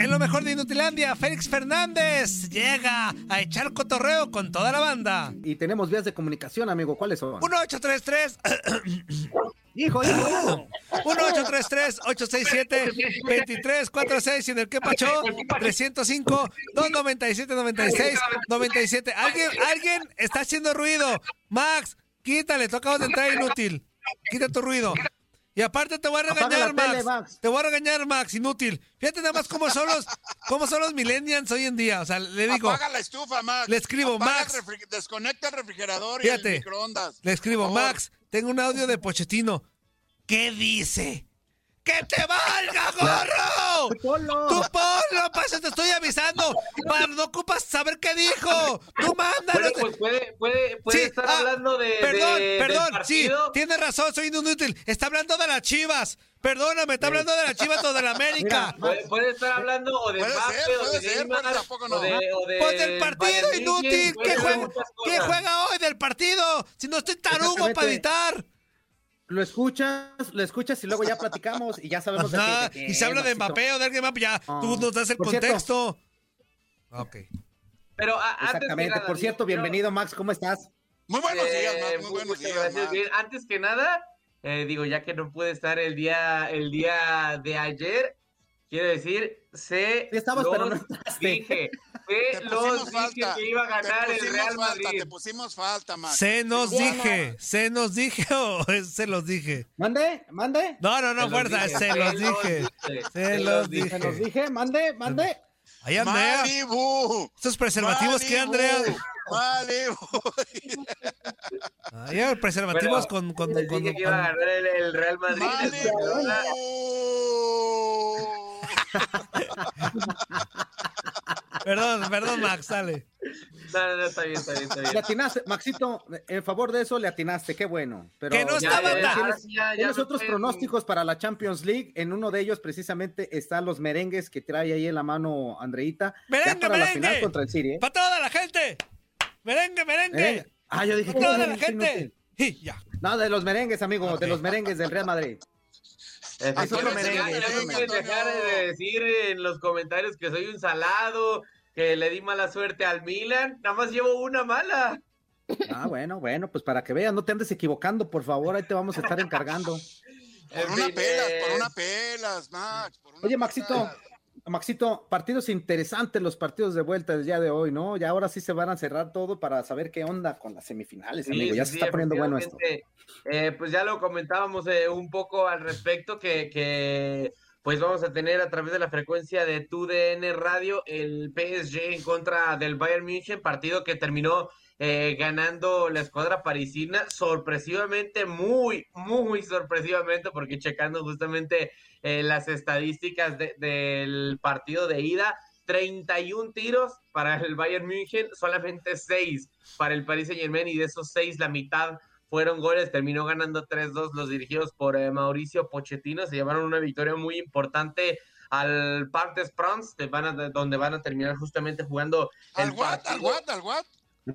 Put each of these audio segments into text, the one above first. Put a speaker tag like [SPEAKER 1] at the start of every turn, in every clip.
[SPEAKER 1] En lo mejor de Inutilandia, Félix Fernández llega a echar cotorreo con toda la banda.
[SPEAKER 2] Y tenemos vías de comunicación, amigo. ¿Cuáles son?
[SPEAKER 1] 1833
[SPEAKER 2] Hijo, hijo, hijo.
[SPEAKER 1] 1833 867 2346 y en el que pacho 305 297 96 97. Alguien alguien está haciendo ruido. Max, quítale, tú acabas de entrar inútil. Quita tu ruido. Y aparte te voy a
[SPEAKER 2] Apaga
[SPEAKER 1] regañar,
[SPEAKER 2] la
[SPEAKER 1] Max.
[SPEAKER 2] tele, Max.
[SPEAKER 1] Te voy a regañar, Max, inútil. Fíjate nada más cómo son los, cómo son los millennials hoy en día. O sea, le digo,
[SPEAKER 3] Apaga la estufa, Max.
[SPEAKER 1] le escribo,
[SPEAKER 3] Apaga el
[SPEAKER 1] Max.
[SPEAKER 3] refri- Desconecta el refrigerador y
[SPEAKER 1] Fíjate.
[SPEAKER 3] el microondas.
[SPEAKER 1] Le escribo,
[SPEAKER 3] Por favor.
[SPEAKER 1] Max, tengo un audio de Pochettino. ¿Qué dice? ¡Que te valga, gorro!
[SPEAKER 2] Ponlo.
[SPEAKER 1] ¡Tú ponlo, paso! ¡Te estoy avisando! Pa, ¡No ocupas saber qué dijo! ¡Tú mándalo!
[SPEAKER 4] Bueno, pues puede, puede, puede
[SPEAKER 1] Sí,
[SPEAKER 4] estar
[SPEAKER 1] ah,
[SPEAKER 4] hablando de.
[SPEAKER 1] Perdón,
[SPEAKER 4] de- del
[SPEAKER 1] perdón, sí,
[SPEAKER 4] partido.
[SPEAKER 1] tienes razón, soy inútil. Está hablando de las chivas. Perdóname, está hablando de las chivas o de la América.
[SPEAKER 4] Puede, puede estar hablando o de
[SPEAKER 3] Puede
[SPEAKER 4] Mbappé
[SPEAKER 3] ser,
[SPEAKER 4] o
[SPEAKER 3] puede
[SPEAKER 4] de
[SPEAKER 3] ser,
[SPEAKER 4] Neymar,
[SPEAKER 3] pero tampoco no.
[SPEAKER 4] o de, o de
[SPEAKER 1] Pues del partido,
[SPEAKER 4] Bayern
[SPEAKER 1] inútil.
[SPEAKER 4] München, puede
[SPEAKER 1] ¿Qué
[SPEAKER 4] ser
[SPEAKER 1] juega,
[SPEAKER 4] muchas
[SPEAKER 1] ¿Qué
[SPEAKER 4] cosas.
[SPEAKER 1] juega hoy del partido? Si no estoy tarugo para
[SPEAKER 2] Exactamente.
[SPEAKER 1] editar.
[SPEAKER 2] Lo escuchas, lo escuchas y luego ya platicamos y ya sabemos de
[SPEAKER 1] Ajá,
[SPEAKER 2] qué- de
[SPEAKER 1] y se
[SPEAKER 2] qué,
[SPEAKER 1] habla de
[SPEAKER 2] Maxito.
[SPEAKER 1] Mbappé o de alguien más, pues ya
[SPEAKER 2] Ah,
[SPEAKER 1] tú nos das el
[SPEAKER 2] por cierto.
[SPEAKER 1] contexto. Ah, Ok.
[SPEAKER 4] Pero a- antes que
[SPEAKER 2] Exactamente.
[SPEAKER 4] nada,
[SPEAKER 2] Por cierto,
[SPEAKER 4] yo-
[SPEAKER 2] bienvenido, Max. ¿Cómo estás?
[SPEAKER 3] Muy buenos días,
[SPEAKER 4] Eh,
[SPEAKER 3] Max.
[SPEAKER 4] mu-
[SPEAKER 3] Muy buenos
[SPEAKER 4] muchas
[SPEAKER 3] días,
[SPEAKER 4] gracias.
[SPEAKER 3] Max.
[SPEAKER 4] Bien, antes que nada, eh, digo, ya que no pude estar el día, el día de ayer, quiero decir, se
[SPEAKER 2] Sí estabas, pero no
[SPEAKER 4] los
[SPEAKER 2] entraste.
[SPEAKER 4] dije, se
[SPEAKER 3] Te
[SPEAKER 4] los
[SPEAKER 3] pusimos
[SPEAKER 4] dije
[SPEAKER 3] falta.
[SPEAKER 4] que iba a ganar
[SPEAKER 3] te
[SPEAKER 4] el
[SPEAKER 3] pusimos
[SPEAKER 4] Real
[SPEAKER 3] falta,
[SPEAKER 4] Madrid.
[SPEAKER 3] te pusimos falta, Max.
[SPEAKER 1] Se nos
[SPEAKER 5] Diana.
[SPEAKER 1] dije, se nos dije o es se los dije.
[SPEAKER 2] ¿Mande? ¿Mande?
[SPEAKER 1] No, no, no,
[SPEAKER 4] Se los
[SPEAKER 1] fuerza, se
[SPEAKER 4] dije, se
[SPEAKER 1] los
[SPEAKER 4] los
[SPEAKER 1] dije.
[SPEAKER 4] dije,
[SPEAKER 1] Se
[SPEAKER 4] se
[SPEAKER 1] los
[SPEAKER 4] los
[SPEAKER 1] dije.
[SPEAKER 2] Se los dije, mande, mande.
[SPEAKER 1] Ahí Andrea.
[SPEAKER 3] Malibu.
[SPEAKER 1] Estos preservativos que Andrea.
[SPEAKER 3] Malibu.
[SPEAKER 1] Ahí hay preservativos
[SPEAKER 4] Bueno,
[SPEAKER 1] con, con,
[SPEAKER 4] Les
[SPEAKER 1] con-
[SPEAKER 4] dije que iba a
[SPEAKER 1] con-
[SPEAKER 4] ganar el, el Real Madrid. les ganó la-
[SPEAKER 3] Malibu.
[SPEAKER 1] Perdón, perdón, Max, dale.
[SPEAKER 4] No, no, no, está bien, está bien, está bien.
[SPEAKER 2] Le atinaste, Maxito, en favor de eso le atinaste, qué bueno. Pero
[SPEAKER 1] Que no estaba
[SPEAKER 2] tienes-
[SPEAKER 1] tan-
[SPEAKER 2] tienes-
[SPEAKER 4] Ya, ya
[SPEAKER 2] Tienes
[SPEAKER 4] no
[SPEAKER 2] otros
[SPEAKER 4] sé.
[SPEAKER 2] pronósticos para la Champions League. En uno de ellos, precisamente, están los merengues que trae ahí en la mano Andreita.
[SPEAKER 1] Merengue,
[SPEAKER 2] ya para
[SPEAKER 1] merengue.
[SPEAKER 2] la final contra el City. ¿eh?
[SPEAKER 1] ¡Para toda la gente! ¡Merengue, merengue!
[SPEAKER 2] Merengue. Ah, yo dije
[SPEAKER 1] ¡Para
[SPEAKER 2] que
[SPEAKER 1] toda la
[SPEAKER 2] sí,
[SPEAKER 1] gente!
[SPEAKER 2] inútil.
[SPEAKER 1] Y ya.
[SPEAKER 2] No, de los merengues, amigo, de los merengues del Real Madrid.
[SPEAKER 4] Efectivamente,
[SPEAKER 2] otro merengue,
[SPEAKER 4] ya, ya
[SPEAKER 2] es otro
[SPEAKER 4] no pueden
[SPEAKER 3] merengue.
[SPEAKER 4] dejar de decir en los comentarios que soy un salado, que le di mala suerte al Milan. Nada más llevo una mala.
[SPEAKER 2] Ah, bueno, bueno, pues para que veas, no te andes equivocando, por favor, ahí te vamos a estar encargando.
[SPEAKER 3] Por
[SPEAKER 4] En
[SPEAKER 3] una
[SPEAKER 4] fin,
[SPEAKER 3] pelas,
[SPEAKER 4] eh,
[SPEAKER 3] por una pelas, Max. por una
[SPEAKER 2] Oye, Maxito,
[SPEAKER 3] pelas.
[SPEAKER 2] Maxito, partidos interesantes los partidos de vuelta del día de hoy, ¿no? Ya ahora sí se van a cerrar todo para saber qué onda con las semifinales,
[SPEAKER 4] sí,
[SPEAKER 2] amigo. Ya se
[SPEAKER 4] sí, sí,
[SPEAKER 2] está poniendo bueno esto.
[SPEAKER 4] efectivamente. Eh, pues ya lo comentábamos eh, un poco al respecto, que, que pues vamos a tener a través de la frecuencia de TUDN Radio el PSG en contra del Bayern München, partido que terminó eh, ganando la escuadra parisina, sorpresivamente, muy, muy sorpresivamente, porque checando justamente eh, las estadísticas de- del partido de ida, 31 tiros para el Bayern München, solamente 6 para el Paris Saint Germain, y de esos 6, la mitad fueron goles, terminó ganando 3-2 los dirigidos por eh, Mauricio Pochettino, se llevaron una victoria muy importante al Parc des Princes, de- van a- donde van a terminar justamente jugando
[SPEAKER 3] Al
[SPEAKER 4] el
[SPEAKER 3] what, al
[SPEAKER 4] partido.
[SPEAKER 3] what, al what.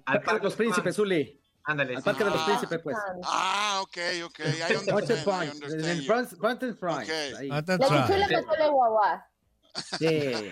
[SPEAKER 4] Al
[SPEAKER 2] Parque de los Príncipes, Uli.
[SPEAKER 4] Ándale.
[SPEAKER 2] Al
[SPEAKER 4] sí.
[SPEAKER 2] Parque de los
[SPEAKER 3] Ah.
[SPEAKER 2] Príncipes, pues.
[SPEAKER 3] Ah, ok, ok. I
[SPEAKER 2] Ocho
[SPEAKER 3] understand, Ah, I
[SPEAKER 2] points.
[SPEAKER 3] understand
[SPEAKER 2] En
[SPEAKER 3] you.
[SPEAKER 2] front- front and front.
[SPEAKER 3] Ok.
[SPEAKER 2] Ahí.
[SPEAKER 1] Ah, that's
[SPEAKER 5] La
[SPEAKER 1] right.
[SPEAKER 5] chula
[SPEAKER 2] eh,
[SPEAKER 5] que sale guagua.
[SPEAKER 2] Sí.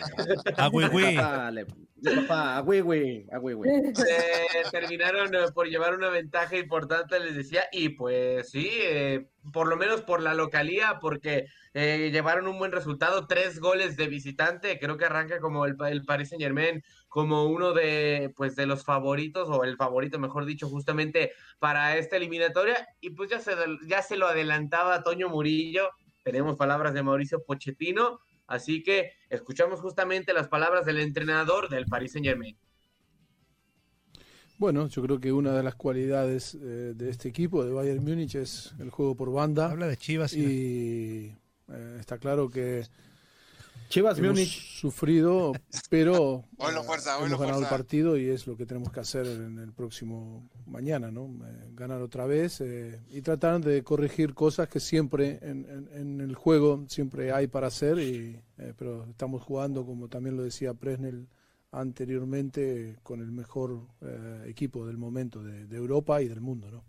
[SPEAKER 1] Ah, güey, güey.
[SPEAKER 2] Papá, le- papá, a güey, güey, a güey, güey.
[SPEAKER 4] Eh, terminaron eh, por llevar una ventaja importante, les decía, y pues sí, eh, por lo menos por la localía, porque eh, llevaron un buen resultado, tres goles de visitante, creo que arranca como el, pa- el Paris Saint Germain, como uno de, pues, de los favoritos, o el favorito, mejor dicho, justamente para esta eliminatoria, y pues ya se, ya se lo adelantaba Toño Murillo, tenemos palabras de Mauricio Pochettino, así que escuchamos justamente las palabras del entrenador del Paris Saint Germain.
[SPEAKER 6] Bueno, yo creo que una de las cualidades eh, de este equipo, de Bayern Múnich, es el juego por banda.
[SPEAKER 1] Habla de chivas. Y...
[SPEAKER 6] Y eh, está claro que
[SPEAKER 2] Chivas
[SPEAKER 6] hemos
[SPEAKER 2] Múnich.
[SPEAKER 6] sufrido, pero
[SPEAKER 3] Oilo,
[SPEAKER 6] eh,
[SPEAKER 3] fuerza, oilo,
[SPEAKER 6] hemos ganado
[SPEAKER 3] fuerza.
[SPEAKER 6] el partido y es lo que tenemos que hacer en el próximo mañana, ¿no? Eh, ganar otra vez eh, y tratar de corregir cosas que siempre en, en- en el juego siempre hay para hacer, y, eh, pero estamos jugando, como también lo decía Presnel anteriormente, con el mejor eh, equipo del momento de, de Europa y del mundo, ¿no?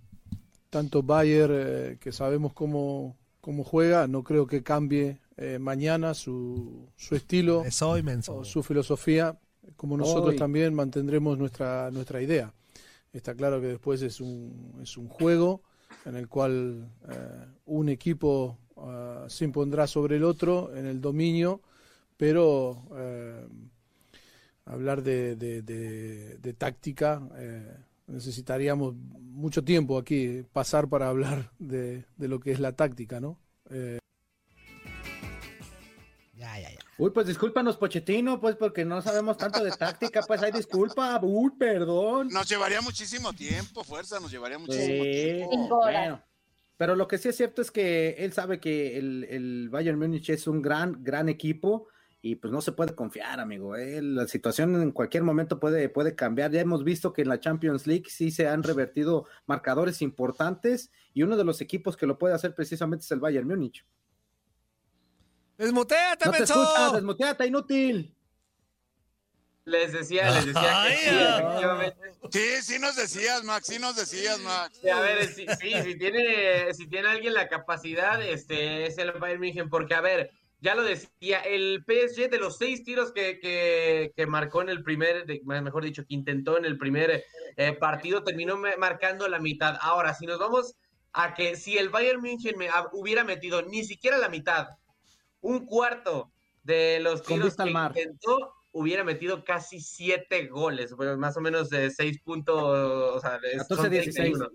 [SPEAKER 6] Tanto Bayer, eh, que sabemos cómo, cómo juega, no creo que cambie eh, eh, mañana su, su estilo
[SPEAKER 1] Es hoy, menso.
[SPEAKER 6] o Oh, su filosofía, como nosotros
[SPEAKER 2] Hoy.
[SPEAKER 6] también mantendremos nuestra, nuestra idea. Está claro que después es un, es un juego en el cual eh, un equipo ah, se impondrá sobre el otro en el dominio, pero eh, hablar de, de- de- de táctica eh, necesitaríamos mucho tiempo aquí pasar para hablar de, de lo que es la táctica, ¿no?
[SPEAKER 1] Ya, ya, ya.
[SPEAKER 2] Uy, pues discúlpanos, Pochettino, pues porque no sabemos tanto de táctica, pues hay disculpa, uy, perdón.
[SPEAKER 3] Nos llevaría muchísimo tiempo, fuerza, nos llevaría muchísimo
[SPEAKER 2] Sí,
[SPEAKER 3] tiempo.
[SPEAKER 5] Cinco horas.
[SPEAKER 2] bueno. Pero lo que sí es cierto es que él sabe que el, el Bayern Múnich es un gran, gran equipo y pues no se puede confiar, amigo. eh. La situación en cualquier momento puede, puede cambiar. Ya hemos visto que en la Champions League sí se han revertido marcadores importantes y uno de los equipos que lo puede hacer precisamente es el Bayern Múnich.
[SPEAKER 1] ¡Desmuteate,
[SPEAKER 2] No te
[SPEAKER 1] menso!
[SPEAKER 2] escuchas, desmuteate, inútil.
[SPEAKER 4] Les decía, les decía que sí,
[SPEAKER 1] Ay, ah.
[SPEAKER 4] efectivamente.
[SPEAKER 3] Sí, sí nos decías, Max, sí nos decías, Max.
[SPEAKER 4] Sí, A ver, sí, sí, si tiene, si tiene alguien la capacidad, este, es el Bayern München, porque a ver, ya lo decía, el PSG de los seis tiros que, que, que marcó en el primer, de- más- mejor dicho, que intentó en el primer eh, partido, terminó ma- marcando la mitad. Ahora, si nos vamos a que si el Bayern München me ha- hubiera metido ni siquiera la mitad, un cuarto de los
[SPEAKER 2] Con
[SPEAKER 4] tiros
[SPEAKER 2] vista al
[SPEAKER 4] que
[SPEAKER 2] mar.
[SPEAKER 4] intentó, hubiera metido casi siete goles, bueno, más o menos de seis puntos, o sea, de-
[SPEAKER 2] 14,
[SPEAKER 4] son
[SPEAKER 2] 16.
[SPEAKER 4] 31.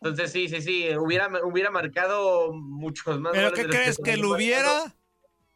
[SPEAKER 4] Entonces sí, sí, sí, hubiera, hubiera marcado muchos más.
[SPEAKER 1] ¿Pero
[SPEAKER 4] goles
[SPEAKER 1] qué
[SPEAKER 4] de los
[SPEAKER 1] crees? ¿Que
[SPEAKER 4] terminó
[SPEAKER 1] lo hubiera?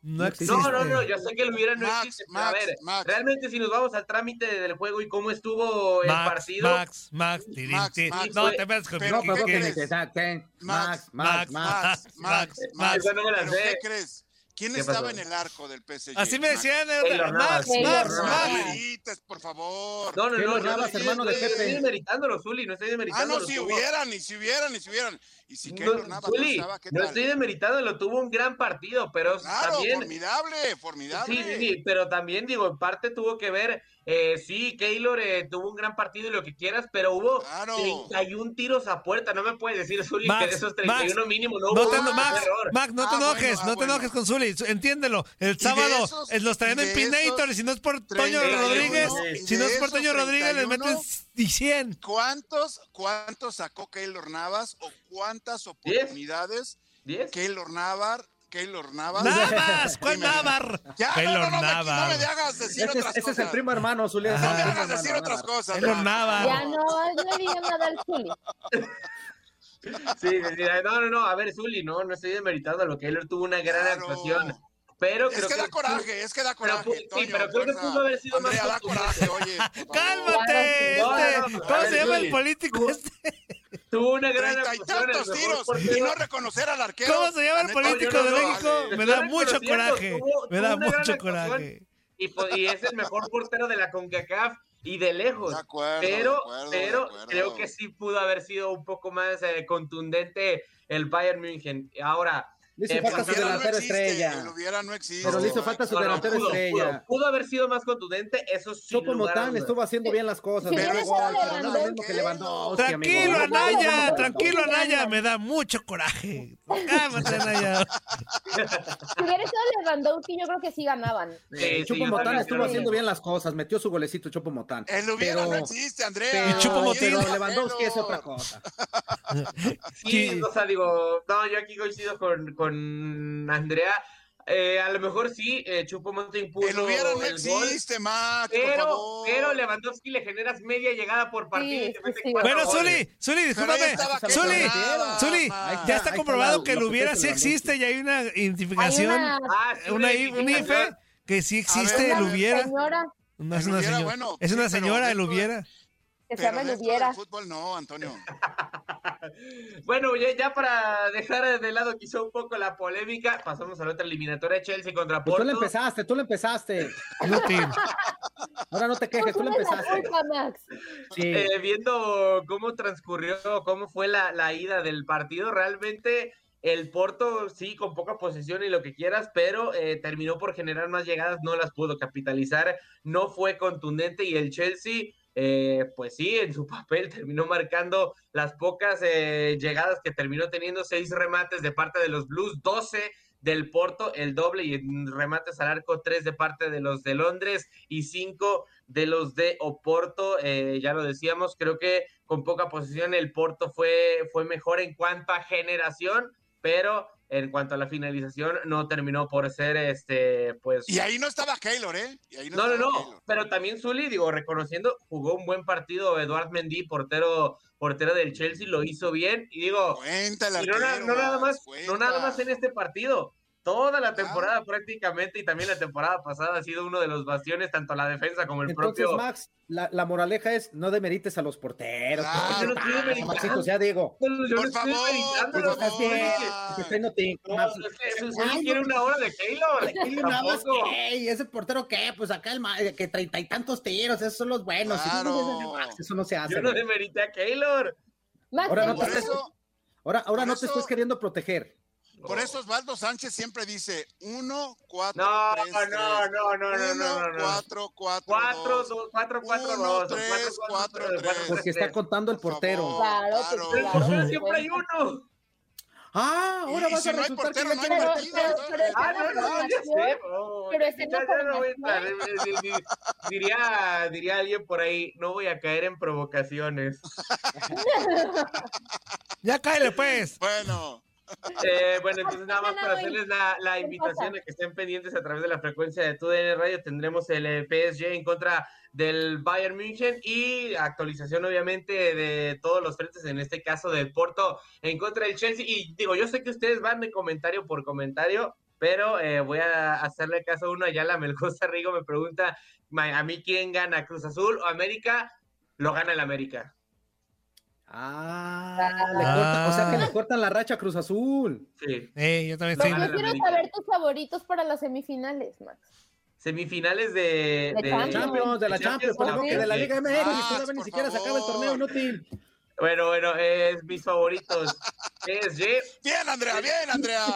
[SPEAKER 1] No
[SPEAKER 2] No,
[SPEAKER 1] existe.
[SPEAKER 4] no, no, no, yo sé que el hubiera no
[SPEAKER 3] Max,
[SPEAKER 4] existe, pero
[SPEAKER 3] Max,
[SPEAKER 4] a ver,
[SPEAKER 3] Max.
[SPEAKER 4] realmente si nos vamos al trámite del juego y cómo estuvo el
[SPEAKER 1] Max,
[SPEAKER 4] partido,
[SPEAKER 1] Max, Max, tirin,
[SPEAKER 3] Max,
[SPEAKER 1] tirin.
[SPEAKER 3] Max,
[SPEAKER 1] No,
[SPEAKER 4] güey.
[SPEAKER 1] te metas con
[SPEAKER 3] Pero,
[SPEAKER 1] que-
[SPEAKER 3] ¿qué
[SPEAKER 1] que-
[SPEAKER 2] que
[SPEAKER 3] crees?
[SPEAKER 2] te saquen. Max, Max,
[SPEAKER 1] Max,
[SPEAKER 2] Max.
[SPEAKER 3] Max, Max, Max.
[SPEAKER 4] Esa no me la
[SPEAKER 3] ¿Pero
[SPEAKER 4] sé.
[SPEAKER 3] qué crees? ¿Quién
[SPEAKER 4] ¿Qué
[SPEAKER 3] estaba
[SPEAKER 4] pasó?
[SPEAKER 3] en el arco del PSG?
[SPEAKER 1] Así me
[SPEAKER 3] Max?
[SPEAKER 1] decían, eh, Max,
[SPEAKER 4] Taylor
[SPEAKER 5] Navas.
[SPEAKER 1] Max,
[SPEAKER 4] Taylor
[SPEAKER 1] Max.
[SPEAKER 3] No
[SPEAKER 4] Navas.
[SPEAKER 3] grites, por favor.
[SPEAKER 4] no, no,
[SPEAKER 2] Keylor
[SPEAKER 4] no, yo
[SPEAKER 2] Navas,
[SPEAKER 4] estoy-
[SPEAKER 2] hermano de
[SPEAKER 4] estoy-
[SPEAKER 2] Pepe.
[SPEAKER 4] Estoy demeritándolo, Zuli, no estoy
[SPEAKER 3] Ah,
[SPEAKER 4] demeritándolo.
[SPEAKER 3] no, si
[SPEAKER 4] tuvo-
[SPEAKER 3] hubieran, y si hubieran, y si hubieran. Y si
[SPEAKER 4] No,
[SPEAKER 3] Keylor Navas no
[SPEAKER 4] Zuli,
[SPEAKER 3] estaba, ¿qué
[SPEAKER 4] no
[SPEAKER 3] tal?
[SPEAKER 4] estoy demeritándolo, tuvo un gran partido, pero
[SPEAKER 3] Claro,
[SPEAKER 4] también
[SPEAKER 3] formidable,
[SPEAKER 4] Sí,
[SPEAKER 3] formidable.
[SPEAKER 4] sí, sí, pero también digo, en parte tuvo que ver, eh, sí, Keylor eh, tuvo un gran partido y lo que quieras, pero hubo
[SPEAKER 3] Claro.
[SPEAKER 4] 31 tiros a puerta, no me puedes decir, Zuli,
[SPEAKER 1] Max,
[SPEAKER 4] que de esos 31
[SPEAKER 1] Max,
[SPEAKER 4] mínimo no
[SPEAKER 1] No
[SPEAKER 4] hubo
[SPEAKER 1] te,
[SPEAKER 3] Ah,
[SPEAKER 4] un
[SPEAKER 1] Max,
[SPEAKER 4] error.
[SPEAKER 1] Max, no te
[SPEAKER 3] Ah,
[SPEAKER 1] enojes,
[SPEAKER 3] bueno, ah,
[SPEAKER 1] no te
[SPEAKER 3] bueno.
[SPEAKER 1] enojes con Zuli, entiéndelo. El
[SPEAKER 3] de
[SPEAKER 1] sábado
[SPEAKER 3] esos-
[SPEAKER 1] eh, los traían
[SPEAKER 3] y
[SPEAKER 1] en
[SPEAKER 3] de esos
[SPEAKER 1] Pinator y si no es por Toño
[SPEAKER 3] 31,
[SPEAKER 1] Rodríguez,
[SPEAKER 3] y
[SPEAKER 1] si no
[SPEAKER 3] de
[SPEAKER 1] es por
[SPEAKER 3] esos
[SPEAKER 1] Toño Rodríguez les
[SPEAKER 3] 31,
[SPEAKER 1] meten 100.
[SPEAKER 3] ¿Cuántos, cuántos sacó Keylor Navas o cuántas oportunidades
[SPEAKER 4] ¿Diez?
[SPEAKER 3] Keylor Navas? Keylor Navas.
[SPEAKER 1] Navas, ¿cuál
[SPEAKER 3] Dime.
[SPEAKER 1] Navar?
[SPEAKER 3] Ya,
[SPEAKER 1] Keylor
[SPEAKER 3] no, no, no, me- no me
[SPEAKER 1] Navas.
[SPEAKER 3] hagas
[SPEAKER 2] Ese,
[SPEAKER 3] decir otras
[SPEAKER 2] es, ese es
[SPEAKER 3] cosas.
[SPEAKER 2] el primo hermano, Zulia.
[SPEAKER 1] Ah.
[SPEAKER 3] No me
[SPEAKER 1] Nada,
[SPEAKER 3] hagas decir otras cosas.
[SPEAKER 1] Keylor
[SPEAKER 3] Max.
[SPEAKER 1] Navas.
[SPEAKER 5] Ya no le digan nada al Zuli.
[SPEAKER 4] Sí, sí, sí, ay, no, no, no, a ver, Zuli, no, no estoy demeritándolo, Keylor tuvo una gran
[SPEAKER 3] Claro.
[SPEAKER 4] actuación, pero
[SPEAKER 3] Es
[SPEAKER 4] creo
[SPEAKER 3] que da
[SPEAKER 4] pudo-
[SPEAKER 3] coraje, es que da
[SPEAKER 4] pero
[SPEAKER 3] coraje.
[SPEAKER 4] pu- sí,
[SPEAKER 3] Toño,
[SPEAKER 4] pero creo que
[SPEAKER 3] fuerza.
[SPEAKER 4] pudo haber sido más
[SPEAKER 3] Andrea, da
[SPEAKER 4] contundente.
[SPEAKER 3] coraje, oye. por favor.
[SPEAKER 1] ¡Cálmate!
[SPEAKER 4] No, no,
[SPEAKER 1] este,
[SPEAKER 4] no, no,
[SPEAKER 1] ¿Cómo
[SPEAKER 4] a
[SPEAKER 1] se
[SPEAKER 4] ver,
[SPEAKER 1] llama el
[SPEAKER 4] Zuli,
[SPEAKER 1] político
[SPEAKER 4] tú-
[SPEAKER 1] este?
[SPEAKER 4] tuvo una gran
[SPEAKER 3] Treinta y
[SPEAKER 4] actuación. el
[SPEAKER 3] tantos
[SPEAKER 4] mejor
[SPEAKER 3] tiros y
[SPEAKER 4] portero.
[SPEAKER 3] no reconocer al arquero.
[SPEAKER 1] ¿Cómo se llama el
[SPEAKER 3] La neta,
[SPEAKER 1] político
[SPEAKER 3] yo
[SPEAKER 1] de
[SPEAKER 3] no lo
[SPEAKER 1] México?
[SPEAKER 3] hago.
[SPEAKER 1] Me da
[SPEAKER 4] Estoy
[SPEAKER 1] mucho
[SPEAKER 4] reconociendo,
[SPEAKER 1] coraje.
[SPEAKER 4] tuvo-
[SPEAKER 1] Me
[SPEAKER 4] tuvo
[SPEAKER 1] da
[SPEAKER 4] una gran
[SPEAKER 1] mucho
[SPEAKER 4] actuación.
[SPEAKER 1] coraje.
[SPEAKER 4] y, po- y es el mejor portero de la CONCACAF y de lejos.
[SPEAKER 3] De acuerdo,
[SPEAKER 4] pero
[SPEAKER 3] de acuerdo, de
[SPEAKER 4] pero
[SPEAKER 3] acuerdo.
[SPEAKER 4] creo que sí pudo haber sido un poco más eh, contundente el Bayern München. Ahora,
[SPEAKER 2] Dice
[SPEAKER 4] Eh,
[SPEAKER 2] falta
[SPEAKER 4] porque
[SPEAKER 2] su
[SPEAKER 3] hubiera no
[SPEAKER 2] delantero
[SPEAKER 3] existe,
[SPEAKER 2] estrella.
[SPEAKER 3] El hubiera no existe.
[SPEAKER 2] Pero le hizo falta su
[SPEAKER 4] no, no,
[SPEAKER 2] delantero
[SPEAKER 4] pudo,
[SPEAKER 2] estrella.
[SPEAKER 4] pudo, pudo haber sido más contundente, eso sí.
[SPEAKER 2] Chopo Motán estuvo haciendo bien las cosas.
[SPEAKER 5] Sí,
[SPEAKER 2] pero
[SPEAKER 5] pero
[SPEAKER 2] igual,
[SPEAKER 5] eso
[SPEAKER 2] pero no es lo mismo que Lewandowski, amigo.
[SPEAKER 1] Tranquilo,
[SPEAKER 5] No, no, no, no, no,
[SPEAKER 1] Anaya,
[SPEAKER 5] no.
[SPEAKER 1] tranquilo, Anaya, me da mucho coraje. Cálmate, Anaya.
[SPEAKER 5] Si hubiera sido Lewandowski, yo creo que sí ganaban.
[SPEAKER 2] eh, Chopo Motán estuvo haciendo bien las cosas, metió su golecito Chopo Motán.
[SPEAKER 3] El hubiera
[SPEAKER 2] Pero-
[SPEAKER 3] no existe, Andrea.
[SPEAKER 2] Pero,
[SPEAKER 1] Y Chupo Motín.
[SPEAKER 2] pero
[SPEAKER 3] Pero-
[SPEAKER 2] Lewandowski es otra cosa.
[SPEAKER 4] Sí,
[SPEAKER 1] Sí.
[SPEAKER 4] o sea, digo, no, yo aquí coincido con, con Andrea. Eh, a lo mejor sí, eh, Chupo Motín pudo
[SPEAKER 3] El hubiera no
[SPEAKER 4] el gol,
[SPEAKER 3] existe, Max. por
[SPEAKER 4] pero,
[SPEAKER 3] favor.
[SPEAKER 4] pero Lewandowski le generas media llegada por partido y te
[SPEAKER 5] sí,
[SPEAKER 4] mete
[SPEAKER 5] sí.
[SPEAKER 4] cuatro
[SPEAKER 1] Bueno,
[SPEAKER 4] goles.
[SPEAKER 1] Zuli, Zuli,
[SPEAKER 3] Pero ahí
[SPEAKER 1] discúlpame.
[SPEAKER 3] estaba
[SPEAKER 1] Zuli,
[SPEAKER 3] Keylor Navas,
[SPEAKER 1] Zuli,
[SPEAKER 2] Ahí
[SPEAKER 3] Max.
[SPEAKER 1] Ya
[SPEAKER 2] está
[SPEAKER 1] está comprobado
[SPEAKER 2] la-
[SPEAKER 1] que
[SPEAKER 2] lo
[SPEAKER 1] el
[SPEAKER 2] que
[SPEAKER 1] hubiera
[SPEAKER 2] es el
[SPEAKER 1] sí
[SPEAKER 2] Lewandowski.
[SPEAKER 1] existe y hay una
[SPEAKER 5] Hay
[SPEAKER 1] identificación,
[SPEAKER 5] una,
[SPEAKER 4] Ah, sí,
[SPEAKER 1] una,
[SPEAKER 4] sí,
[SPEAKER 1] I- E. un
[SPEAKER 4] sí,
[SPEAKER 1] IFE que sí existe
[SPEAKER 3] ver,
[SPEAKER 1] el
[SPEAKER 5] una
[SPEAKER 1] este, hubiera.
[SPEAKER 5] señora
[SPEAKER 1] No es
[SPEAKER 3] El
[SPEAKER 1] una
[SPEAKER 3] hubiera,
[SPEAKER 1] señora,
[SPEAKER 3] bueno,
[SPEAKER 1] es
[SPEAKER 3] sí,
[SPEAKER 1] una
[SPEAKER 3] pero
[SPEAKER 1] señora el
[SPEAKER 3] dentro de-
[SPEAKER 1] hubiera.
[SPEAKER 5] que se
[SPEAKER 3] Pero
[SPEAKER 5] llama el
[SPEAKER 3] dentro del
[SPEAKER 5] hubiera.
[SPEAKER 3] fútbol no, Antonio.
[SPEAKER 4] Bueno, ya, ya para dejar de lado quizá un poco la polémica, pasamos a la otra eliminatoria Chelsea contra
[SPEAKER 2] Pues tú
[SPEAKER 4] Porto.
[SPEAKER 2] le empezaste, tú le empezaste.
[SPEAKER 1] Inútil.
[SPEAKER 2] Ahora no te
[SPEAKER 5] Tú
[SPEAKER 2] quejes, tú le
[SPEAKER 5] tienes Pues, la
[SPEAKER 2] empezaste.
[SPEAKER 5] culpa, Max.
[SPEAKER 2] Sí.
[SPEAKER 4] Eh, viendo cómo transcurrió, cómo fue la, la ida del partido, realmente el Porto sí, con poca posesión y lo que quieras, pero eh, terminó por generar más llegadas, no las pudo capitalizar, no fue contundente y el Chelsea, eh, pues sí, en su papel terminó marcando las pocas eh, llegadas que terminó teniendo, seis remates de parte de los Blues, 12 del Porto, el doble y remates al arco, tres de parte de los de Londres y cinco de los de Oporto. Eh, ya lo decíamos, creo que con poca posición el Porto fue, fue mejor en cuanto a generación, pero en cuanto a la finalización no terminó por ser este pues
[SPEAKER 3] Y ahí no estaba Keylor, ¿eh? Y ahí
[SPEAKER 4] no, no,
[SPEAKER 3] estaba
[SPEAKER 4] no,
[SPEAKER 3] Keylor.
[SPEAKER 4] pero también Zully, digo, reconociendo, jugó un buen partido Eduard Mendy, portero portero del Chelsea, lo hizo bien y digo,
[SPEAKER 3] Cuenta el
[SPEAKER 4] y no, na-
[SPEAKER 3] arquero,
[SPEAKER 4] no nada más,
[SPEAKER 3] Max,
[SPEAKER 4] no nada más
[SPEAKER 3] cuenta.
[SPEAKER 4] en este partido. Toda la temporada prácticamente y también la temporada pasada ha sido uno de los bastiones tanto la defensa como el
[SPEAKER 2] Entonces,
[SPEAKER 4] propio
[SPEAKER 2] Max, la, la moraleja es no demerites a los porteros.
[SPEAKER 3] Claro.
[SPEAKER 4] Yo no estoy
[SPEAKER 2] Ah,
[SPEAKER 4] meditando,
[SPEAKER 2] Maxito, ya digo.
[SPEAKER 4] yo no
[SPEAKER 3] Por
[SPEAKER 4] estoy
[SPEAKER 3] favor,
[SPEAKER 4] meditando,
[SPEAKER 2] Digo, estás bien.
[SPEAKER 3] Ah.
[SPEAKER 2] que pues, usted no te-
[SPEAKER 4] No,
[SPEAKER 2] Max,
[SPEAKER 4] es que Zully quiere una hora de Keylor.
[SPEAKER 2] ¿qué le dabas?
[SPEAKER 4] Tampoco.
[SPEAKER 2] ¿Qué? ¿Y ese portero qué? Pues acá el ma- que treinta y tantos tiros, esos son los buenos. Y
[SPEAKER 3] Claro.
[SPEAKER 2] tú dices, "Max, Eso no se hace.
[SPEAKER 4] Yo no
[SPEAKER 2] güey".
[SPEAKER 4] demerité a Keylor.
[SPEAKER 5] Max,
[SPEAKER 2] Ahora no
[SPEAKER 5] ¿te
[SPEAKER 3] Por
[SPEAKER 5] gusta?
[SPEAKER 3] eso,
[SPEAKER 2] Ahora, ahora
[SPEAKER 3] por
[SPEAKER 2] no te
[SPEAKER 3] eso-
[SPEAKER 2] estás queriendo proteger.
[SPEAKER 3] por eso Osvaldo Sánchez siempre dice 1 4
[SPEAKER 4] No,
[SPEAKER 3] 3
[SPEAKER 4] no, no, no, no, no, no, no.
[SPEAKER 3] 4 4
[SPEAKER 4] 4,
[SPEAKER 3] 4
[SPEAKER 4] 2, 4, 4, 2.
[SPEAKER 3] Uno, tres, cuatro, tres.
[SPEAKER 2] Porque está contando el
[SPEAKER 3] Por
[SPEAKER 2] portero.
[SPEAKER 3] favor.
[SPEAKER 5] Claro, pues,
[SPEAKER 3] Claro.
[SPEAKER 5] claro,
[SPEAKER 2] Pero
[SPEAKER 5] por
[SPEAKER 4] siempre hay
[SPEAKER 5] supuesto.
[SPEAKER 4] uno.
[SPEAKER 2] Ah, ahora
[SPEAKER 3] Y- y
[SPEAKER 2] vas
[SPEAKER 3] si
[SPEAKER 2] a
[SPEAKER 3] no hay
[SPEAKER 2] resultar que
[SPEAKER 3] portero,
[SPEAKER 2] ya
[SPEAKER 3] no hay
[SPEAKER 2] quieren meter-
[SPEAKER 5] Pero,
[SPEAKER 3] partido.
[SPEAKER 5] pero, pero
[SPEAKER 4] Ah,
[SPEAKER 5] está
[SPEAKER 4] no,
[SPEAKER 5] en la
[SPEAKER 4] no, ya sé.
[SPEAKER 5] formación.
[SPEAKER 4] oh,
[SPEAKER 5] pero está en
[SPEAKER 4] ya-
[SPEAKER 5] la
[SPEAKER 4] ya no voy a entrar.
[SPEAKER 5] formación.
[SPEAKER 4] eh, di- di- Diría, diría alguien por ahí, no voy a caer en provocaciones.
[SPEAKER 1] Ya cáele, pues.
[SPEAKER 3] Bueno,
[SPEAKER 4] Eh, bueno, entonces nada más
[SPEAKER 5] Ana,
[SPEAKER 4] para
[SPEAKER 5] güey,
[SPEAKER 4] hacerles la, la
[SPEAKER 5] ¿qué
[SPEAKER 4] invitación
[SPEAKER 5] pasa?
[SPEAKER 4] a que estén pendientes a través de la frecuencia de TUDN Radio. Tendremos el eh, PSG en contra del Bayern München y actualización obviamente de todos los frentes, en este caso del Porto en contra del Chelsea. Y digo, yo sé que ustedes van de comentario por comentario, pero eh, voy a hacerle caso a uno allá. La Melcosa Rigo me pregunta, "Ma- ¿a mí quién gana? ¿Cruz Azul o América? Lo gana el América.
[SPEAKER 2] Ah, le cortan- o sea
[SPEAKER 5] Ah.
[SPEAKER 2] que le cortan la racha a Cruz Azul.
[SPEAKER 4] Sí.
[SPEAKER 1] Eh, yo también
[SPEAKER 5] No,
[SPEAKER 1] estoy.
[SPEAKER 4] Gana
[SPEAKER 5] yo
[SPEAKER 4] el
[SPEAKER 5] quiero
[SPEAKER 4] América.
[SPEAKER 5] saber tus favoritos para las semifinales, Max.
[SPEAKER 4] Semifinales de,
[SPEAKER 5] De Champions.
[SPEAKER 2] Champions, de la Champions, por
[SPEAKER 5] no,
[SPEAKER 2] favor, que
[SPEAKER 5] sí.
[SPEAKER 2] de la Liga MX,
[SPEAKER 3] Ah,
[SPEAKER 2] todavía ni
[SPEAKER 3] por
[SPEAKER 2] siquiera se acaba el
[SPEAKER 3] favor.
[SPEAKER 2] torneo inútil.
[SPEAKER 4] Bueno, bueno, es mis favoritos. PSG,
[SPEAKER 3] bien Andrea, bien Andrea.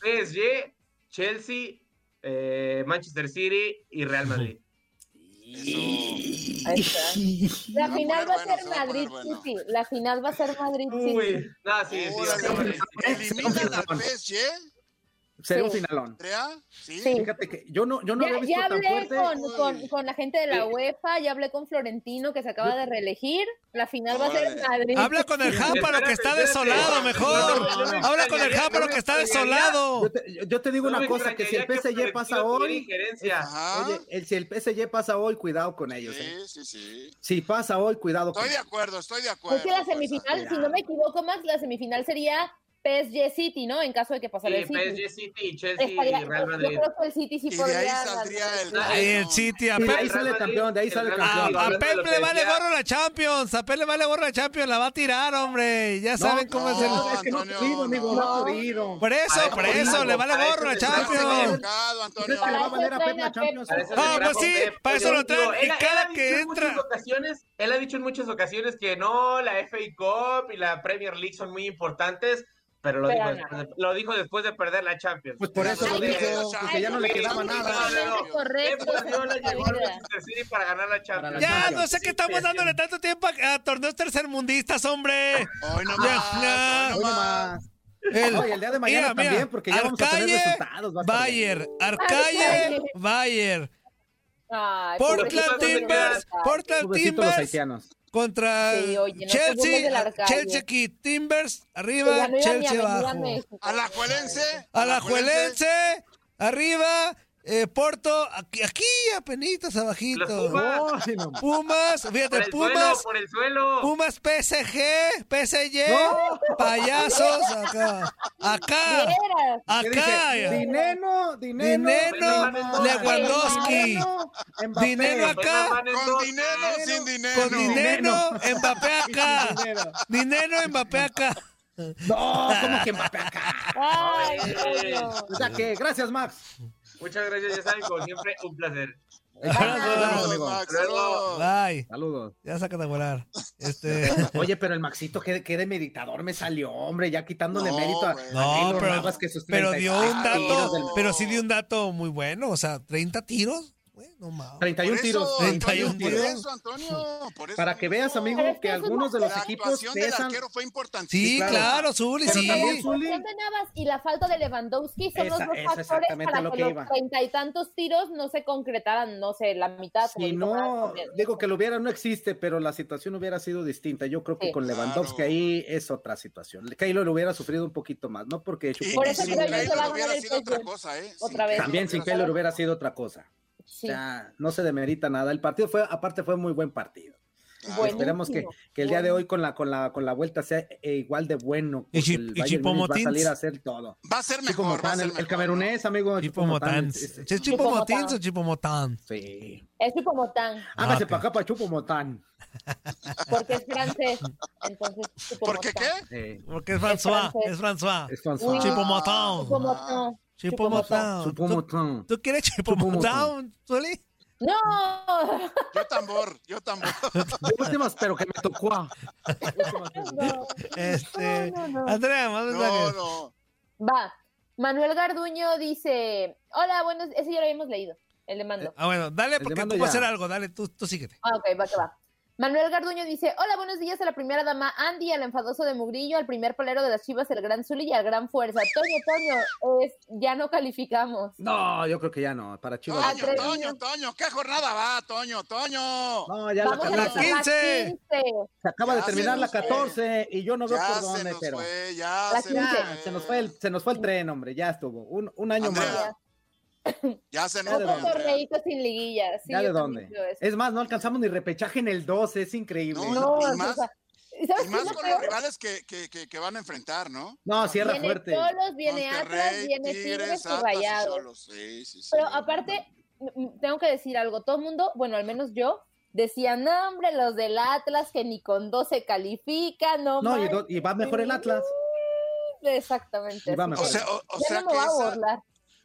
[SPEAKER 4] PSG, Chelsea, eh, Manchester City y Real Madrid.
[SPEAKER 3] Eso.
[SPEAKER 5] Ahí está.
[SPEAKER 3] Se
[SPEAKER 5] La
[SPEAKER 3] va a
[SPEAKER 5] final va
[SPEAKER 3] poner bueno, se va
[SPEAKER 5] a ser
[SPEAKER 3] a poner
[SPEAKER 5] Madrid
[SPEAKER 3] bueno.
[SPEAKER 5] City. La final va a ser Madrid City.
[SPEAKER 4] Uy, no, sí, sí,
[SPEAKER 3] Órale.
[SPEAKER 4] va a ser-
[SPEAKER 3] Elimina la PSG,
[SPEAKER 2] Sería un
[SPEAKER 5] Sí.
[SPEAKER 2] finalón.
[SPEAKER 3] Andrea. Sí.
[SPEAKER 5] Sí.
[SPEAKER 2] Fíjate que yo no, yo no
[SPEAKER 5] Ya,
[SPEAKER 2] había visto
[SPEAKER 5] ya
[SPEAKER 2] tan
[SPEAKER 5] hablé
[SPEAKER 2] fuerte.
[SPEAKER 5] con,
[SPEAKER 3] Uy.
[SPEAKER 5] con- con la gente de la
[SPEAKER 4] Sí.
[SPEAKER 5] UEFA, ya hablé con Florentino que se acaba de reelegir. La final va a ser en
[SPEAKER 3] Órale.
[SPEAKER 5] Madrid.
[SPEAKER 1] Habla con el jáparo que está
[SPEAKER 4] Espérate,
[SPEAKER 1] desolado,
[SPEAKER 4] espérate. No,
[SPEAKER 1] mejor.
[SPEAKER 4] no, no, no me
[SPEAKER 1] Habla con el
[SPEAKER 4] extrañaría,
[SPEAKER 1] jáparo
[SPEAKER 4] no me
[SPEAKER 1] que está
[SPEAKER 4] extrañaría.
[SPEAKER 1] desolado.
[SPEAKER 2] Yo te, yo- yo te digo
[SPEAKER 4] no me
[SPEAKER 2] una cosa, que si el
[SPEAKER 4] extrañaría
[SPEAKER 2] PSG pasa
[SPEAKER 4] Florentino tuviera
[SPEAKER 2] hoy,
[SPEAKER 4] injerencia.
[SPEAKER 3] Ajá.
[SPEAKER 2] oye, el- si el PSG pasa hoy, cuidado con ellos. ¿eh?
[SPEAKER 3] Sí, sí, sí.
[SPEAKER 2] Si pasa hoy, cuidado con
[SPEAKER 3] Estoy de
[SPEAKER 2] ellos.
[SPEAKER 3] acuerdo, estoy de acuerdo.
[SPEAKER 5] Es que la
[SPEAKER 3] pues,
[SPEAKER 5] semifinal,
[SPEAKER 2] Cuidado.
[SPEAKER 5] si no me equivoco, Max, la semifinal sería PSG City, ¿no? En caso de que pasara
[SPEAKER 4] Sí,
[SPEAKER 5] el City.
[SPEAKER 4] PSG, City, Chelsea
[SPEAKER 5] Estaría,
[SPEAKER 4] y
[SPEAKER 5] yo
[SPEAKER 4] Real Madrid.
[SPEAKER 5] creo que el City sí
[SPEAKER 3] Y de
[SPEAKER 5] podría.
[SPEAKER 3] ahí
[SPEAKER 5] ganar.
[SPEAKER 3] saldría el-
[SPEAKER 4] Ah,
[SPEAKER 1] Ay,
[SPEAKER 3] no.
[SPEAKER 1] el City, a
[SPEAKER 2] Sí, de
[SPEAKER 1] Pep,
[SPEAKER 2] ahí sale
[SPEAKER 4] Real
[SPEAKER 2] campeón, de ahí sale
[SPEAKER 4] el Real
[SPEAKER 2] campeón.
[SPEAKER 4] Madrid,
[SPEAKER 1] a- a
[SPEAKER 4] hablando de
[SPEAKER 1] Pep
[SPEAKER 4] lo
[SPEAKER 1] Ah, le
[SPEAKER 4] que
[SPEAKER 1] vale
[SPEAKER 4] decía-
[SPEAKER 1] gorro la Champions. A Pep le vale gorro la Champions. La va a tirar, hombre. Ya saben cómo es
[SPEAKER 2] No,
[SPEAKER 1] el.
[SPEAKER 2] es que no ha
[SPEAKER 3] Antonio,
[SPEAKER 2] podido, amigo, no ha
[SPEAKER 5] no.
[SPEAKER 2] podido.
[SPEAKER 1] Por eso,
[SPEAKER 4] A eso
[SPEAKER 1] por
[SPEAKER 4] le
[SPEAKER 1] eso.
[SPEAKER 4] trajo,
[SPEAKER 1] Le vale
[SPEAKER 4] a eso
[SPEAKER 1] gorro la
[SPEAKER 4] le trajo.
[SPEAKER 3] Estás
[SPEAKER 1] Champions.
[SPEAKER 3] equivocado,
[SPEAKER 2] ¿Crees
[SPEAKER 3] Antonio.
[SPEAKER 2] que le va a
[SPEAKER 5] Para
[SPEAKER 2] valer a
[SPEAKER 5] eso
[SPEAKER 2] Pep
[SPEAKER 5] traen
[SPEAKER 2] la
[SPEAKER 5] a Pep.
[SPEAKER 2] Champions?
[SPEAKER 4] Para eso le
[SPEAKER 1] Ah, pues
[SPEAKER 4] trajo
[SPEAKER 1] sí,
[SPEAKER 4] Pep,
[SPEAKER 1] para eso
[SPEAKER 4] pero
[SPEAKER 1] lo traen,
[SPEAKER 4] digo,
[SPEAKER 1] y cada
[SPEAKER 4] ha dicho
[SPEAKER 1] que
[SPEAKER 4] en
[SPEAKER 1] entra-
[SPEAKER 4] muchas ocasiones- él ha dicho en muchas ocasiones que no, la FA Cup y la Premier League son muy importantes, pero lo,
[SPEAKER 5] Pero
[SPEAKER 4] dijo,
[SPEAKER 5] no.
[SPEAKER 4] después de, lo dijo después de perder la Champions.
[SPEAKER 2] Pues por eso
[SPEAKER 3] Ay,
[SPEAKER 2] lo
[SPEAKER 3] qué
[SPEAKER 2] dijo,
[SPEAKER 3] cosa.
[SPEAKER 2] porque ya no le
[SPEAKER 3] Ay,
[SPEAKER 2] quedaba
[SPEAKER 3] qué
[SPEAKER 2] nada.
[SPEAKER 3] cosa.
[SPEAKER 5] Totalmente
[SPEAKER 3] No, no.
[SPEAKER 5] correcto.
[SPEAKER 4] Pep Guardiola
[SPEAKER 5] esa es
[SPEAKER 4] llegó
[SPEAKER 5] la
[SPEAKER 4] al
[SPEAKER 5] idea.
[SPEAKER 4] Manchester City para ganar la Champions.
[SPEAKER 1] Ya, no sé
[SPEAKER 4] Sí,
[SPEAKER 1] qué estamos
[SPEAKER 4] sí,
[SPEAKER 1] dándole
[SPEAKER 4] sí.
[SPEAKER 1] tanto tiempo a, a torneos tercermundistas, hombre.
[SPEAKER 3] Hoy no
[SPEAKER 1] Ya,
[SPEAKER 3] más,
[SPEAKER 1] ya.
[SPEAKER 3] hoy
[SPEAKER 2] Hoy
[SPEAKER 3] no más.
[SPEAKER 2] nomás.
[SPEAKER 1] El-
[SPEAKER 2] Oye, el día de mañana
[SPEAKER 1] Mira, mira,
[SPEAKER 2] también, porque ya vamos a tener
[SPEAKER 1] Arcalle,
[SPEAKER 2] resultados. va a estar bien.
[SPEAKER 1] Bayer, Arcalle, Bayer,
[SPEAKER 5] Ay,
[SPEAKER 1] Portland
[SPEAKER 5] pobrecito,
[SPEAKER 1] Timbers,
[SPEAKER 5] pobrecito.
[SPEAKER 1] Portland
[SPEAKER 2] Pobrecito los
[SPEAKER 1] Timbers
[SPEAKER 2] haitianos.
[SPEAKER 1] contra
[SPEAKER 5] Sí, oye, no te burles del
[SPEAKER 1] Chelsea,
[SPEAKER 5] Arcalle.
[SPEAKER 1] Chelsea aquí, Timbers
[SPEAKER 5] Que ya
[SPEAKER 1] arriba,
[SPEAKER 5] no iba ni a
[SPEAKER 1] Chelsea
[SPEAKER 5] venir a
[SPEAKER 1] abajo.
[SPEAKER 5] México.
[SPEAKER 3] Alajuelense.
[SPEAKER 1] Alajuelense arriba, eh, Porto aquí, aquí apenitas
[SPEAKER 4] Los
[SPEAKER 1] abajito.
[SPEAKER 4] Pumas.
[SPEAKER 2] Ay, Oh, no.
[SPEAKER 1] Pumas,
[SPEAKER 4] Por
[SPEAKER 1] fíjate,
[SPEAKER 4] el suelo,
[SPEAKER 1] Pumas,
[SPEAKER 4] por el suelo.
[SPEAKER 1] Pumas PSG, PSG,
[SPEAKER 2] No.
[SPEAKER 1] payasos acá, acá,
[SPEAKER 5] Vieras.
[SPEAKER 2] ¿Qué dice?
[SPEAKER 1] acá.
[SPEAKER 2] Dinero, dinero.
[SPEAKER 1] Dinero,
[SPEAKER 4] Lewandowski.
[SPEAKER 2] Dinero, Mbappé.
[SPEAKER 1] Dinero acá.
[SPEAKER 4] Apenas pues, van en
[SPEAKER 3] Con
[SPEAKER 4] dos.
[SPEAKER 3] dinero, o sin dinero.
[SPEAKER 1] Con dinero, Mbappé acá.
[SPEAKER 2] Dinero.
[SPEAKER 1] Dinero, Mbappé acá.
[SPEAKER 2] No, ¿cómo que Mbappé acá?
[SPEAKER 5] Ay,
[SPEAKER 4] Ay.
[SPEAKER 5] Antonio.
[SPEAKER 2] O sea que, gracias, Max.
[SPEAKER 4] Muchas gracias, ya saben, como siempre, un placer.
[SPEAKER 2] Saludos,
[SPEAKER 3] Saludos,
[SPEAKER 2] amigo.
[SPEAKER 3] Max,
[SPEAKER 4] Luego.
[SPEAKER 3] saludos.
[SPEAKER 1] Bye.
[SPEAKER 2] Saludos.
[SPEAKER 1] Ya sacan a volar. Este.
[SPEAKER 2] Oye, pero el Maxito, qué, qué de meditador me salió, hombre, ya quitándole
[SPEAKER 3] No,
[SPEAKER 2] mérito a,
[SPEAKER 3] güey.
[SPEAKER 2] a Keylor
[SPEAKER 1] No, pero,
[SPEAKER 2] Navas, que sus
[SPEAKER 1] pero
[SPEAKER 2] 36
[SPEAKER 1] dio un
[SPEAKER 2] tiros
[SPEAKER 1] dato.
[SPEAKER 2] del-
[SPEAKER 1] Pero sí dio un dato muy bueno. O sea, 30 tiros. Bueno, mames.
[SPEAKER 2] 31
[SPEAKER 3] Por eso,
[SPEAKER 2] tiros.
[SPEAKER 3] Antonio,
[SPEAKER 1] 31
[SPEAKER 3] Por
[SPEAKER 1] tiros.
[SPEAKER 3] eso, Antonio. por eso
[SPEAKER 2] Para que veas,
[SPEAKER 3] mismo.
[SPEAKER 2] amigo,
[SPEAKER 5] Pero es
[SPEAKER 2] que
[SPEAKER 5] que eso es
[SPEAKER 2] algunos de
[SPEAKER 5] lo-
[SPEAKER 2] los
[SPEAKER 3] La
[SPEAKER 2] equipos
[SPEAKER 3] actuación del
[SPEAKER 2] pesan.
[SPEAKER 3] arquero fue importantísimo.
[SPEAKER 1] Sí,
[SPEAKER 2] claro.
[SPEAKER 1] claro, Zuli,
[SPEAKER 2] Pero
[SPEAKER 1] sí.
[SPEAKER 2] también
[SPEAKER 5] La
[SPEAKER 2] Zuli.
[SPEAKER 5] actuación de Navas y la falta de Lewandowski son
[SPEAKER 2] Esa-
[SPEAKER 5] los dos
[SPEAKER 2] es
[SPEAKER 5] factores
[SPEAKER 2] exactamente
[SPEAKER 5] para
[SPEAKER 2] lo
[SPEAKER 5] que,
[SPEAKER 2] que iba.
[SPEAKER 5] los treinta y tantos tiros no se concretaran, no sé, la mitad. como
[SPEAKER 2] Si
[SPEAKER 5] dijo Marco,
[SPEAKER 2] no,
[SPEAKER 5] pero-
[SPEAKER 2] digo que lo hubiera, no existe, pero la situación hubiera sido distinta. Yo creo que
[SPEAKER 5] Sí.
[SPEAKER 2] con Lewandowski
[SPEAKER 3] Claro.
[SPEAKER 2] ahí es otra situación. Keylor lo hubiera sufrido un poquito más, no porque
[SPEAKER 3] Y-
[SPEAKER 2] chupó
[SPEAKER 5] Por
[SPEAKER 3] y
[SPEAKER 5] eso
[SPEAKER 2] un
[SPEAKER 3] sin
[SPEAKER 5] creo
[SPEAKER 2] tiro.
[SPEAKER 5] yo que
[SPEAKER 3] Keylor
[SPEAKER 5] va a ganar
[SPEAKER 3] hubiera
[SPEAKER 5] el
[SPEAKER 3] sido otra
[SPEAKER 5] PSG.
[SPEAKER 3] cosa, ¿eh? Sin
[SPEAKER 5] Otra vez.
[SPEAKER 2] También sin
[SPEAKER 3] hubiera
[SPEAKER 2] Keylor hubiera sido otra cosa.
[SPEAKER 5] Sí.
[SPEAKER 2] O sea, no se demerita nada. El partido fue, aparte fue muy buen partido.
[SPEAKER 3] sido-
[SPEAKER 5] Bueno.
[SPEAKER 3] Claro.
[SPEAKER 2] Ah, Esperemos que,
[SPEAKER 5] Buenísimo.
[SPEAKER 2] que el día de hoy con la con la con la vuelta sea eh, igual de bueno.
[SPEAKER 1] Y
[SPEAKER 2] porque
[SPEAKER 1] Chip-
[SPEAKER 2] el
[SPEAKER 1] y
[SPEAKER 2] Bayern Múnich va a
[SPEAKER 1] Chipomotins.
[SPEAKER 2] salir a hacer todo.
[SPEAKER 3] Va a ser
[SPEAKER 2] Chipo
[SPEAKER 3] mejor. va a
[SPEAKER 2] Motán, el,
[SPEAKER 3] ser
[SPEAKER 2] el
[SPEAKER 3] mejor, ¿no?
[SPEAKER 2] camerunés, amigo.
[SPEAKER 1] Chipo
[SPEAKER 2] Motán,
[SPEAKER 1] Motans.
[SPEAKER 2] es- es-
[SPEAKER 3] este,
[SPEAKER 1] ¿Es Chipo Motins o Chipo Motán?
[SPEAKER 2] Sí.
[SPEAKER 5] Es tipo Motán,
[SPEAKER 1] Ah,
[SPEAKER 2] Hágase
[SPEAKER 1] ok.
[SPEAKER 2] para acá para Chupo Motán.
[SPEAKER 5] porque es francés. Entonces, tipo
[SPEAKER 3] ¿Por qué
[SPEAKER 5] Motán.
[SPEAKER 3] qué?
[SPEAKER 2] Sí.
[SPEAKER 1] Porque es François,
[SPEAKER 5] francés.
[SPEAKER 1] es François.
[SPEAKER 2] Eh, Es François.
[SPEAKER 5] Uy.
[SPEAKER 1] Chipo
[SPEAKER 5] Tipo
[SPEAKER 1] Motán.
[SPEAKER 5] Motán.
[SPEAKER 1] Chipo Motán.
[SPEAKER 2] Chupo
[SPEAKER 1] ¿Tú-
[SPEAKER 2] Motán.
[SPEAKER 1] ¿Tú quieres Chipo
[SPEAKER 2] Chipo
[SPEAKER 1] Motán, Zuli?
[SPEAKER 5] ¡No!
[SPEAKER 3] Ah, Yo tambor, yo tambor.
[SPEAKER 2] De últimas, pero que me tocó.
[SPEAKER 5] No.
[SPEAKER 1] Este,
[SPEAKER 5] No, no, no.
[SPEAKER 1] Andrea, más
[SPEAKER 3] No,
[SPEAKER 1] mensajes.
[SPEAKER 3] no.
[SPEAKER 5] Va. Manuel Garduño dice: Hola, bueno, ese ya lo habíamos leído, el de mando.
[SPEAKER 1] Ah, bueno, dale
[SPEAKER 2] El
[SPEAKER 1] porque
[SPEAKER 2] demando
[SPEAKER 1] tú vas a
[SPEAKER 2] ya.
[SPEAKER 1] hacer algo, dale, tú, tú síguete.
[SPEAKER 5] Ah, ok, va que va. Manuel Garduño dice: Hola, buenos días a la primera dama Andy, al enfadoso de Mugrillo, al primer palero de las chivas, el gran Zuli y al gran Fuerza. Toño, Toño, es- ya no calificamos.
[SPEAKER 2] No, yo creo que ya no. Para Chivas.
[SPEAKER 5] Ah,
[SPEAKER 3] Toño,
[SPEAKER 5] Atrevido.
[SPEAKER 3] Toño, Toño. ¿Qué jornada va, Toño, Toño?
[SPEAKER 2] No, ya la,
[SPEAKER 5] Vamos a la
[SPEAKER 1] catorce.
[SPEAKER 2] 14.
[SPEAKER 5] jornada
[SPEAKER 1] 15.
[SPEAKER 5] 15.
[SPEAKER 2] Se acaba
[SPEAKER 3] Ya
[SPEAKER 2] de
[SPEAKER 3] se
[SPEAKER 2] terminar la
[SPEAKER 3] nos fue.
[SPEAKER 2] 14 y yo no veo
[SPEAKER 3] Ya
[SPEAKER 2] por
[SPEAKER 3] se
[SPEAKER 2] dónde,
[SPEAKER 3] nos
[SPEAKER 2] pero.
[SPEAKER 3] fue, ya
[SPEAKER 5] La
[SPEAKER 3] se nos
[SPEAKER 5] quince.
[SPEAKER 2] Ya,
[SPEAKER 3] fue.
[SPEAKER 2] se nos fue el, se nos fue el tren, hombre, ya estuvo. Un, un año
[SPEAKER 3] Andrea,
[SPEAKER 2] más.
[SPEAKER 3] Ya se nos
[SPEAKER 2] Ah, Ya de
[SPEAKER 3] fue.
[SPEAKER 5] Otro
[SPEAKER 2] dónde.
[SPEAKER 3] Andrea.
[SPEAKER 5] torneito sin liguilla. Sí,
[SPEAKER 2] ¿Ya de
[SPEAKER 5] yo también
[SPEAKER 2] dónde? Eh,
[SPEAKER 5] creo eso.
[SPEAKER 2] Es más, no alcanzamos ni repechaje en el 12, es increíble.
[SPEAKER 3] No,
[SPEAKER 2] No,
[SPEAKER 5] No,
[SPEAKER 3] y
[SPEAKER 5] o sea,
[SPEAKER 3] más-
[SPEAKER 5] ¿y sabes
[SPEAKER 3] Y
[SPEAKER 5] qué es
[SPEAKER 3] más
[SPEAKER 5] lo
[SPEAKER 3] con los
[SPEAKER 5] peor?
[SPEAKER 3] rivales que, que, que, que van a enfrentar, ¿no?
[SPEAKER 2] cierra
[SPEAKER 5] Viene
[SPEAKER 2] fuerte.
[SPEAKER 5] Cholos, viene Atlas,
[SPEAKER 3] Monterrey,
[SPEAKER 5] viene Tigres y Rayados.
[SPEAKER 3] Cholos. Sí, sí, sí.
[SPEAKER 5] Pero aparte, m- m- tengo que decir algo. Todo el mundo, bueno, al menos yo, decía, no, hombre, los del Atlas que ni con dos se califican, no,
[SPEAKER 2] No, y,
[SPEAKER 5] manches".
[SPEAKER 2] do- y va mejor el Atlas.
[SPEAKER 5] Exactamente.
[SPEAKER 2] Y va
[SPEAKER 5] así
[SPEAKER 3] O
[SPEAKER 2] mejor.
[SPEAKER 5] que
[SPEAKER 3] sea, o, o
[SPEAKER 5] ya
[SPEAKER 3] sea
[SPEAKER 5] no me
[SPEAKER 3] que
[SPEAKER 5] va a
[SPEAKER 3] esa,
[SPEAKER 5] burlar.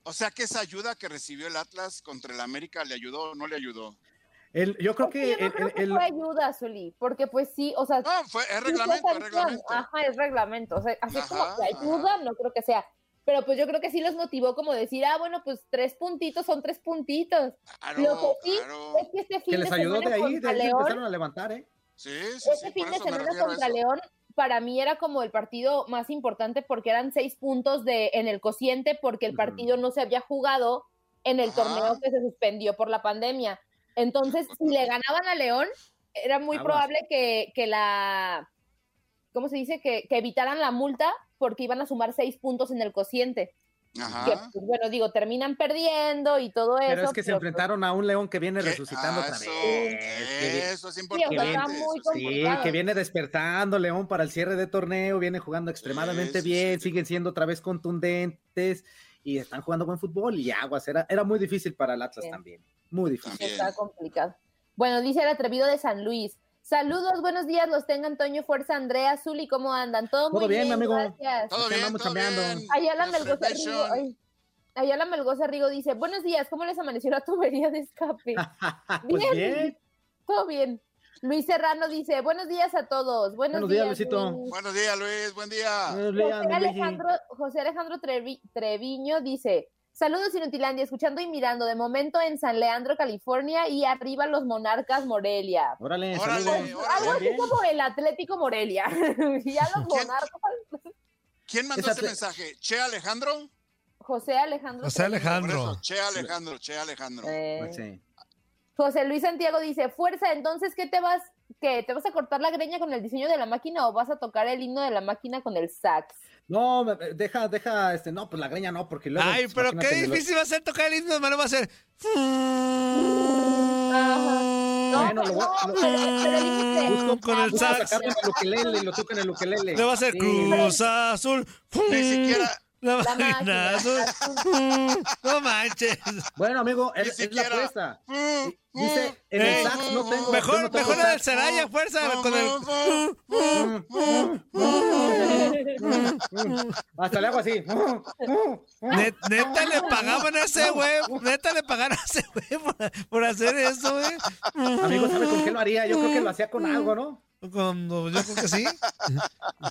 [SPEAKER 3] o sea que esa ayuda que recibió el Atlas contra el América le ayudó o no le ayudó.
[SPEAKER 2] El- yo creo
[SPEAKER 5] Es que
[SPEAKER 2] que
[SPEAKER 5] yo no
[SPEAKER 2] el,
[SPEAKER 5] creo que
[SPEAKER 2] el-
[SPEAKER 5] fue ayuda, Soli, porque pues sí, o sea,
[SPEAKER 3] No, fue, es
[SPEAKER 5] sí fue
[SPEAKER 3] reglamento, es
[SPEAKER 5] sanción.
[SPEAKER 3] reglamento.
[SPEAKER 5] Ajá, es reglamento. O sea, así
[SPEAKER 3] Ajá,
[SPEAKER 5] como que ayuda, no creo que sea. Pero pues yo creo que sí los motivó como decir, ah, bueno, pues tres puntitos son tres puntitos.
[SPEAKER 3] Claro,
[SPEAKER 5] Lo que sí
[SPEAKER 3] claro.
[SPEAKER 5] Es que este fin
[SPEAKER 2] que les
[SPEAKER 5] de
[SPEAKER 2] ayudó
[SPEAKER 5] semana
[SPEAKER 2] de ahí, de
[SPEAKER 5] contra
[SPEAKER 2] ahí se
[SPEAKER 5] León,
[SPEAKER 2] empezaron a levantar, ¿eh?
[SPEAKER 3] Sí, sí,
[SPEAKER 5] Este
[SPEAKER 3] sí, por
[SPEAKER 5] fin de
[SPEAKER 3] eso me
[SPEAKER 5] semana
[SPEAKER 3] refiero a
[SPEAKER 5] contra
[SPEAKER 3] eso.
[SPEAKER 5] León para mí era como el partido más importante porque eran seis puntos de, en el cociente porque el
[SPEAKER 2] Ujú.
[SPEAKER 5] partido no se había jugado en el
[SPEAKER 3] Ajá.
[SPEAKER 5] torneo que se suspendió por la pandemia. Entonces, si le ganaban a León, era muy
[SPEAKER 2] Aguas.
[SPEAKER 5] probable que, que la, ¿cómo se dice? Que, que evitaran la multa porque iban a sumar seis puntos en el cociente. Que,
[SPEAKER 3] Ajá.
[SPEAKER 5] pues, bueno, digo, terminan perdiendo y todo eso.
[SPEAKER 2] Pero es que se
[SPEAKER 5] pues,
[SPEAKER 2] enfrentaron a un león que viene
[SPEAKER 3] Que-
[SPEAKER 2] resucitando
[SPEAKER 3] ah,
[SPEAKER 2] otra vez.
[SPEAKER 3] eso,
[SPEAKER 2] que-
[SPEAKER 3] Eso es
[SPEAKER 5] o sea, está
[SPEAKER 3] importante. eso
[SPEAKER 5] muy
[SPEAKER 3] es
[SPEAKER 5] complicado.
[SPEAKER 2] Sí, que viene despertando León para el cierre de torneo, viene jugando extremadamente
[SPEAKER 3] sí,
[SPEAKER 2] bien,
[SPEAKER 3] sí.
[SPEAKER 2] siguen siendo otra vez contundentes y están jugando buen fútbol y aguas, era, era muy difícil para el Atlas
[SPEAKER 5] Sí.
[SPEAKER 2] también, muy difícil.
[SPEAKER 3] También.
[SPEAKER 5] Está complicado. Bueno, dice el atrevido de San Luis. Saludos, buenos días, los tengan Toño, Fuerza, Andrea, Zuli, ¿cómo andan? Todo, muy
[SPEAKER 2] Todo bien,
[SPEAKER 5] bien,
[SPEAKER 2] amigo.
[SPEAKER 5] gracias.
[SPEAKER 3] Todo
[SPEAKER 2] Acá
[SPEAKER 3] bien,
[SPEAKER 2] andamos
[SPEAKER 3] todo
[SPEAKER 2] chambeando.
[SPEAKER 3] bien.
[SPEAKER 5] Ayala
[SPEAKER 3] La
[SPEAKER 5] Melgoza
[SPEAKER 3] prevention.
[SPEAKER 5] Rigo, ay, Ayala Melgoza Rigo dice, buenos días, ¿cómo les amaneció la tubería de escape?
[SPEAKER 2] pues
[SPEAKER 5] Ah, Bien.
[SPEAKER 2] bien,
[SPEAKER 5] Todo bien. Luis Serrano dice, buenos días a todos. Buenos,
[SPEAKER 2] Buenos días, Luisito.
[SPEAKER 5] Luis.
[SPEAKER 3] Buenos días, Luis. Buen día.
[SPEAKER 2] buenos días, mi Luigi.
[SPEAKER 5] José Ah, pues, Alejandro, José Alejandro Trevi- Treviño dice: Saludos Inutilandia, escuchando y mirando de momento en San Leandro, California, y arriba los monarcas Morelia.
[SPEAKER 2] Órale,
[SPEAKER 3] Órale,
[SPEAKER 2] saludos.
[SPEAKER 3] órale.
[SPEAKER 5] Algo así
[SPEAKER 2] Bien, bien.
[SPEAKER 5] como el Atlético Morelia. ya los monarcas,
[SPEAKER 3] ¿Quién mandó
[SPEAKER 2] Esa
[SPEAKER 3] este
[SPEAKER 2] te-
[SPEAKER 3] mensaje? ¿Che Alejandro?
[SPEAKER 5] José Alejandro.
[SPEAKER 1] José
[SPEAKER 5] Treviño.
[SPEAKER 3] Por
[SPEAKER 1] Alejandro.
[SPEAKER 3] eso, Che Alejandro, Che Alejandro.
[SPEAKER 5] Eh,
[SPEAKER 2] Pues Sí.
[SPEAKER 5] José Luis Santiago dice: Fuerza, entonces, ¿qué te vas? ¿Qué? ¿Te vas a cortar la greña con el diseño de la máquina o vas a tocar el himno de la máquina con el sax?
[SPEAKER 2] No, me- me- deja, deja, este, no, pues la greña no, porque luego.
[SPEAKER 1] Ay,
[SPEAKER 2] pues,
[SPEAKER 1] pero qué
[SPEAKER 2] imagínate, me lo-
[SPEAKER 1] difícil va a ser tocar el himno, me lo va a hacer.
[SPEAKER 5] No,
[SPEAKER 2] Bueno, lo
[SPEAKER 5] pero
[SPEAKER 2] voy a- lo-
[SPEAKER 5] no, pero- pero dijiste-
[SPEAKER 1] Busco con el
[SPEAKER 2] Busca
[SPEAKER 1] sax.
[SPEAKER 2] sacarlo en el ukelele, lo toca en el ukelele.
[SPEAKER 1] Le va a hacer
[SPEAKER 2] Sí.
[SPEAKER 1] Cruz Azul.
[SPEAKER 3] Ni siquiera,
[SPEAKER 1] La
[SPEAKER 5] La
[SPEAKER 1] máquina
[SPEAKER 5] máquina.
[SPEAKER 1] azul. No manches.
[SPEAKER 2] Bueno, amigo, es, es la
[SPEAKER 3] siquiera.
[SPEAKER 2] apuesta.
[SPEAKER 3] Mm,
[SPEAKER 2] Dice, en
[SPEAKER 1] Eh,
[SPEAKER 2] el sax no tengo. yo no
[SPEAKER 1] Mejor,
[SPEAKER 2] tengo
[SPEAKER 1] mejor
[SPEAKER 2] sax.
[SPEAKER 1] el Seraya, fuerza,
[SPEAKER 3] mm,
[SPEAKER 1] con el.
[SPEAKER 3] mm, mm.
[SPEAKER 2] Hasta le hago así.
[SPEAKER 1] Mm. Net- neta le pagaban a ese güey. Neta le pagaron a ese güey por, por hacer eso, güey. Mm.
[SPEAKER 2] Amigo, ¿sabe con qué lo haría? Yo creo que lo hacía con algo, ¿no?
[SPEAKER 1] Cuando, yo creo que sí.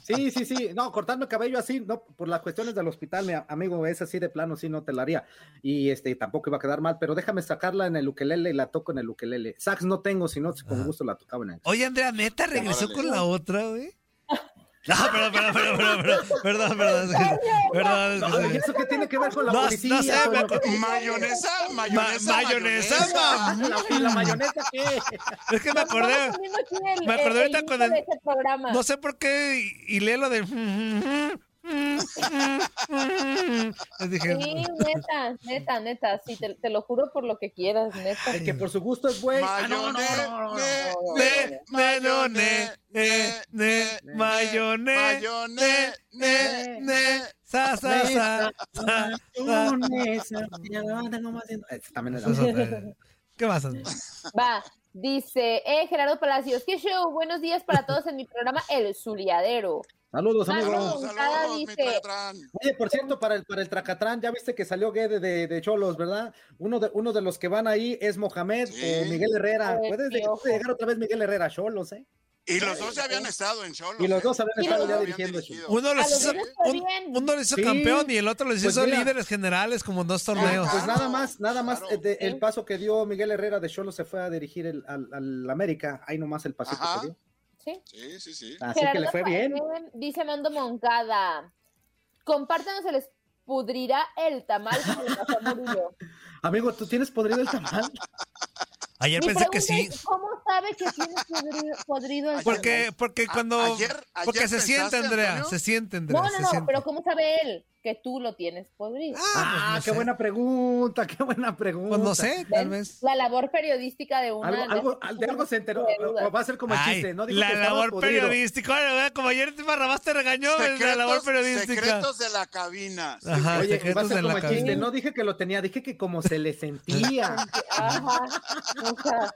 [SPEAKER 2] Sí, sí, sí. No, cortarme el cabello así, no, por las cuestiones del hospital, mi amigo, es así de plano, sí, no te la haría. Y este, tampoco iba a quedar mal, pero déjame sacarla en el ukelele y la toco en el ukelele. Sax no tengo, si no,
[SPEAKER 1] Ah.
[SPEAKER 2] con gusto la tocaba en el.
[SPEAKER 1] Oye, Andrea Meta regresó con la otra, güey. No, perdón, perdón, perdón, perdón, perdón, perdón, es que- perdón, es que-
[SPEAKER 2] Oye, ¿Eso qué tiene que ver con la
[SPEAKER 1] No,
[SPEAKER 2] policía?
[SPEAKER 1] no sé,
[SPEAKER 2] con
[SPEAKER 1] me-
[SPEAKER 2] lo que-
[SPEAKER 3] Mayonesa, mayonesa.
[SPEAKER 1] Ma- mayonesa, mam.
[SPEAKER 2] la-
[SPEAKER 3] Ah.
[SPEAKER 2] ¿Y la mayonesa qué?
[SPEAKER 1] es que me acordé, me acordé ahorita con el-
[SPEAKER 5] programa.
[SPEAKER 1] no sé por qué y- hilé lo de... "Mm, Les mm, dije,
[SPEAKER 5] Sí, neta, neta, neta, sí, te, te lo juro por lo que quieras, neta.
[SPEAKER 2] El que por su gusto es güey. Ah, no, no,
[SPEAKER 3] Mayone-
[SPEAKER 2] no, no, no.
[SPEAKER 3] ne-
[SPEAKER 1] ne, ne, no, ne, ne, ne, mayone, ne,
[SPEAKER 3] mayone-
[SPEAKER 1] ne, ne, sa, sa, sa, sa, sa.
[SPEAKER 2] Mayonesa, ya no tengo más de- Ese también era
[SPEAKER 1] Esa es otra. eh. ¿Qué más? Andrea?
[SPEAKER 5] Va, dice, eh, Gerardo Palacios, qué show, buenos días para todos en mi programa El Zuliadero.
[SPEAKER 2] Saludos, amigos.
[SPEAKER 3] Saludos,
[SPEAKER 5] Cada
[SPEAKER 3] saludos, mi
[SPEAKER 5] dice-
[SPEAKER 3] Tlatrán.
[SPEAKER 2] Oye, por cierto, para el, para el Tracatrán, ya viste que salió Guede de, de Cholos, ¿verdad? Uno de, uno de los que van ahí es Mohamed
[SPEAKER 3] Sí.
[SPEAKER 2] o Miguel Herrera.
[SPEAKER 5] Eh,
[SPEAKER 2] Puedes de-
[SPEAKER 5] ojo.
[SPEAKER 2] puede llegar otra vez Miguel Herrera a Cholos, ¿eh?
[SPEAKER 3] Y los dos ya habían estado en Cholos.
[SPEAKER 2] Y los
[SPEAKER 3] ¿eh?
[SPEAKER 2] dos habían
[SPEAKER 5] Y
[SPEAKER 2] estado
[SPEAKER 5] los
[SPEAKER 2] ya
[SPEAKER 5] dos.
[SPEAKER 2] dirigiendo.
[SPEAKER 3] Habían
[SPEAKER 2] Cholos.
[SPEAKER 1] Uno los
[SPEAKER 5] A los
[SPEAKER 1] hizo,
[SPEAKER 5] dos está
[SPEAKER 1] un-
[SPEAKER 5] bien.
[SPEAKER 1] uno los hizo
[SPEAKER 2] Sí.
[SPEAKER 1] campeón y el otro los
[SPEAKER 2] Pues
[SPEAKER 1] hizo
[SPEAKER 2] mira.
[SPEAKER 1] líderes generales como en dos
[SPEAKER 3] Ah,
[SPEAKER 1] torneos.
[SPEAKER 2] Pues nada más, nada más
[SPEAKER 3] Claro.
[SPEAKER 2] eh, de- el
[SPEAKER 5] Sí.
[SPEAKER 2] paso que dio Miguel Herrera de Cholos se fue a dirigir el- al, al América. Ahí nomás el pasito
[SPEAKER 3] Ajá.
[SPEAKER 2] que dio.
[SPEAKER 5] ¿sí?
[SPEAKER 3] Sí, sí, sí.
[SPEAKER 2] Así que le
[SPEAKER 5] Gerardo
[SPEAKER 2] fue bien.
[SPEAKER 5] Palacios, Dice Mando Moncada, compártanos el pudrirá el tamal como le pasó a Murillo.
[SPEAKER 2] Amigo, ¿tú tienes podrido el
[SPEAKER 1] Ah,
[SPEAKER 2] tamal?
[SPEAKER 1] pues Ayer
[SPEAKER 5] Mi
[SPEAKER 1] pensé que
[SPEAKER 5] pregunta
[SPEAKER 1] sí.
[SPEAKER 5] es, ¿Cómo sabe que tiene podrido, podrido el tamal?
[SPEAKER 1] Porque, porque
[SPEAKER 3] A-
[SPEAKER 1] cuando.
[SPEAKER 3] Ah, ayer- ayer
[SPEAKER 1] porque se
[SPEAKER 3] pensaste,
[SPEAKER 1] siente, Andrea.
[SPEAKER 3] Antonio.
[SPEAKER 1] Se siente, Andrea.
[SPEAKER 5] No, no,
[SPEAKER 1] se
[SPEAKER 5] no,
[SPEAKER 1] siente.
[SPEAKER 5] pero ¿cómo sabe él que tú lo tienes podrido?
[SPEAKER 2] Ah,
[SPEAKER 1] pues no
[SPEAKER 2] qué
[SPEAKER 1] sé.
[SPEAKER 2] buena pregunta, qué buena pregunta.
[SPEAKER 1] Pues no sé, tal vez.
[SPEAKER 5] La labor periodística de una...
[SPEAKER 2] Algo, algo, de algo se enteró. O va a ser como el
[SPEAKER 1] Ay,
[SPEAKER 2] chiste, ¿no? Dijo
[SPEAKER 1] la
[SPEAKER 2] que estaba
[SPEAKER 1] labor
[SPEAKER 2] podrido.
[SPEAKER 1] periodística. Ahora, güey, como ayer te Barrabás te regañó, el de la labor periodística. Ah.
[SPEAKER 3] secretos de la cabina. Sí,
[SPEAKER 1] Ajá,
[SPEAKER 2] Oye, va a
[SPEAKER 1] secretos
[SPEAKER 2] ser
[SPEAKER 1] de
[SPEAKER 2] como
[SPEAKER 1] la
[SPEAKER 2] el chiste.
[SPEAKER 1] cabina.
[SPEAKER 2] No dije que lo tenía, dije que como se le sentía.
[SPEAKER 5] Ajá. o sea.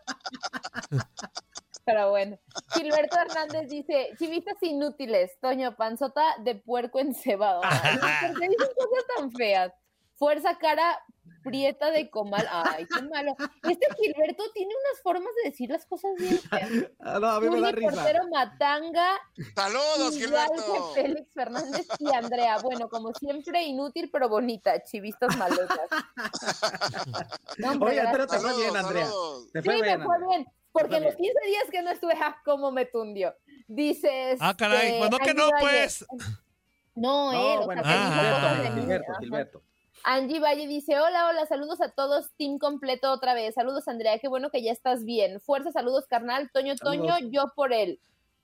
[SPEAKER 5] Pero bueno. Gilberto Hernández dice, chivistas inútiles, Toño, panzota de puerco encebado. Ay, ¿Por qué dicen cosas tan feas? Fuerza cara prieta de comal. Ay, qué malo. Este Gilberto tiene unas formas de decir las cosas bien feas.
[SPEAKER 2] Ah, no, a mí me
[SPEAKER 5] Juli
[SPEAKER 2] da risa.
[SPEAKER 5] Portero Matanga
[SPEAKER 3] Saludos,
[SPEAKER 5] Igual
[SPEAKER 3] Gilberto.
[SPEAKER 5] que Félix Fernández y Andrea. Bueno, como siempre, inútil pero bonita. Chivistas maletas. No, hombre,
[SPEAKER 2] Oye, Andrea, te fue
[SPEAKER 3] Saludos,
[SPEAKER 2] bien, Andrea.
[SPEAKER 3] saludos.
[SPEAKER 2] Te
[SPEAKER 5] Sí,
[SPEAKER 2] fue bien,
[SPEAKER 5] me fue
[SPEAKER 2] Andrea.
[SPEAKER 5] bien. Porque
[SPEAKER 2] fue
[SPEAKER 5] en los
[SPEAKER 2] bien.
[SPEAKER 5] 15 días que no estuve, ah, cómo me tundió. Dices.
[SPEAKER 1] Ah, caray,
[SPEAKER 5] eh,
[SPEAKER 1] pues no que
[SPEAKER 5] Angie
[SPEAKER 1] no,
[SPEAKER 5] Valle.
[SPEAKER 1] pues.
[SPEAKER 5] No, él,
[SPEAKER 2] No,
[SPEAKER 5] o
[SPEAKER 2] bueno,
[SPEAKER 5] sea, que
[SPEAKER 1] ah,
[SPEAKER 5] dijo
[SPEAKER 1] ah,
[SPEAKER 5] cosas
[SPEAKER 2] Gilberto,
[SPEAKER 5] de mí.
[SPEAKER 2] Gilberto,
[SPEAKER 5] Ajá.
[SPEAKER 2] Gilberto.
[SPEAKER 5] Angie Valle dice: Hola, hola, saludos a todos, team completo otra vez. Saludos, Andrea, qué bueno que ya estás bien. Fuerza, saludos, carnal. Toño, Toño,
[SPEAKER 2] Saludos.
[SPEAKER 5] yo por él.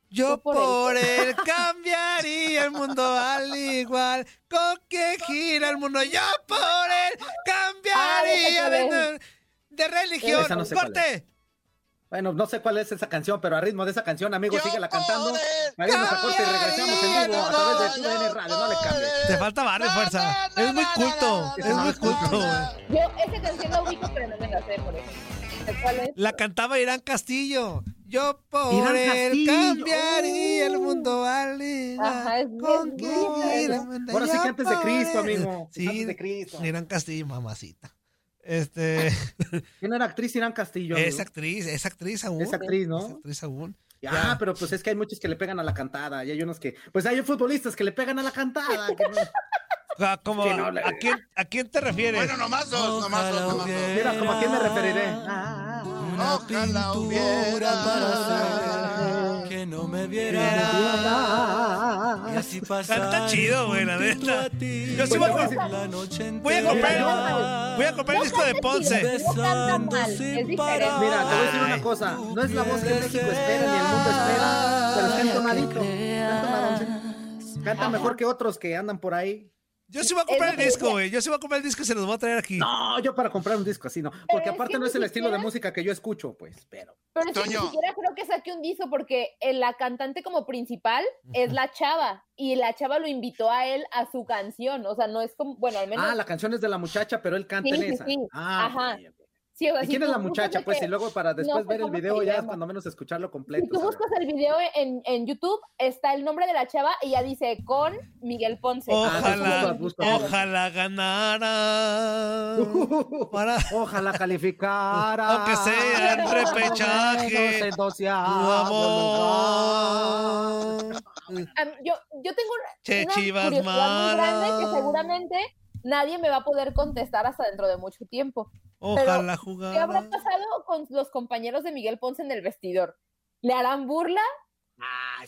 [SPEAKER 1] Yo
[SPEAKER 5] Tú por él.
[SPEAKER 1] por él cambiaría el mundo al igual con que gira el mundo. Yo por él cambiaría
[SPEAKER 5] Ah,
[SPEAKER 1] de,
[SPEAKER 5] esa
[SPEAKER 1] de- de religión.
[SPEAKER 2] Esa no sé cuál
[SPEAKER 1] ¡Corte!
[SPEAKER 2] Bueno, no sé cuál es esa canción, pero a ritmo de esa canción, amigo,
[SPEAKER 3] Yo
[SPEAKER 2] síguela cantando.
[SPEAKER 3] podré
[SPEAKER 2] Ahí nos corte y regresamos en vivo a través de TUDN Radio. No le cambies.
[SPEAKER 1] Te falta barrio, fuerza. Es muy culto. Es muy culto. güey.
[SPEAKER 5] Yo esa canción la ubico, pero no me la sé, por ejemplo. ¿Cuál es?
[SPEAKER 1] La cantaba Irán Castillo. Yo por
[SPEAKER 2] Irán
[SPEAKER 1] él
[SPEAKER 2] Castillo. Oh.
[SPEAKER 1] cambiaría el mundo al igual
[SPEAKER 5] Ajá, es
[SPEAKER 1] con
[SPEAKER 5] bien
[SPEAKER 1] que
[SPEAKER 5] buena.
[SPEAKER 1] gira el mundo.
[SPEAKER 2] Ahora sí
[SPEAKER 1] Yo
[SPEAKER 2] que antes de
[SPEAKER 1] por
[SPEAKER 2] Cristo,
[SPEAKER 1] él.
[SPEAKER 2] amigo.
[SPEAKER 1] Sí,
[SPEAKER 2] Antes de Cristo.
[SPEAKER 1] Irán Castillo, mamacita. Este.
[SPEAKER 2] ¿Quién era actriz Irán Castillo? amigo?
[SPEAKER 1] Es actriz, es actriz aún.
[SPEAKER 2] Es actriz, ¿no?
[SPEAKER 1] Es actriz aún.
[SPEAKER 2] Ah,
[SPEAKER 1] ya.
[SPEAKER 2] pero pues es que hay muchos que le pegan a la cantada y hay unos que, pues hay futbolistas que le pegan a la cantada. que no-
[SPEAKER 1] Ah, como,
[SPEAKER 2] Sí, no,
[SPEAKER 1] ¿a,
[SPEAKER 2] la-
[SPEAKER 1] quién, ¿A quién te refieres?
[SPEAKER 3] Bueno, nomás dos, nomás dos, nomás dos.
[SPEAKER 2] Mira, como a quién me referiré. Ah, ah, ah.
[SPEAKER 3] Ojalá hubiera para hacer.
[SPEAKER 7] que no me
[SPEAKER 2] Ah, ah, ah, ah.
[SPEAKER 7] así pasar
[SPEAKER 1] Canta chido, güey, la neta. Yo sí voy
[SPEAKER 2] Pues
[SPEAKER 1] a,
[SPEAKER 2] sí,
[SPEAKER 1] comp-
[SPEAKER 2] sí.
[SPEAKER 7] noche
[SPEAKER 1] voy a comprar,
[SPEAKER 5] entera.
[SPEAKER 1] voy a comprar el disco de Ponce.
[SPEAKER 5] No canta mal, es diferente.
[SPEAKER 2] Mira, te voy a decir una cosa, no es la voz que México espera ni el mundo espera, pero está entonadito, está entonadoncito. Canta mejor que otros que andan por ahí.
[SPEAKER 1] Yo sí voy a comprar el disco, güey. Yo sí voy a comprar el disco y se los voy a traer aquí.
[SPEAKER 2] No, ah, yo para comprar un disco así no,
[SPEAKER 5] Pero
[SPEAKER 2] porque
[SPEAKER 5] es
[SPEAKER 2] aparte
[SPEAKER 5] que
[SPEAKER 2] no
[SPEAKER 5] ni
[SPEAKER 2] es el estilo de
[SPEAKER 5] siquiera-
[SPEAKER 2] música que yo escucho, pues, pero.
[SPEAKER 5] Pero es que
[SPEAKER 3] Toño.
[SPEAKER 5] ni siquiera creo que saque un disco porque eh, la cantante como principal es la chava y la chava lo invitó a él a su canción, o sea, no es como, bueno, al menos
[SPEAKER 2] Ah, la canción es de la muchacha, pero él canta
[SPEAKER 5] Sí,
[SPEAKER 2] en
[SPEAKER 5] sí,
[SPEAKER 2] esa.
[SPEAKER 5] sí.
[SPEAKER 2] Ah,
[SPEAKER 5] Ajá.
[SPEAKER 2] ok, ok.
[SPEAKER 5] Sí, o sea,
[SPEAKER 2] ¿Y
[SPEAKER 5] si
[SPEAKER 2] quién es
[SPEAKER 5] tú
[SPEAKER 2] la
[SPEAKER 5] buscas
[SPEAKER 2] muchacha?
[SPEAKER 5] de
[SPEAKER 2] Pues,
[SPEAKER 5] que-
[SPEAKER 2] y luego para después
[SPEAKER 5] sé
[SPEAKER 2] ver el
[SPEAKER 5] cómo se
[SPEAKER 2] video, ya
[SPEAKER 5] llama.
[SPEAKER 2] cuando menos escucharlo completo.
[SPEAKER 5] Si tú
[SPEAKER 2] ¿sabes?
[SPEAKER 5] buscas el video en, en YouTube, está el nombre de la chava y ya dice con Miguel Ponce.
[SPEAKER 2] Ah,
[SPEAKER 1] Ojalá,
[SPEAKER 2] buscas, buscas.
[SPEAKER 1] ojalá ganara. Para,
[SPEAKER 2] Ojalá calificara.
[SPEAKER 1] Aunque sea en
[SPEAKER 2] en
[SPEAKER 1] repechaje.
[SPEAKER 2] Ah,
[SPEAKER 1] tu amor.
[SPEAKER 5] Am- yo, yo tengo
[SPEAKER 1] Che,
[SPEAKER 5] una
[SPEAKER 1] chivas
[SPEAKER 5] curiosidad muy grande
[SPEAKER 1] malas.
[SPEAKER 5] que seguramente nadie me va a poder contestar hasta dentro de mucho tiempo.
[SPEAKER 1] Ojalá
[SPEAKER 5] ¿Qué habrá
[SPEAKER 1] jugara.
[SPEAKER 5] pasado con los compañeros de Miguel Ponce en el vestidor? ¿Le harán burla?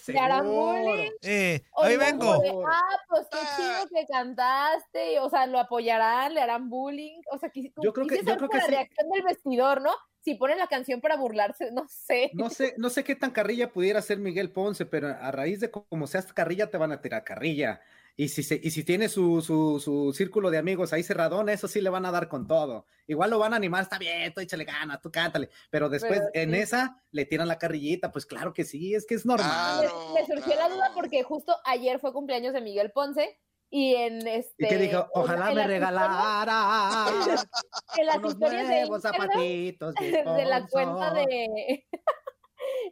[SPEAKER 5] ¿Le harán bullying?
[SPEAKER 1] Eh,
[SPEAKER 5] ¿O
[SPEAKER 1] ahí
[SPEAKER 5] dirán
[SPEAKER 1] vengo.
[SPEAKER 5] como de, ah, pues qué chido que cantaste. O sea, ¿lo apoyarán? ¿Le harán bullying? O sea, quis-
[SPEAKER 2] Yo creo que-
[SPEAKER 5] quise
[SPEAKER 2] yo
[SPEAKER 5] ver
[SPEAKER 2] creo
[SPEAKER 5] por
[SPEAKER 2] que
[SPEAKER 5] la
[SPEAKER 2] sí.
[SPEAKER 5] reacción del vestidor, ¿no? Si ponen la canción para burlarse, no sé.
[SPEAKER 2] No sé, no sé qué tan carrilla pudiera ser Miguel Ponce, pero a raíz de como seas carrilla, te van a tirar carrilla. Y si, se- y si tiene su, su, su círculo de amigos ahí cerradón, eso sí le van a dar con todo. Igual lo van a animar, está bien, tú échale ganas, tú cántale. Pero después
[SPEAKER 5] Pero
[SPEAKER 2] en
[SPEAKER 5] sí.
[SPEAKER 2] esa le tiran la carrillita, pues claro que sí, es que es normal.
[SPEAKER 5] Me-
[SPEAKER 3] Claro,
[SPEAKER 5] me surgió la duda
[SPEAKER 3] claro.
[SPEAKER 5] porque justo ayer fue cumpleaños de Miguel Ponce y en este.
[SPEAKER 2] y que dijo,
[SPEAKER 5] en-
[SPEAKER 2] ojalá
[SPEAKER 5] en
[SPEAKER 2] me
[SPEAKER 5] las
[SPEAKER 2] regalara
[SPEAKER 5] historias- En las
[SPEAKER 2] unos
[SPEAKER 5] historias de
[SPEAKER 2] nuevos
[SPEAKER 5] Instagram,
[SPEAKER 2] zapatitos.
[SPEAKER 5] de la cuenta
[SPEAKER 2] Ponzo".
[SPEAKER 5] de.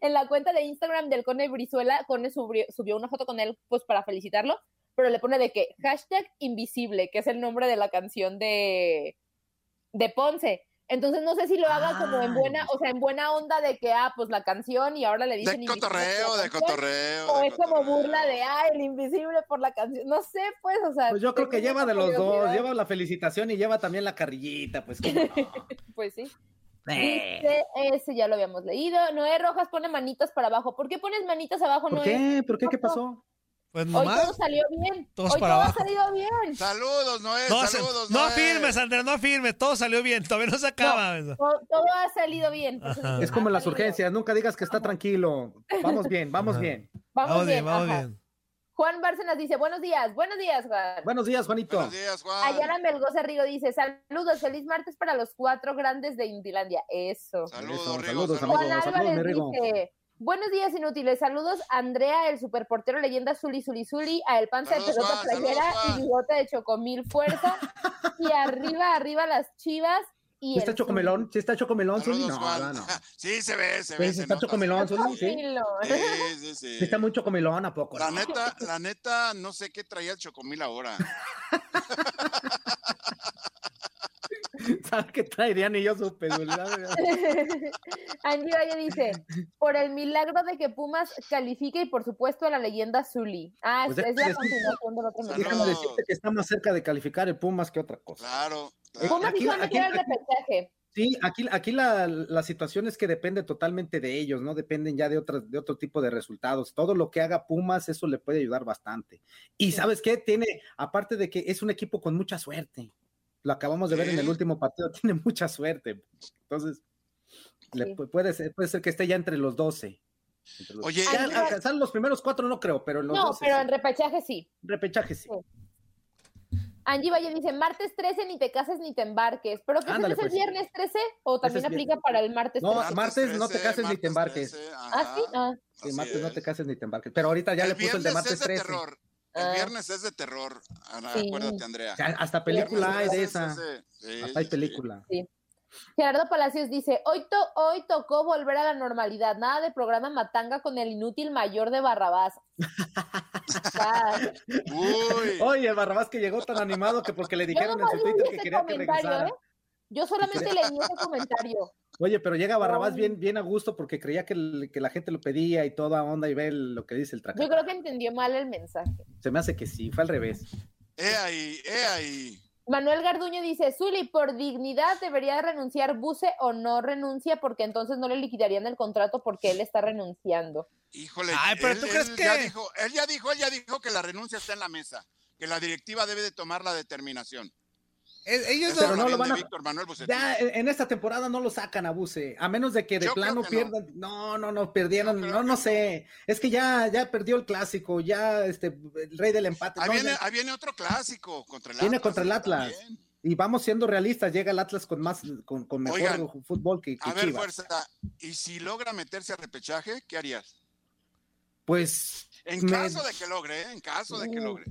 [SPEAKER 5] en la cuenta de Instagram del Cone Brizuela, Cone subió, subió una foto con él pues para felicitarlo, pero le pone de que hashtag invisible, que es el nombre de la canción de, de Ponce. Entonces no sé si lo haga como en buena, o sea, en buena onda de que, ah, pues la canción y ahora le dicen...
[SPEAKER 3] De
[SPEAKER 5] invisible por la
[SPEAKER 3] cotorreo, de
[SPEAKER 5] canción.
[SPEAKER 3] cotorreo.
[SPEAKER 5] O
[SPEAKER 3] de
[SPEAKER 5] es como
[SPEAKER 3] cotorreo.
[SPEAKER 5] burla de, ah, el invisible por la canción. No sé, pues, o sea.
[SPEAKER 2] Pues yo creo que
[SPEAKER 5] tengo
[SPEAKER 2] lleva
[SPEAKER 5] esa
[SPEAKER 2] de los dos,
[SPEAKER 5] curiosidad.
[SPEAKER 2] lleva la felicitación y lleva también la carrillita, pues. ¿cómo no?
[SPEAKER 5] Pues sí.
[SPEAKER 2] Eh.
[SPEAKER 5] Dice, ese ya lo habíamos leído. Noé Rojas pone manitas para abajo. ¿Por qué pones manitas abajo,
[SPEAKER 2] ¿Por
[SPEAKER 5] Noé?
[SPEAKER 2] qué? ¿Por qué? ¿Qué pasó?
[SPEAKER 1] Pues
[SPEAKER 5] Hoy todo
[SPEAKER 1] nomás.
[SPEAKER 5] salió bien.
[SPEAKER 1] Todos
[SPEAKER 5] Hoy
[SPEAKER 1] para
[SPEAKER 5] todo
[SPEAKER 1] abajo.
[SPEAKER 5] ha salido bien.
[SPEAKER 3] Saludos, Noé.
[SPEAKER 1] No, se-
[SPEAKER 3] saludos,
[SPEAKER 1] no
[SPEAKER 3] Noé.
[SPEAKER 1] firmes, Andrés, no firmes. Todo salió bien, todavía no se acaba.
[SPEAKER 5] To- Todo ha salido bien. Entonces,
[SPEAKER 1] Ajá.
[SPEAKER 2] Es como
[SPEAKER 5] ha
[SPEAKER 2] en las
[SPEAKER 5] salido.
[SPEAKER 2] urgencias, nunca digas que está tranquilo. Vamos bien, vamos
[SPEAKER 1] Ajá.
[SPEAKER 2] bien.
[SPEAKER 5] Vamos, bien,
[SPEAKER 1] vamos
[SPEAKER 5] ajá.
[SPEAKER 1] Ah, bien.
[SPEAKER 5] Juan Bárcenas dice, buenos días, buenos días, Juan.
[SPEAKER 2] Buenos días, Juanito.
[SPEAKER 3] Buenos días, Juan.
[SPEAKER 5] Ayala Melgoza Rigo dice, saludos, feliz martes para los cuatro grandes de Indilandia. Eso.
[SPEAKER 2] Eso,
[SPEAKER 3] Saludos, Rigo.
[SPEAKER 2] saludos,
[SPEAKER 5] Juan
[SPEAKER 2] amigos, saludos, mi
[SPEAKER 5] Álvarez
[SPEAKER 2] Rigo.
[SPEAKER 5] dice, buenos días inútiles, saludos Andrea, el superportero leyenda Zuli Zuli Zuli, a El Panza de
[SPEAKER 3] Saludos,
[SPEAKER 5] Pelota
[SPEAKER 3] Juan,
[SPEAKER 5] Playera
[SPEAKER 3] saludos, Juan.
[SPEAKER 5] y Bigota de Chocomil Fuerza, y arriba, arriba las chivas y
[SPEAKER 2] ¿Sí está
[SPEAKER 5] el
[SPEAKER 2] Chocomelón? ¿Sí está Chocomelón, Zuli?
[SPEAKER 3] Saludos,
[SPEAKER 2] No,
[SPEAKER 3] Juan.
[SPEAKER 2] no, no.
[SPEAKER 3] Sí, se ve, se ve.
[SPEAKER 2] Sí,
[SPEAKER 3] se
[SPEAKER 2] sí está
[SPEAKER 3] nota.
[SPEAKER 2] Chocomelón, Zuli, sí.
[SPEAKER 5] Chocomilo.
[SPEAKER 3] Sí, sí, sí.
[SPEAKER 2] Sí está muy Chocomelón, ¿a poco?
[SPEAKER 3] La
[SPEAKER 2] No.
[SPEAKER 3] neta, la neta, no sé qué traía el chocomil ahora.
[SPEAKER 2] ¿Sabes qué traerían? Y yo supe, Zuli, la verdad.
[SPEAKER 5] Angie Valle dice, por el milagro de que Pumas califique y por supuesto a la leyenda Zuli. Ah,
[SPEAKER 2] Pues
[SPEAKER 5] es,
[SPEAKER 2] déjame
[SPEAKER 5] es la
[SPEAKER 2] decirte-
[SPEAKER 5] continuación del otro
[SPEAKER 3] Saludos.
[SPEAKER 2] Déjame
[SPEAKER 5] milagro.
[SPEAKER 2] decirte que está más cerca de calificar el Pumas que otra cosa.
[SPEAKER 3] Claro.
[SPEAKER 2] Eh,
[SPEAKER 3] claro.
[SPEAKER 5] Pumas
[SPEAKER 2] Aquí-
[SPEAKER 5] hizo meter
[SPEAKER 2] aquí-
[SPEAKER 5] el
[SPEAKER 2] aquí-
[SPEAKER 5] repechaje.
[SPEAKER 2] Sí, aquí, aquí la, la situación es que depende totalmente de ellos, ¿no? Dependen ya de, otras, de otro tipo de resultados. Todo lo que haga Pumas, eso le puede ayudar bastante. Y sabes qué, tiene, aparte de que es un equipo con mucha suerte, lo acabamos de ver en el
[SPEAKER 3] Sí.
[SPEAKER 2] último partido, tiene mucha suerte. Entonces, le
[SPEAKER 5] Sí.
[SPEAKER 2] pu- puede, ser, puede ser que esté ya entre los 12. Entre los-
[SPEAKER 3] Oye,
[SPEAKER 2] Ya
[SPEAKER 5] Andrés-
[SPEAKER 2] alcanzar los primeros cuatro no creo, pero en los
[SPEAKER 5] No,
[SPEAKER 2] 12
[SPEAKER 5] pero
[SPEAKER 2] sí.
[SPEAKER 5] en repechaje sí.
[SPEAKER 2] repechaje sí.
[SPEAKER 5] Angie Valle dice, martes 13 ni te cases ni te embarques. ¿Pero qué
[SPEAKER 2] Ándale,
[SPEAKER 5] es el
[SPEAKER 2] pues.
[SPEAKER 5] viernes 13 o también
[SPEAKER 2] es
[SPEAKER 5] aplica
[SPEAKER 2] viernes.
[SPEAKER 5] para el martes
[SPEAKER 2] No,
[SPEAKER 5] 13?
[SPEAKER 2] martes no te cases ni te embarques.
[SPEAKER 3] 13,
[SPEAKER 5] Ah, sí.
[SPEAKER 3] ajá,
[SPEAKER 5] Ah,
[SPEAKER 2] Sí,
[SPEAKER 3] así
[SPEAKER 2] martes no
[SPEAKER 3] es.
[SPEAKER 2] te cases ni te embarques. Pero ahorita ya
[SPEAKER 3] El
[SPEAKER 2] le puso el de
[SPEAKER 3] viernes
[SPEAKER 2] martes
[SPEAKER 3] es de
[SPEAKER 2] 13.
[SPEAKER 3] terror.
[SPEAKER 5] Ah.
[SPEAKER 3] El viernes es de terror. Ana,
[SPEAKER 5] Sí.
[SPEAKER 3] Acuérdate, Andrea.
[SPEAKER 2] O sea, hasta película hay
[SPEAKER 3] Viernes
[SPEAKER 2] de
[SPEAKER 3] es
[SPEAKER 2] esa.
[SPEAKER 3] ese. eh. Sí,
[SPEAKER 2] Hasta hay
[SPEAKER 3] sí, sí.
[SPEAKER 2] película.
[SPEAKER 5] Gerardo Palacios dice, hoy, to- hoy tocó volver a la normalidad. Nada de programa Matanga con el inútil mayor de Barrabás. Ah,
[SPEAKER 3] Uy.
[SPEAKER 2] Oye, el Barrabás que llegó tan animado que porque le
[SPEAKER 5] yo
[SPEAKER 2] dijeron en
[SPEAKER 5] nomás
[SPEAKER 2] su
[SPEAKER 5] leí
[SPEAKER 2] Twitter que
[SPEAKER 5] ese
[SPEAKER 2] quería que
[SPEAKER 5] comentario,
[SPEAKER 2] regresara.
[SPEAKER 5] ¿eh? Yo solamente leí ese comentario.
[SPEAKER 2] Oye, pero llega Barrabás
[SPEAKER 5] Ay.
[SPEAKER 2] bien, bien a gusto porque creía que, el- que la gente lo pedía y toda onda y ve el- lo que dice el
[SPEAKER 5] Yo
[SPEAKER 2] traje.
[SPEAKER 5] creo que entendió mal el mensaje.
[SPEAKER 2] Se me hace que sí, fue al revés.
[SPEAKER 3] Eh ahí, eh ahí.
[SPEAKER 5] Manuel Garduño dice, Zuli, por dignidad debería renunciar Buse o no renuncia porque entonces no le liquidarían el contrato porque él está renunciando.
[SPEAKER 3] Híjole.
[SPEAKER 1] Ay, pero
[SPEAKER 3] él-
[SPEAKER 1] ¿tú crees
[SPEAKER 3] él Ya
[SPEAKER 1] que-
[SPEAKER 3] dijo, él ya dijo, él ya dijo que la renuncia está en la mesa. Que la directiva debe de tomar la determinación.
[SPEAKER 1] Eh, Ellos
[SPEAKER 3] Esa
[SPEAKER 1] no,
[SPEAKER 2] Pero no lo
[SPEAKER 3] opinión de
[SPEAKER 2] van a-
[SPEAKER 3] Víctor Manuel Bucetich.
[SPEAKER 2] Ya en en esta temporada no lo sacan a Buse, a menos de que de
[SPEAKER 3] Yo creo
[SPEAKER 2] plano
[SPEAKER 3] que no.
[SPEAKER 2] pierdan. No, no, no, perdieron,
[SPEAKER 3] Yo creo
[SPEAKER 2] no,
[SPEAKER 3] que
[SPEAKER 2] no
[SPEAKER 3] no.
[SPEAKER 2] sé. Es que ya, ya perdió el clásico, ya este, el rey del empate.
[SPEAKER 3] Ahí
[SPEAKER 2] no,
[SPEAKER 3] viene,
[SPEAKER 2] ya-
[SPEAKER 3] ahí viene otro clásico contra el
[SPEAKER 2] Viene
[SPEAKER 3] Atlas.
[SPEAKER 2] contra el Atlas.
[SPEAKER 3] también.
[SPEAKER 2] Y vamos siendo realistas, llega el Atlas con más, con, con mejor
[SPEAKER 3] Oigan,
[SPEAKER 2] fútbol que, que
[SPEAKER 3] A ver,
[SPEAKER 2] Chivas.
[SPEAKER 3] fuerza. ¿Y si logra meterse a repechaje, qué harías?
[SPEAKER 2] Pues
[SPEAKER 3] En
[SPEAKER 2] Me- Uh,
[SPEAKER 3] caso de que logre, ¿eh? en caso de que logre.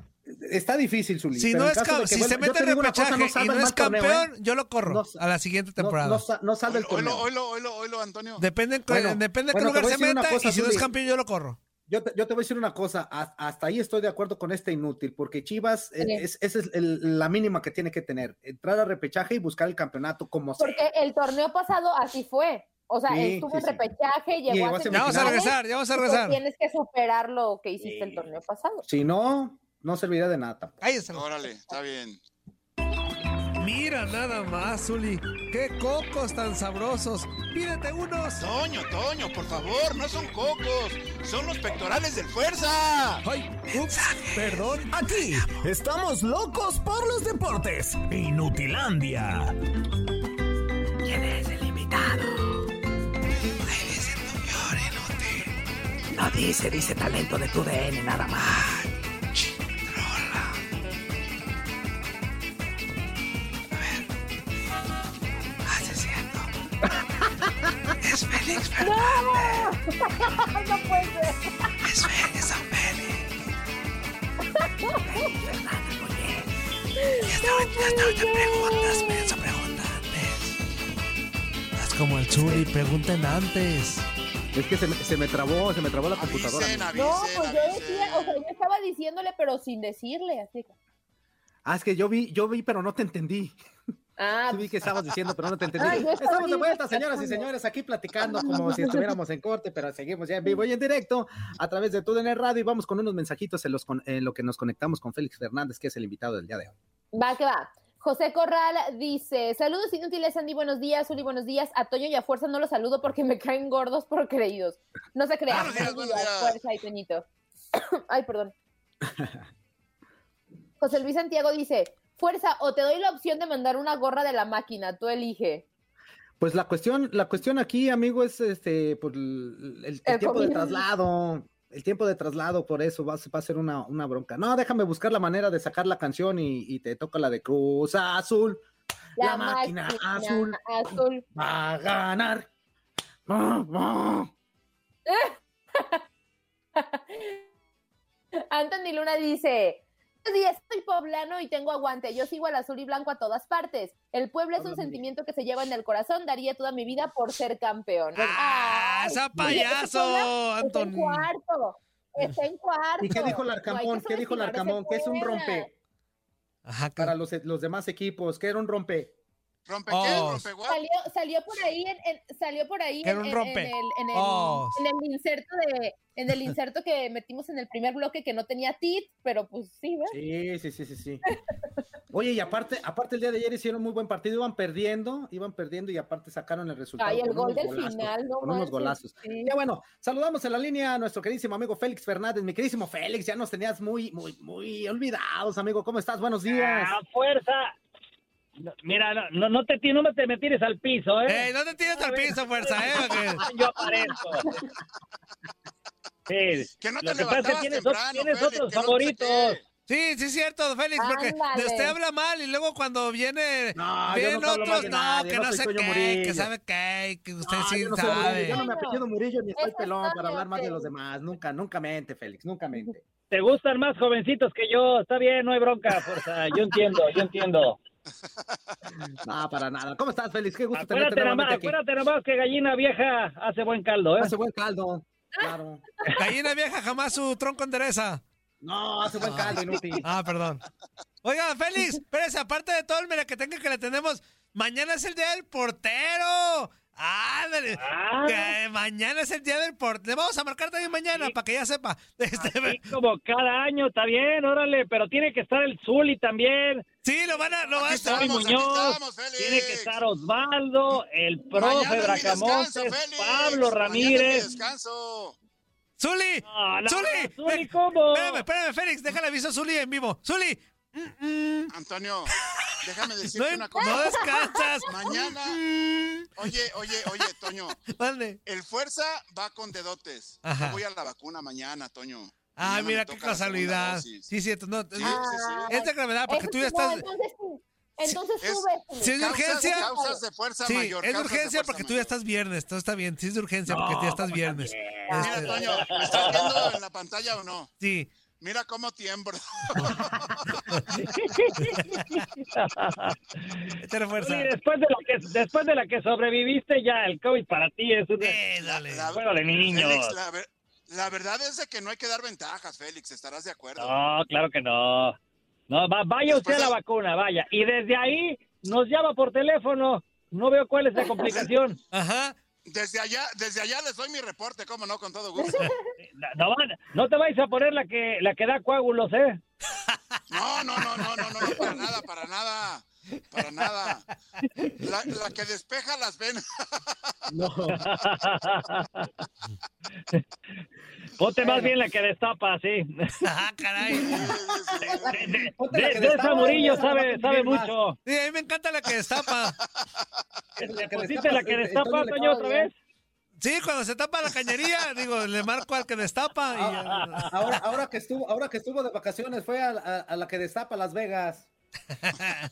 [SPEAKER 2] Está difícil, Zuli.
[SPEAKER 1] Si,
[SPEAKER 2] pero
[SPEAKER 1] no
[SPEAKER 2] en
[SPEAKER 1] es
[SPEAKER 2] caso de
[SPEAKER 1] cam-
[SPEAKER 2] que
[SPEAKER 1] si
[SPEAKER 2] vuelva-
[SPEAKER 1] se
[SPEAKER 2] yo
[SPEAKER 1] mete
[SPEAKER 2] te
[SPEAKER 1] el
[SPEAKER 2] digo una cosa,
[SPEAKER 1] repechaje
[SPEAKER 2] no
[SPEAKER 1] y
[SPEAKER 2] salva
[SPEAKER 1] no
[SPEAKER 2] el
[SPEAKER 1] es
[SPEAKER 2] mal torneo, ¿eh?
[SPEAKER 1] campeón, yo lo corro
[SPEAKER 2] No sa-
[SPEAKER 1] a la siguiente
[SPEAKER 2] No-
[SPEAKER 1] temporada.
[SPEAKER 2] No, sa- no salva el
[SPEAKER 3] Oilo,
[SPEAKER 2] torneo.
[SPEAKER 3] oilo, oilo, oilo, oilo, Antonio.
[SPEAKER 1] Depende, en cu-
[SPEAKER 2] Bueno,
[SPEAKER 1] depende de qué
[SPEAKER 2] bueno, te
[SPEAKER 1] lugar
[SPEAKER 2] voy a
[SPEAKER 1] se
[SPEAKER 2] decir una
[SPEAKER 1] meta
[SPEAKER 2] cosa,
[SPEAKER 1] y si no es
[SPEAKER 2] Zuli.
[SPEAKER 1] campeón, yo lo corro.
[SPEAKER 2] Yo te, yo te voy a decir una cosa, has- hasta ahí estoy de acuerdo con este inútil, porque Chivas, eh,
[SPEAKER 5] Sí.
[SPEAKER 2] es- esa es el- la mínima que tiene que tener, entrar a repechaje y buscar el campeonato como sea.
[SPEAKER 5] Porque el torneo pasado así fue. O sea,
[SPEAKER 2] Sí,
[SPEAKER 5] estuvo
[SPEAKER 2] sí,
[SPEAKER 5] en
[SPEAKER 2] sí.
[SPEAKER 5] repechaje, llegó
[SPEAKER 2] llegó
[SPEAKER 5] a
[SPEAKER 1] Ya vamos a
[SPEAKER 2] a
[SPEAKER 5] semifinales,
[SPEAKER 1] regresar, ya vamos a
[SPEAKER 5] entonces
[SPEAKER 1] regresar.
[SPEAKER 5] Tienes que superar lo que hiciste el
[SPEAKER 2] Sí.
[SPEAKER 5] torneo pasado.
[SPEAKER 2] Si no, no servirá de nada. tampoco.
[SPEAKER 1] Cállense.
[SPEAKER 3] Órale, está bien.
[SPEAKER 1] Mira nada más, Zuli. Qué cocos tan sabrosos. Pídete unos.
[SPEAKER 3] Toño, Toño, por favor, no son cocos, son los pectorales del fuerza.
[SPEAKER 1] Ay, ups, perdón.
[SPEAKER 7] Aquí estamos locos por los deportes. Inutilandia. ¿Quién es el invitado? es el señor No dice, dice talento de tu DN nada más.
[SPEAKER 5] No puede ser.
[SPEAKER 1] Es como el Zuli, pregunten antes.
[SPEAKER 2] Es que se me, se me trabó, se me trabó la computadora.
[SPEAKER 3] Avisen, avisen,
[SPEAKER 5] No, pues yo
[SPEAKER 3] avisen.
[SPEAKER 5] decía, o sea, yo estaba diciéndole, pero sin decirle, así que.
[SPEAKER 2] Ah, es que yo vi, yo vi, pero no te entendí.
[SPEAKER 5] Ah,
[SPEAKER 2] Sí vi que estabas diciendo, pero no te entendí.
[SPEAKER 5] Ay, yo estaba
[SPEAKER 2] Estamos de
[SPEAKER 5] bien
[SPEAKER 2] vuelta, señoras y
[SPEAKER 5] pensando.
[SPEAKER 2] señores, aquí platicando como si estuviéramos en corte, pero seguimos ya en vivo y en directo a través de TUDN Radio y vamos con unos mensajitos en, los con- en lo que nos conectamos con Félix Fernández, que es el invitado del día de hoy.
[SPEAKER 5] Va que va. José Corral dice, saludos inútiles, Andy, buenos días, Uli, buenos días. A Toño y a Fuerza no los saludo porque me caen gordos por creídos. No se crean.
[SPEAKER 3] Buenos días, buenos días.
[SPEAKER 5] Fuerza y Toñito. Ay, perdón. José Luis Santiago dice, Fuerza, o te doy la opción de mandar una gorra de la máquina, tú elige.
[SPEAKER 2] Pues la cuestión, la cuestión aquí, amigo, es este, por el, el- el
[SPEAKER 5] El
[SPEAKER 2] tiempo
[SPEAKER 5] COVID.
[SPEAKER 2] de traslado. El tiempo de traslado, por eso va, a ser- va a ser una, una bronca. No, déjame buscar la manera de sacar la canción y, y te toca la de Cruz Azul. La máquina azul.
[SPEAKER 5] azul.
[SPEAKER 2] Va a ganar. Va, va.
[SPEAKER 5] Anthony Luna dice: Buenos días, soy poblano y tengo aguante. Yo sigo al azul y blanco a todas partes. El pueblo es un
[SPEAKER 2] Háblame.
[SPEAKER 5] sentimiento que se lleva en el corazón. Daría toda mi vida por ser campeón.
[SPEAKER 1] ¡Ah,
[SPEAKER 5] Ay,
[SPEAKER 1] esa
[SPEAKER 5] oye, ese
[SPEAKER 1] payaso,
[SPEAKER 5] Puebla Está en
[SPEAKER 1] Anton!
[SPEAKER 5] cuarto. Está en cuarto.
[SPEAKER 2] ¿Y qué dijo el
[SPEAKER 5] No hay
[SPEAKER 2] Arcamón?
[SPEAKER 5] que
[SPEAKER 2] ¿Qué dijo el
[SPEAKER 5] subestimar ese
[SPEAKER 2] Arcamón? Que es un
[SPEAKER 5] Puebla.
[SPEAKER 2] rompe
[SPEAKER 1] Ajá,
[SPEAKER 2] para
[SPEAKER 1] claro.
[SPEAKER 2] los, los demás equipos, que era un rompe.
[SPEAKER 3] ¿Rompe qué?
[SPEAKER 1] Oh.
[SPEAKER 3] ¿Rompe guau?
[SPEAKER 5] Salió, salió por ahí en, en- salió por ahí
[SPEAKER 1] Que
[SPEAKER 5] en,
[SPEAKER 1] era un
[SPEAKER 5] en-
[SPEAKER 1] rompe.
[SPEAKER 5] en el, en el-
[SPEAKER 1] Oh.
[SPEAKER 5] en el inserto de, en el inserto que metimos en el primer bloque que no tenía tit, pero pues sí, ¿ves?
[SPEAKER 2] Sí, sí, sí, sí, sí. Oye, y aparte, aparte el día de ayer hicieron muy buen partido, iban perdiendo, iban perdiendo y aparte sacaron el resultado.
[SPEAKER 5] Ay, el
[SPEAKER 2] con
[SPEAKER 5] gol
[SPEAKER 2] unos
[SPEAKER 5] del
[SPEAKER 2] golazos,
[SPEAKER 5] final, no
[SPEAKER 2] Con unos
[SPEAKER 5] manches,
[SPEAKER 2] golazos.
[SPEAKER 5] sí.
[SPEAKER 2] Ya bueno, saludamos en la línea a nuestro queridísimo amigo Félix Fernández. Mi queridísimo Félix, ya nos tenías muy, muy, muy olvidados, amigo. ¿Cómo estás? Buenos días.
[SPEAKER 1] pues,
[SPEAKER 8] ¡Ah, fuerza! No, Mira, no- no, no, te, ti- no me te me tires al piso, ¿eh?
[SPEAKER 1] ¡Ey, no te tires al piso, fuerza, eh! Porque...
[SPEAKER 8] Yo aparezco. Sí.
[SPEAKER 3] Que no
[SPEAKER 8] Lo
[SPEAKER 3] te
[SPEAKER 8] que pasa es que
[SPEAKER 3] levantabas
[SPEAKER 8] tienes,
[SPEAKER 3] temprano,
[SPEAKER 8] tienes
[SPEAKER 3] Félix,
[SPEAKER 8] otros
[SPEAKER 3] que no sé qué.
[SPEAKER 8] favoritos.
[SPEAKER 1] Sí, sí es cierto, Félix, porque
[SPEAKER 5] Ándale.
[SPEAKER 1] de usted habla mal y luego cuando viene,
[SPEAKER 2] No, yo
[SPEAKER 1] vienen
[SPEAKER 2] nunca hablo mal
[SPEAKER 1] otros,
[SPEAKER 2] de
[SPEAKER 1] no,
[SPEAKER 2] nadie,
[SPEAKER 1] que
[SPEAKER 2] no
[SPEAKER 1] no,
[SPEAKER 2] soy
[SPEAKER 1] sé
[SPEAKER 2] Toño
[SPEAKER 1] qué, que
[SPEAKER 2] Murillo.
[SPEAKER 1] sabe qué, que usted
[SPEAKER 2] No,
[SPEAKER 1] sí
[SPEAKER 2] yo no soy Murillo,
[SPEAKER 1] sabe.
[SPEAKER 2] yo no me apellido Murillo ni estoy
[SPEAKER 5] Eso
[SPEAKER 2] pelón
[SPEAKER 5] está
[SPEAKER 2] para hablar más de
[SPEAKER 5] bien.
[SPEAKER 2] los demás. Nunca, nunca mente, Félix, nunca mente.
[SPEAKER 8] Te gustan más jovencitos que yo. Está bien, no hay bronca, fuerza. Yo entiendo, yo entiendo.
[SPEAKER 2] No, para nada. ¿Cómo estás, Félix? Qué gusto tenerte
[SPEAKER 8] Acuérdate nomás,
[SPEAKER 2] nuevamente aquí.
[SPEAKER 8] acuérdate nomás que gallina vieja hace buen caldo, ¿eh?
[SPEAKER 2] Hace buen caldo. Claro.
[SPEAKER 1] Gallina vieja jamás su tronco endereza.
[SPEAKER 2] No, hace buen caldo, inútil.
[SPEAKER 1] Ah, perdón. Oiga, Félix, espérese, aparte de todo el mira que tenga que le tenemos, mañana es el día del portero. Ándale.
[SPEAKER 8] Ah,
[SPEAKER 1] Que mañana es el día del portero. Le vamos a marcar también mañana para que ya sepa. Este,
[SPEAKER 8] así como cada año, está bien, órale, pero tiene que estar el Zuli también.
[SPEAKER 1] sí, lo van a, lo van
[SPEAKER 3] Aquí
[SPEAKER 1] a
[SPEAKER 3] estamos, aquí
[SPEAKER 8] Muñoz,
[SPEAKER 3] estamos, Félix.
[SPEAKER 8] Tiene que estar Osvaldo, el
[SPEAKER 3] Mañana
[SPEAKER 8] profe
[SPEAKER 3] es mi descanso,
[SPEAKER 8] Bracamontes,
[SPEAKER 3] Félix.
[SPEAKER 8] Pablo
[SPEAKER 3] Mañana es mi
[SPEAKER 8] Ramírez.
[SPEAKER 3] descanso.
[SPEAKER 1] Zuli,
[SPEAKER 8] No, no,
[SPEAKER 1] Zuli,
[SPEAKER 8] no, Zuli,
[SPEAKER 1] ve-
[SPEAKER 8] ¿cómo?
[SPEAKER 1] Espérame, espérame, Félix, déjale aviso a Zuli en vivo. Zuli, mm, mm,
[SPEAKER 3] Antonio, déjame
[SPEAKER 1] no,
[SPEAKER 3] decirte una
[SPEAKER 1] no
[SPEAKER 3] cosa.
[SPEAKER 1] descansas.
[SPEAKER 3] Mañana,
[SPEAKER 1] Mm,
[SPEAKER 3] oye, oye, oye, Toño,
[SPEAKER 1] Mande.
[SPEAKER 3] el fuerza va con dedotes. Yo
[SPEAKER 1] Ajá.
[SPEAKER 3] voy a la vacuna mañana, Toño.
[SPEAKER 1] Ah,
[SPEAKER 3] Mañana me
[SPEAKER 1] mira qué
[SPEAKER 3] toca la segunda
[SPEAKER 1] casualidad.
[SPEAKER 3] dosis.
[SPEAKER 1] Sí, cierto. No,
[SPEAKER 3] Sí,
[SPEAKER 1] no,
[SPEAKER 3] sí, sí.
[SPEAKER 5] Ay,
[SPEAKER 1] es de gravedad, Ah, porque
[SPEAKER 5] Eso
[SPEAKER 1] tú
[SPEAKER 5] sí,
[SPEAKER 1] ya
[SPEAKER 5] no,
[SPEAKER 1] estás.
[SPEAKER 5] entonces, sí. entonces
[SPEAKER 3] es-
[SPEAKER 5] sube. Zuli.
[SPEAKER 1] sí, es de
[SPEAKER 3] Causas-
[SPEAKER 1] urgencia.
[SPEAKER 3] Causas de fuerza
[SPEAKER 1] Sí,
[SPEAKER 3] mayor.
[SPEAKER 1] es de
[SPEAKER 3] causas
[SPEAKER 1] urgencia
[SPEAKER 3] fuerza
[SPEAKER 1] porque tú ya
[SPEAKER 3] mayor.
[SPEAKER 1] estás viernes. Todo está bien. Sí, es de urgencia porque tú ya estás viernes.
[SPEAKER 3] Mira,
[SPEAKER 1] Este,
[SPEAKER 3] Toño, ¿me estás viendo en la pantalla o no?
[SPEAKER 1] sí.
[SPEAKER 3] Mira cómo tiembro.
[SPEAKER 1] Échale fuerza.
[SPEAKER 8] Y después, de la que, después de la que sobreviviste, ya el COVID para ti es un
[SPEAKER 1] Eh, dale.
[SPEAKER 3] La-
[SPEAKER 8] juego de niños.
[SPEAKER 3] Félix, la, ver- la verdad es de que no hay que dar ventajas, Félix, estarás de acuerdo.
[SPEAKER 8] No, claro que no. No, va- vaya usted a la vacuna, vaya. Y desde ahí nos llama por teléfono. No veo cuál es la complicación.
[SPEAKER 1] Ajá.
[SPEAKER 3] Desde allá, desde allá les doy mi reporte, cómo no, con todo gusto.
[SPEAKER 8] No, van- no te vais a poner la que la que da coágulos, ¿eh?
[SPEAKER 3] No, no, no, no, no, no, no, para nada, para nada, para nada. La, la que despeja las venas.
[SPEAKER 8] Ponte más bien la que destapa, sí.
[SPEAKER 1] Ajá, caray.
[SPEAKER 2] Ponte la
[SPEAKER 8] De,
[SPEAKER 2] que
[SPEAKER 8] de
[SPEAKER 2] destapa,
[SPEAKER 8] esa Murillo
[SPEAKER 2] esa va a
[SPEAKER 8] sabe,
[SPEAKER 2] cumplir
[SPEAKER 8] sabe
[SPEAKER 2] más.
[SPEAKER 8] mucho.
[SPEAKER 1] Sí, a mí me encanta la que destapa.
[SPEAKER 8] ¿Le pusiste Pues la que destapa,
[SPEAKER 2] Toño,
[SPEAKER 8] Toño, otra
[SPEAKER 2] acaba bien.
[SPEAKER 8] vez?
[SPEAKER 1] Sí, cuando se tapa la cañería, digo, le marco al que destapa. Y, ya.
[SPEAKER 2] Ah, Ahora, ahora que estuvo, ahora que estuvo de vacaciones, fue a, a- a la que destapa Las Vegas.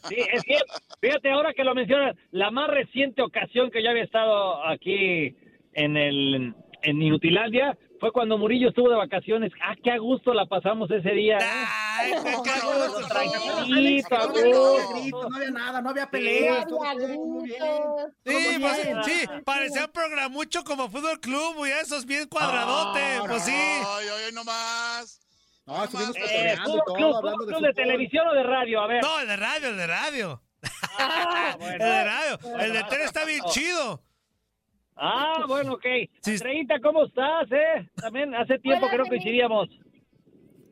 [SPEAKER 8] Sí, es que, fíjate, ahora que lo mencionas, la más reciente ocasión que yo había estado aquí en el en Inutilandia fue cuando Murillo estuvo de vacaciones. Ah, qué a gusto la pasamos ese día. ¿eh?
[SPEAKER 1] Ay, qué
[SPEAKER 3] no,
[SPEAKER 1] gusto.
[SPEAKER 8] Tranquilito,
[SPEAKER 2] No
[SPEAKER 8] a
[SPEAKER 2] había, no había
[SPEAKER 8] gusto.
[SPEAKER 2] grito, no había nada, no había
[SPEAKER 5] No
[SPEAKER 2] pelea. estuvo
[SPEAKER 5] había
[SPEAKER 2] bien, muy bien.
[SPEAKER 5] gritos.
[SPEAKER 1] Sí,
[SPEAKER 2] Estuvo bien.
[SPEAKER 1] pues, sí, parecía programucho como Fútbol Club, güey, esos bien
[SPEAKER 8] Ah,
[SPEAKER 1] cuadradote, pues sí.
[SPEAKER 3] Ay, ay, ay, no más.
[SPEAKER 2] No, estuvimos
[SPEAKER 3] Eh,
[SPEAKER 8] Eh,
[SPEAKER 2] cotorreando
[SPEAKER 8] ¿Fútbol
[SPEAKER 2] y todo,
[SPEAKER 8] club,
[SPEAKER 2] hablando
[SPEAKER 8] fútbol
[SPEAKER 2] de
[SPEAKER 8] club
[SPEAKER 2] fútbol.
[SPEAKER 8] de, televisión o de radio? A ver.
[SPEAKER 1] No, el de radio, el de radio.
[SPEAKER 8] Ah,
[SPEAKER 1] El
[SPEAKER 8] bueno.
[SPEAKER 1] de radio. El de tele está bien chido.
[SPEAKER 8] Ah, bueno, ok.
[SPEAKER 1] Sí.
[SPEAKER 8] Andreita, ¿cómo estás? Eh? También hace tiempo
[SPEAKER 5] Hola,
[SPEAKER 8] que no
[SPEAKER 5] Felipe.
[SPEAKER 8] coincidíamos.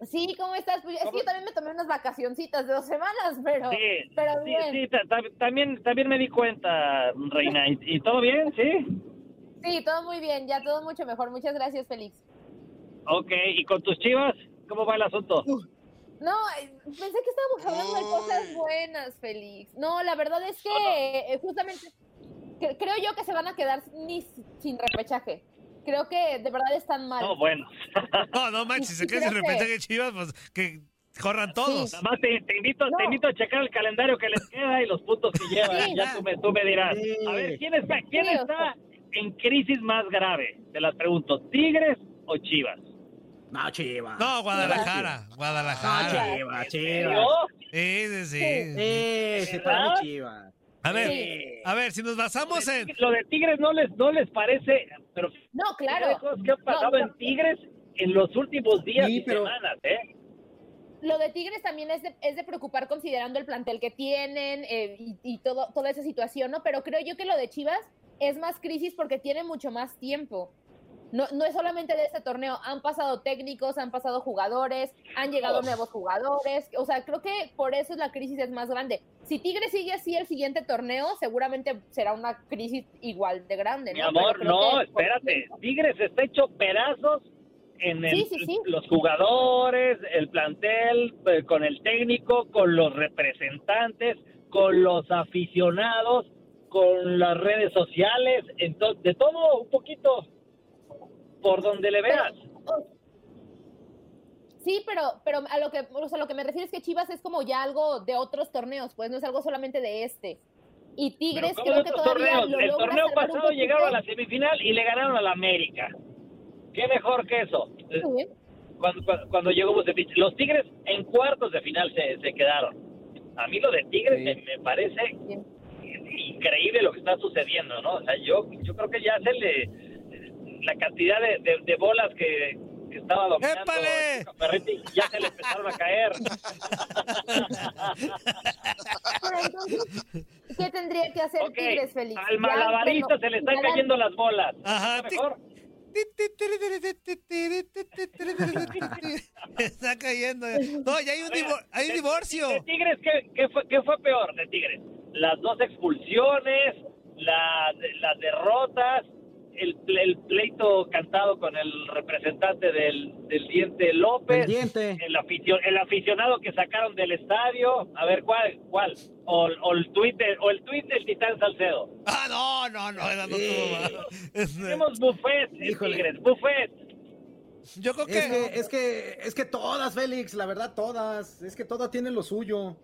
[SPEAKER 5] Sí, ¿cómo estás? Pues, es que yo también me tomé unas vacacioncitas de dos semanas, pero,
[SPEAKER 8] Sí,
[SPEAKER 5] pero
[SPEAKER 8] sí,
[SPEAKER 5] bien.
[SPEAKER 8] sí, ta- ta- también, también me di cuenta, Reina. ¿Y, y todo bien? ¿Sí?
[SPEAKER 5] Sí, todo muy bien, ya todo mucho mejor. Muchas gracias, Félix.
[SPEAKER 8] Ok, ¿y con tus chivas? ¿Cómo va el asunto?
[SPEAKER 5] No, eh, pensé que estábamos hablando de cosas
[SPEAKER 3] Uy.
[SPEAKER 5] buenas, Félix. No, la verdad es que eh, justamente cre- creo yo que se van a quedar ni s- sin repechaje. Creo que de verdad están mal.
[SPEAKER 8] No, bueno.
[SPEAKER 1] No, no manches, se quedan de repente que chivas, pues que corran todos.
[SPEAKER 8] Nada más te, te invito,
[SPEAKER 5] No.
[SPEAKER 8] te invito a checar el calendario que les queda y los puntos que llevan.
[SPEAKER 5] Sí.
[SPEAKER 8] Ya tú me, tú me dirás.
[SPEAKER 2] Sí.
[SPEAKER 8] A ver, ¿quién está, quién
[SPEAKER 5] Sí, o
[SPEAKER 8] está en crisis más grave? Te las pregunto, ¿Tigres o Chivas?
[SPEAKER 2] No, chiva.
[SPEAKER 1] No, Guadalajara,
[SPEAKER 2] No,
[SPEAKER 1] Guadalajara.
[SPEAKER 2] chiva,
[SPEAKER 8] Yo,
[SPEAKER 2] chiva.
[SPEAKER 1] Sí, sí, sí.
[SPEAKER 2] Eh, Ah, sí, para
[SPEAKER 8] Ah,
[SPEAKER 2] mí, chiva.
[SPEAKER 1] A ver,
[SPEAKER 2] Eh,
[SPEAKER 1] a ver, si nos basamos en.
[SPEAKER 8] Lo de Tigres no les, no les parece, pero
[SPEAKER 5] No,
[SPEAKER 8] Mira
[SPEAKER 5] claro.
[SPEAKER 8] las cosas que han pasado
[SPEAKER 5] No,
[SPEAKER 8] en Tigres en los últimos días
[SPEAKER 2] Sí,
[SPEAKER 8] y
[SPEAKER 2] pero-
[SPEAKER 8] semanas, ¿eh?
[SPEAKER 5] Lo de Tigres también es de, es de preocupar considerando el plantel que tienen eh, y, y todo, toda esa situación, ¿no? Pero creo yo que lo de Chivas es más crisis porque tiene mucho más tiempo. No, no es solamente de este torneo, han pasado técnicos, han pasado jugadores, han llegado nuevos jugadores, o sea, creo que por eso la crisis es más grande. Si Tigres sigue así el siguiente torneo, seguramente será una crisis igual de grande. ¿no?
[SPEAKER 8] Mi amor,
[SPEAKER 5] Pero creo
[SPEAKER 8] no,
[SPEAKER 5] que-
[SPEAKER 8] espérate. Tigres está hecho pedazos en el-
[SPEAKER 5] Sí, sí, sí.
[SPEAKER 8] los jugadores, el plantel, eh, con el técnico, con los representantes, con los aficionados, con las redes sociales, entonces, de todo un poquito, por donde le
[SPEAKER 5] Pero-
[SPEAKER 8] veas.
[SPEAKER 5] Sí, pero, pero a lo que, o sea, lo que me refiero es que Chivas es como ya algo de otros torneos, pues no es algo solamente de este. Y Tigres
[SPEAKER 8] Pero ¿cómo
[SPEAKER 5] creo
[SPEAKER 8] de
[SPEAKER 5] que
[SPEAKER 8] otros
[SPEAKER 5] todavía
[SPEAKER 8] torneos?
[SPEAKER 5] lo
[SPEAKER 8] El
[SPEAKER 5] logra
[SPEAKER 8] torneo
[SPEAKER 5] salvar un
[SPEAKER 8] pasado llegaron a la
[SPEAKER 5] poquito.
[SPEAKER 8] semifinal y le ganaron a la América. ¿Qué mejor que eso? Eh,
[SPEAKER 5] Muy bien.
[SPEAKER 8] Cuando, cuando, cuando llegó Bucetich. Los Tigres en cuartos de final se, se quedaron. A mí lo de Tigres
[SPEAKER 2] Sí.
[SPEAKER 8] me, me parece
[SPEAKER 5] Bien.
[SPEAKER 8] increíble lo que está sucediendo, ¿no? O sea, yo, yo creo que ya se le... La cantidad de, de- de bolas que, que estaba dominando
[SPEAKER 1] ¡Épale!
[SPEAKER 8] Chico Ferretti, ya se le empezaron a caer.
[SPEAKER 5] Pero entonces, ¿qué tendría que hacer
[SPEAKER 8] Ok,
[SPEAKER 5] Tigres, Félix?
[SPEAKER 8] Al
[SPEAKER 5] Ya,
[SPEAKER 8] malabarista
[SPEAKER 5] bueno,
[SPEAKER 8] se le están
[SPEAKER 5] ganan-
[SPEAKER 8] cayendo las bolas.
[SPEAKER 1] Ajá,
[SPEAKER 8] ¿Qué
[SPEAKER 1] tic-
[SPEAKER 8] mejor?
[SPEAKER 1] Está cayendo. No, ya hay un, divor- hay un
[SPEAKER 8] De-
[SPEAKER 1] divorcio.
[SPEAKER 8] ¿De Tigres ¿qué, qué fue, qué fue peor de Tigres? Las dos expulsiones, la- las derrotas, el, ple- el pleito cantado con el representante del, del diente López,
[SPEAKER 2] pendiente.
[SPEAKER 8] el, aficio- el aficionado que sacaron del estadio, a ver cuál, cuál, o, o el tuit de- o el tuit del Titán Salcedo.
[SPEAKER 1] Ah, no, no, no, era no tuvo más.
[SPEAKER 8] Tenemos buffet en
[SPEAKER 2] Híjole.
[SPEAKER 8] Tigres, buffet.
[SPEAKER 1] Yo creo
[SPEAKER 2] Es que,
[SPEAKER 1] que.
[SPEAKER 2] es que, es que todas, Félix, la verdad, todas. Es que todas tienen lo suyo.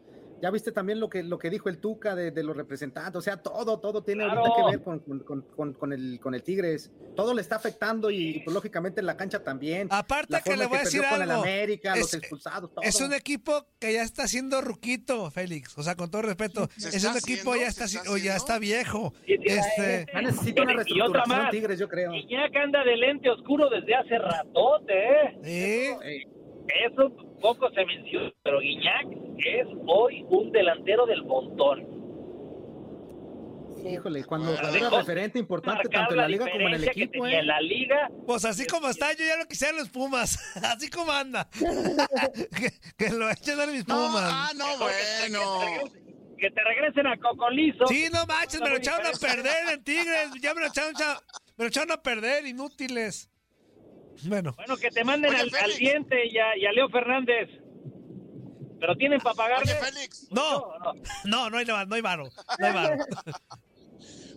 [SPEAKER 2] Ya viste también lo que, lo que dijo el Tuca de, de los representantes, o sea, todo, todo tiene
[SPEAKER 8] Claro.
[SPEAKER 2] ahorita que ver con, con- con- con el, con el Tigres. Todo le está afectando y pues, lógicamente en la cancha también.
[SPEAKER 1] Aparte
[SPEAKER 2] La
[SPEAKER 1] Ah, que
[SPEAKER 2] forma
[SPEAKER 1] le voy a
[SPEAKER 2] perdió
[SPEAKER 1] decir
[SPEAKER 2] con el
[SPEAKER 1] algo.
[SPEAKER 2] América,
[SPEAKER 1] Es-
[SPEAKER 2] los expulsados, todo.
[SPEAKER 1] Es un equipo que ya está siendo ruquito, Félix. O sea, con todo respeto,
[SPEAKER 3] ¿Se
[SPEAKER 1] es
[SPEAKER 3] está
[SPEAKER 1] un equipo
[SPEAKER 3] haciendo?
[SPEAKER 1] ya
[SPEAKER 3] ¿Se
[SPEAKER 1] está,
[SPEAKER 3] está
[SPEAKER 1] si- o ya
[SPEAKER 3] haciendo?
[SPEAKER 1] está viejo.
[SPEAKER 8] Y- y-
[SPEAKER 1] Este,
[SPEAKER 2] Ya necesita una
[SPEAKER 8] Y otra
[SPEAKER 2] reestructuración
[SPEAKER 8] más.
[SPEAKER 2] Tigres, yo creo.
[SPEAKER 8] Iñak anda de lente oscuro desde hace ratote, ¿eh?
[SPEAKER 1] sí.
[SPEAKER 2] Eh,
[SPEAKER 8] Eso poco se menciona, pero Guiñac es hoy un delantero del montón.
[SPEAKER 2] híjole, cuando,
[SPEAKER 3] Ah,
[SPEAKER 2] cuando era
[SPEAKER 8] dejó
[SPEAKER 2] referente importante
[SPEAKER 8] Marcar
[SPEAKER 2] tanto en la liga como en el
[SPEAKER 8] diferencia que
[SPEAKER 2] equipo,
[SPEAKER 8] tenía
[SPEAKER 2] eh.
[SPEAKER 8] en la liga,
[SPEAKER 1] Pues así como está, yo ya lo quisiera en los Pumas. Así como anda. que, que lo echen a mis
[SPEAKER 3] No,
[SPEAKER 1] Pumas.
[SPEAKER 3] ah, no,
[SPEAKER 8] que te-
[SPEAKER 3] bueno.
[SPEAKER 8] que te regresen- que te regresen a Cocolizo.
[SPEAKER 1] Sí, no manches, me lo echaron a perder en Tigres. Ya me lo echaron, cha- me lo echaron a perder, inútiles. Bueno,
[SPEAKER 8] Bueno, que te manden
[SPEAKER 3] Oye,
[SPEAKER 8] al,
[SPEAKER 3] Félix.
[SPEAKER 8] al diente y a, y a Leo Fernández. Pero tienen para pagarle.
[SPEAKER 3] Oye, Félix.
[SPEAKER 1] no,
[SPEAKER 8] No, no.
[SPEAKER 1] no, no hay, no hay varo. No hay varo.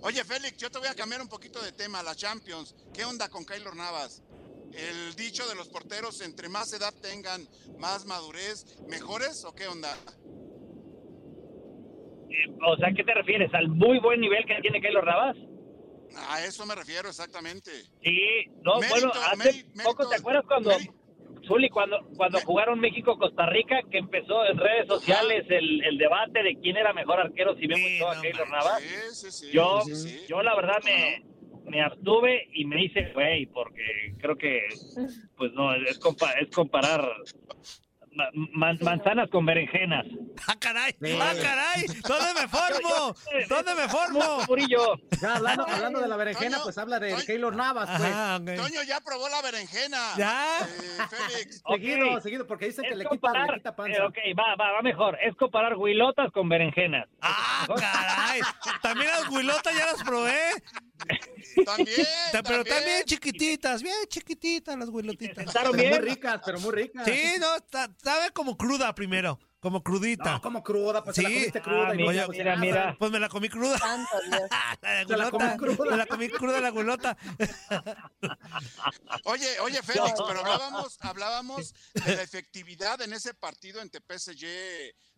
[SPEAKER 3] Oye, Félix, yo te voy a cambiar un poquito de tema, la Champions. ¿Qué onda con Keylor Navas? El dicho de los porteros, entre más edad tengan, más madurez, ¿mejores o qué onda?
[SPEAKER 8] Eh, O sea, ¿qué te refieres? ¿Al muy buen nivel que tiene Keylor Navas?
[SPEAKER 3] A eso me refiero exactamente.
[SPEAKER 8] Sí, no,
[SPEAKER 3] Mérito,
[SPEAKER 8] bueno, hace
[SPEAKER 3] méri-
[SPEAKER 8] poco,
[SPEAKER 3] mérito.
[SPEAKER 8] ¿te acuerdas cuando,
[SPEAKER 3] Méri-
[SPEAKER 8] Zuli, cuando, cuando
[SPEAKER 3] Mé-
[SPEAKER 8] jugaron México-Costa Rica, que empezó en redes sociales el, el debate de quién era mejor arquero, si bien
[SPEAKER 1] Sí,
[SPEAKER 8] gustó a
[SPEAKER 1] no
[SPEAKER 8] Keylor
[SPEAKER 1] manches.
[SPEAKER 8] Navas?
[SPEAKER 3] Sí, sí, sí.
[SPEAKER 8] Yo,
[SPEAKER 3] sí, sí.
[SPEAKER 8] yo la verdad me, me abstuve y me hice güey, porque creo que, pues no, es, compa- es comparar ma- man- manzanas con berenjenas.
[SPEAKER 1] ¡Ah, caray! ¡Ah, caray! ¿Dónde me formo? ¿Dónde me formo?
[SPEAKER 8] Murillo,
[SPEAKER 2] Ya hablando, hablando de la berenjena,
[SPEAKER 3] Toño,
[SPEAKER 2] pues habla de
[SPEAKER 3] Toño.
[SPEAKER 2] Keylor Navas, pues.
[SPEAKER 1] Ajá, ok.
[SPEAKER 3] Toño ya probó la berenjena.
[SPEAKER 1] ¿Ya?
[SPEAKER 3] Eh, Félix.
[SPEAKER 8] ok,
[SPEAKER 2] Seguido, seguido, porque dicen que
[SPEAKER 8] es
[SPEAKER 2] le quita, le
[SPEAKER 8] comparar-
[SPEAKER 2] quita
[SPEAKER 8] eh,
[SPEAKER 2] panza.
[SPEAKER 8] ok, va, va, va mejor. Es comparar huilotas con berenjenas.
[SPEAKER 1] ¡Ah, caray! También las huilotas ya las probé.
[SPEAKER 3] También.
[SPEAKER 1] Ta- Pero están bien chiquititas, bien chiquititas las huilotitas.
[SPEAKER 8] Sentaron
[SPEAKER 2] Pero muy
[SPEAKER 8] bien.
[SPEAKER 2] ricas, pero muy ricas.
[SPEAKER 1] Sí, no, está- sabe como cruda primero, como crudita.
[SPEAKER 2] No, como cruda, pues se
[SPEAKER 1] Sí.
[SPEAKER 2] la comiste cruda.
[SPEAKER 8] Ah,
[SPEAKER 2] y no
[SPEAKER 1] mira,
[SPEAKER 2] te gustó
[SPEAKER 8] mira,
[SPEAKER 2] nada.
[SPEAKER 8] mira.
[SPEAKER 1] Pues me la comí cruda.
[SPEAKER 5] Santo Dios.
[SPEAKER 1] La
[SPEAKER 2] Se la
[SPEAKER 1] guilota.
[SPEAKER 2] comió cruda.
[SPEAKER 1] Me la comí cruda la gulota.
[SPEAKER 3] Oye, oye, Félix,
[SPEAKER 8] No.
[SPEAKER 3] pero hablábamos, hablábamos de la efectividad en ese partido entre PSG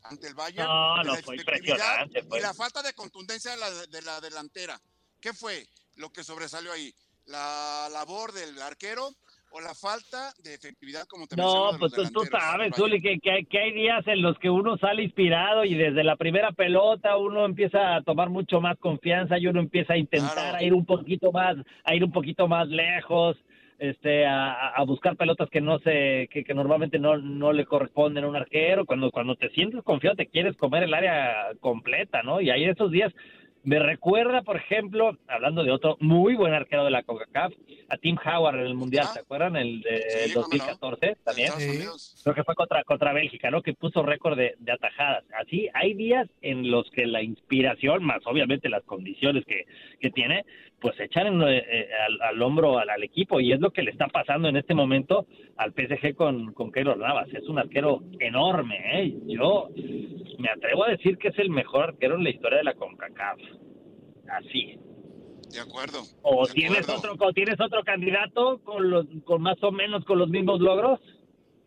[SPEAKER 3] ante el Bayern.
[SPEAKER 8] No,
[SPEAKER 3] de
[SPEAKER 8] no,
[SPEAKER 3] la
[SPEAKER 8] fue
[SPEAKER 3] efectividad
[SPEAKER 8] impresionante,
[SPEAKER 3] Y
[SPEAKER 8] pues.
[SPEAKER 3] la falta de contundencia de la, de la delantera. ¿Qué fue lo que sobresalió ahí? ¿La labor del arquero o la falta de efectividad como te menciono
[SPEAKER 8] No,
[SPEAKER 3] de los
[SPEAKER 8] pues tú, tú
[SPEAKER 3] delanteros del
[SPEAKER 8] sabes,
[SPEAKER 3] Bayern?
[SPEAKER 8] Zuli, que, que, hay- que hay días en los que uno sale inspirado y desde la primera pelota uno empieza a tomar mucho más confianza y uno empieza a intentar
[SPEAKER 3] Claro.
[SPEAKER 8] a ir un poquito más, a ir un poquito más lejos, este, a, a- a buscar pelotas que no se, que, que normalmente no, no le corresponden a un arquero. Cuando, cuando te sientes confiado te quieres comer el área completa, ¿no? Y hay esos días me recuerda, por ejemplo, hablando de otro muy buen arquero de la CONCACAF, a Tim Howard en el Mundial,
[SPEAKER 3] Ajá.
[SPEAKER 8] ¿se acuerdan? El de
[SPEAKER 3] Ah. Sí, cómo no.
[SPEAKER 8] 2014
[SPEAKER 3] De
[SPEAKER 8] también
[SPEAKER 3] Estados
[SPEAKER 1] Sí.
[SPEAKER 3] Unidos.
[SPEAKER 8] creo que fue contra, contra Bélgica, ¿no? Que puso récord de, de atajadas. Así, hay días en los que la inspiración, más obviamente las condiciones que, que tiene, pues echan en, eh, eh, al, al hombro al, al equipo. Y es lo que le está pasando en este momento al PSG con, con Keylor Navas. Es un arquero enorme, ¿eh? Yo me atrevo a decir que es el mejor arquero en la historia de la CONCACAF. Así.
[SPEAKER 3] De acuerdo.
[SPEAKER 8] ¿O
[SPEAKER 3] de
[SPEAKER 8] tienes,
[SPEAKER 3] acuerdo.
[SPEAKER 8] otro, o tienes otro candidato con, los, con más o menos con los mismos logros?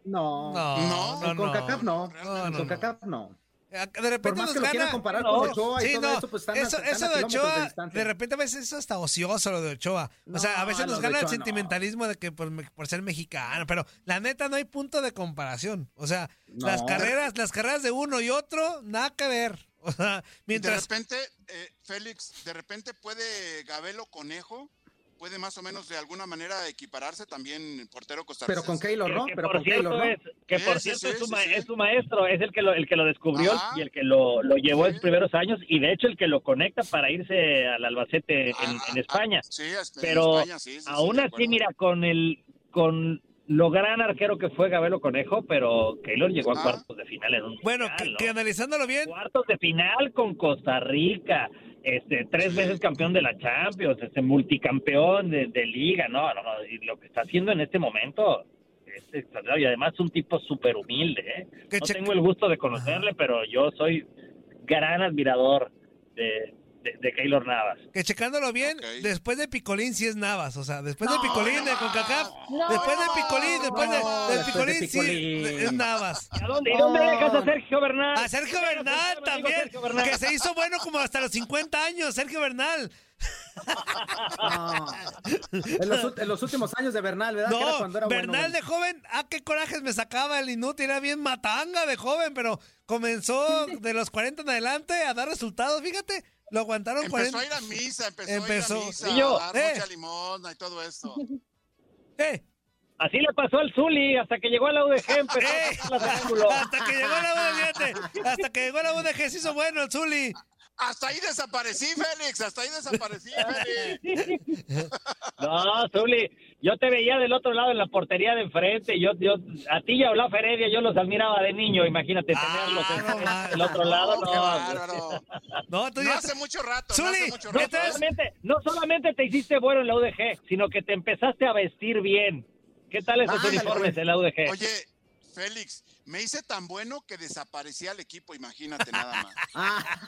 [SPEAKER 2] No, no,
[SPEAKER 1] No, no,
[SPEAKER 2] con CACAF
[SPEAKER 1] no.
[SPEAKER 2] no.
[SPEAKER 1] No, no, no.
[SPEAKER 2] Con CACAF no.
[SPEAKER 1] De repente
[SPEAKER 2] Por más
[SPEAKER 1] nos
[SPEAKER 2] que lo quieran
[SPEAKER 1] gana-
[SPEAKER 2] comparar
[SPEAKER 8] No.
[SPEAKER 2] con Ochoa y
[SPEAKER 1] Sí,
[SPEAKER 2] todo
[SPEAKER 1] no.
[SPEAKER 2] eso, pues están a-
[SPEAKER 1] Eso,
[SPEAKER 2] están a
[SPEAKER 1] eso de
[SPEAKER 2] kilómetros de
[SPEAKER 1] Ochoa, de,
[SPEAKER 2] distancia.
[SPEAKER 1] repente a veces es hasta ocioso lo de Ochoa. O sea, a
[SPEAKER 2] No,
[SPEAKER 1] veces nos
[SPEAKER 2] lo de
[SPEAKER 1] gana el
[SPEAKER 2] Ochoa no.
[SPEAKER 1] sentimentalismo de que por, me- por ser mexicano, pero la neta no hay punto de comparación. O sea,
[SPEAKER 2] No.
[SPEAKER 1] las carreras, las carreras de uno y otro, nada que ver. O sea, mientras
[SPEAKER 3] De repente, eh, Félix, de repente puede Gabelo Conejo, puede más o menos de alguna manera equipararse también portero
[SPEAKER 2] Pero
[SPEAKER 3] costarricense.
[SPEAKER 2] con Keylor,
[SPEAKER 8] que,
[SPEAKER 2] ¿no?
[SPEAKER 8] que
[SPEAKER 2] Pero
[SPEAKER 8] por
[SPEAKER 2] con
[SPEAKER 8] cierto
[SPEAKER 2] Keylor, ¿no?
[SPEAKER 8] es que
[SPEAKER 3] Sí,
[SPEAKER 8] por
[SPEAKER 3] sí,
[SPEAKER 8] cierto
[SPEAKER 3] sí,
[SPEAKER 8] es, su
[SPEAKER 3] sí,
[SPEAKER 8] ma-
[SPEAKER 3] sí.
[SPEAKER 8] es su maestro es el que lo el que lo descubrió
[SPEAKER 3] Ajá.
[SPEAKER 8] y el que lo, lo llevó
[SPEAKER 3] Sí.
[SPEAKER 8] en sus primeros años y de hecho el que lo conecta para irse al Albacete en,
[SPEAKER 3] Ah, ah,
[SPEAKER 8] en España
[SPEAKER 3] Sí, es- en
[SPEAKER 8] Pero
[SPEAKER 3] España, sí, sí, sí,
[SPEAKER 8] aún
[SPEAKER 3] de
[SPEAKER 8] así
[SPEAKER 3] acuerdo.
[SPEAKER 8] mira con el con lo gran arquero que fue Gabelo Conejo pero Keylor llegó a
[SPEAKER 3] Ah.
[SPEAKER 8] cuartos de final en un
[SPEAKER 1] Bueno,
[SPEAKER 8] mundial,
[SPEAKER 1] que,
[SPEAKER 8] ¿no?
[SPEAKER 1] que analizándolo bien,
[SPEAKER 8] cuartos de final con Costa Rica, este tres veces campeón de la Champions, este multicampeón de, de liga, no, no, no, y lo que está haciendo en este momento es extraordinario y además un tipo súper humilde, ¿eh?
[SPEAKER 1] que
[SPEAKER 8] no
[SPEAKER 1] cheque-
[SPEAKER 8] tengo el gusto de conocerle, pero yo soy gran admirador de, de, de Keylor Navas.
[SPEAKER 1] Que checándolo bien,
[SPEAKER 3] Ok.
[SPEAKER 1] después de Picolín sí es Navas. O sea, después de
[SPEAKER 3] No,
[SPEAKER 1] Picolín de
[SPEAKER 3] no.
[SPEAKER 1] Concacaf,
[SPEAKER 5] No,
[SPEAKER 1] después de Picolín, después de,
[SPEAKER 3] no,
[SPEAKER 1] del
[SPEAKER 2] después de
[SPEAKER 1] Picolín, sí
[SPEAKER 2] Picolín.
[SPEAKER 1] es Navas.
[SPEAKER 8] ¿Y a dónde, y dónde dejas a Sergio Bernal?
[SPEAKER 1] A Sergio
[SPEAKER 2] pues,
[SPEAKER 1] Bernal también,
[SPEAKER 8] Sergio Bernal.
[SPEAKER 1] que se hizo bueno como hasta los 50 años, Sergio Bernal.
[SPEAKER 2] No. Ah. En, los, ult- en los últimos años de Bernal, ¿verdad? Que era
[SPEAKER 1] No,
[SPEAKER 2] cuando era bueno,
[SPEAKER 1] Bernal de joven, ah, qué corajes me sacaba el inútil, era bien matanga de joven, pero comenzó de los 40 en adelante a dar resultados, fíjate, lo aguantaron
[SPEAKER 3] Empezó
[SPEAKER 1] 40.
[SPEAKER 3] a ir a misa, empezó, a ir
[SPEAKER 1] Empezó.
[SPEAKER 3] a misa,
[SPEAKER 8] Niño,
[SPEAKER 3] a dar
[SPEAKER 1] eh.
[SPEAKER 3] mucha limosna y todo eso.
[SPEAKER 1] Eh,
[SPEAKER 8] Así le pasó al Zuli hasta que llegó a la UDG, empezó a
[SPEAKER 1] eh,
[SPEAKER 8] hacer la triángulo.
[SPEAKER 1] hasta que llegó la UDG, fíjate, hasta que llegó la UDG se hizo bueno el Zuli.
[SPEAKER 3] Hasta ahí desaparecí, Félix, hasta ahí desaparecí, Félix.
[SPEAKER 8] No, Zuli, yo te veía del otro lado en la portería de enfrente. Yo, yo, a ti y a Olaf Heredia, yo los admiraba de niño. Imagínate tenerlos
[SPEAKER 1] Ah, no
[SPEAKER 8] enfrente
[SPEAKER 1] más.
[SPEAKER 8] del otro
[SPEAKER 3] No,
[SPEAKER 8] lado.
[SPEAKER 3] Oh, qué
[SPEAKER 8] No,
[SPEAKER 3] bárbaro.
[SPEAKER 1] No, tú
[SPEAKER 3] No
[SPEAKER 1] ya-
[SPEAKER 3] hace mucho rato, no
[SPEAKER 1] Zuli,
[SPEAKER 3] hace mucho
[SPEAKER 1] no
[SPEAKER 8] no,
[SPEAKER 3] rato.
[SPEAKER 1] te-
[SPEAKER 3] ¿eh?
[SPEAKER 8] solamente, no solamente te hiciste bueno en la UDG, sino que te empezaste a vestir bien. ¿Qué tal esos
[SPEAKER 3] Ándale,
[SPEAKER 8] uniformes en la UDG?
[SPEAKER 3] ¿eh? Oye, Félix, me hice tan bueno que desaparecía el equipo, imagínate nada más.
[SPEAKER 2] Ah,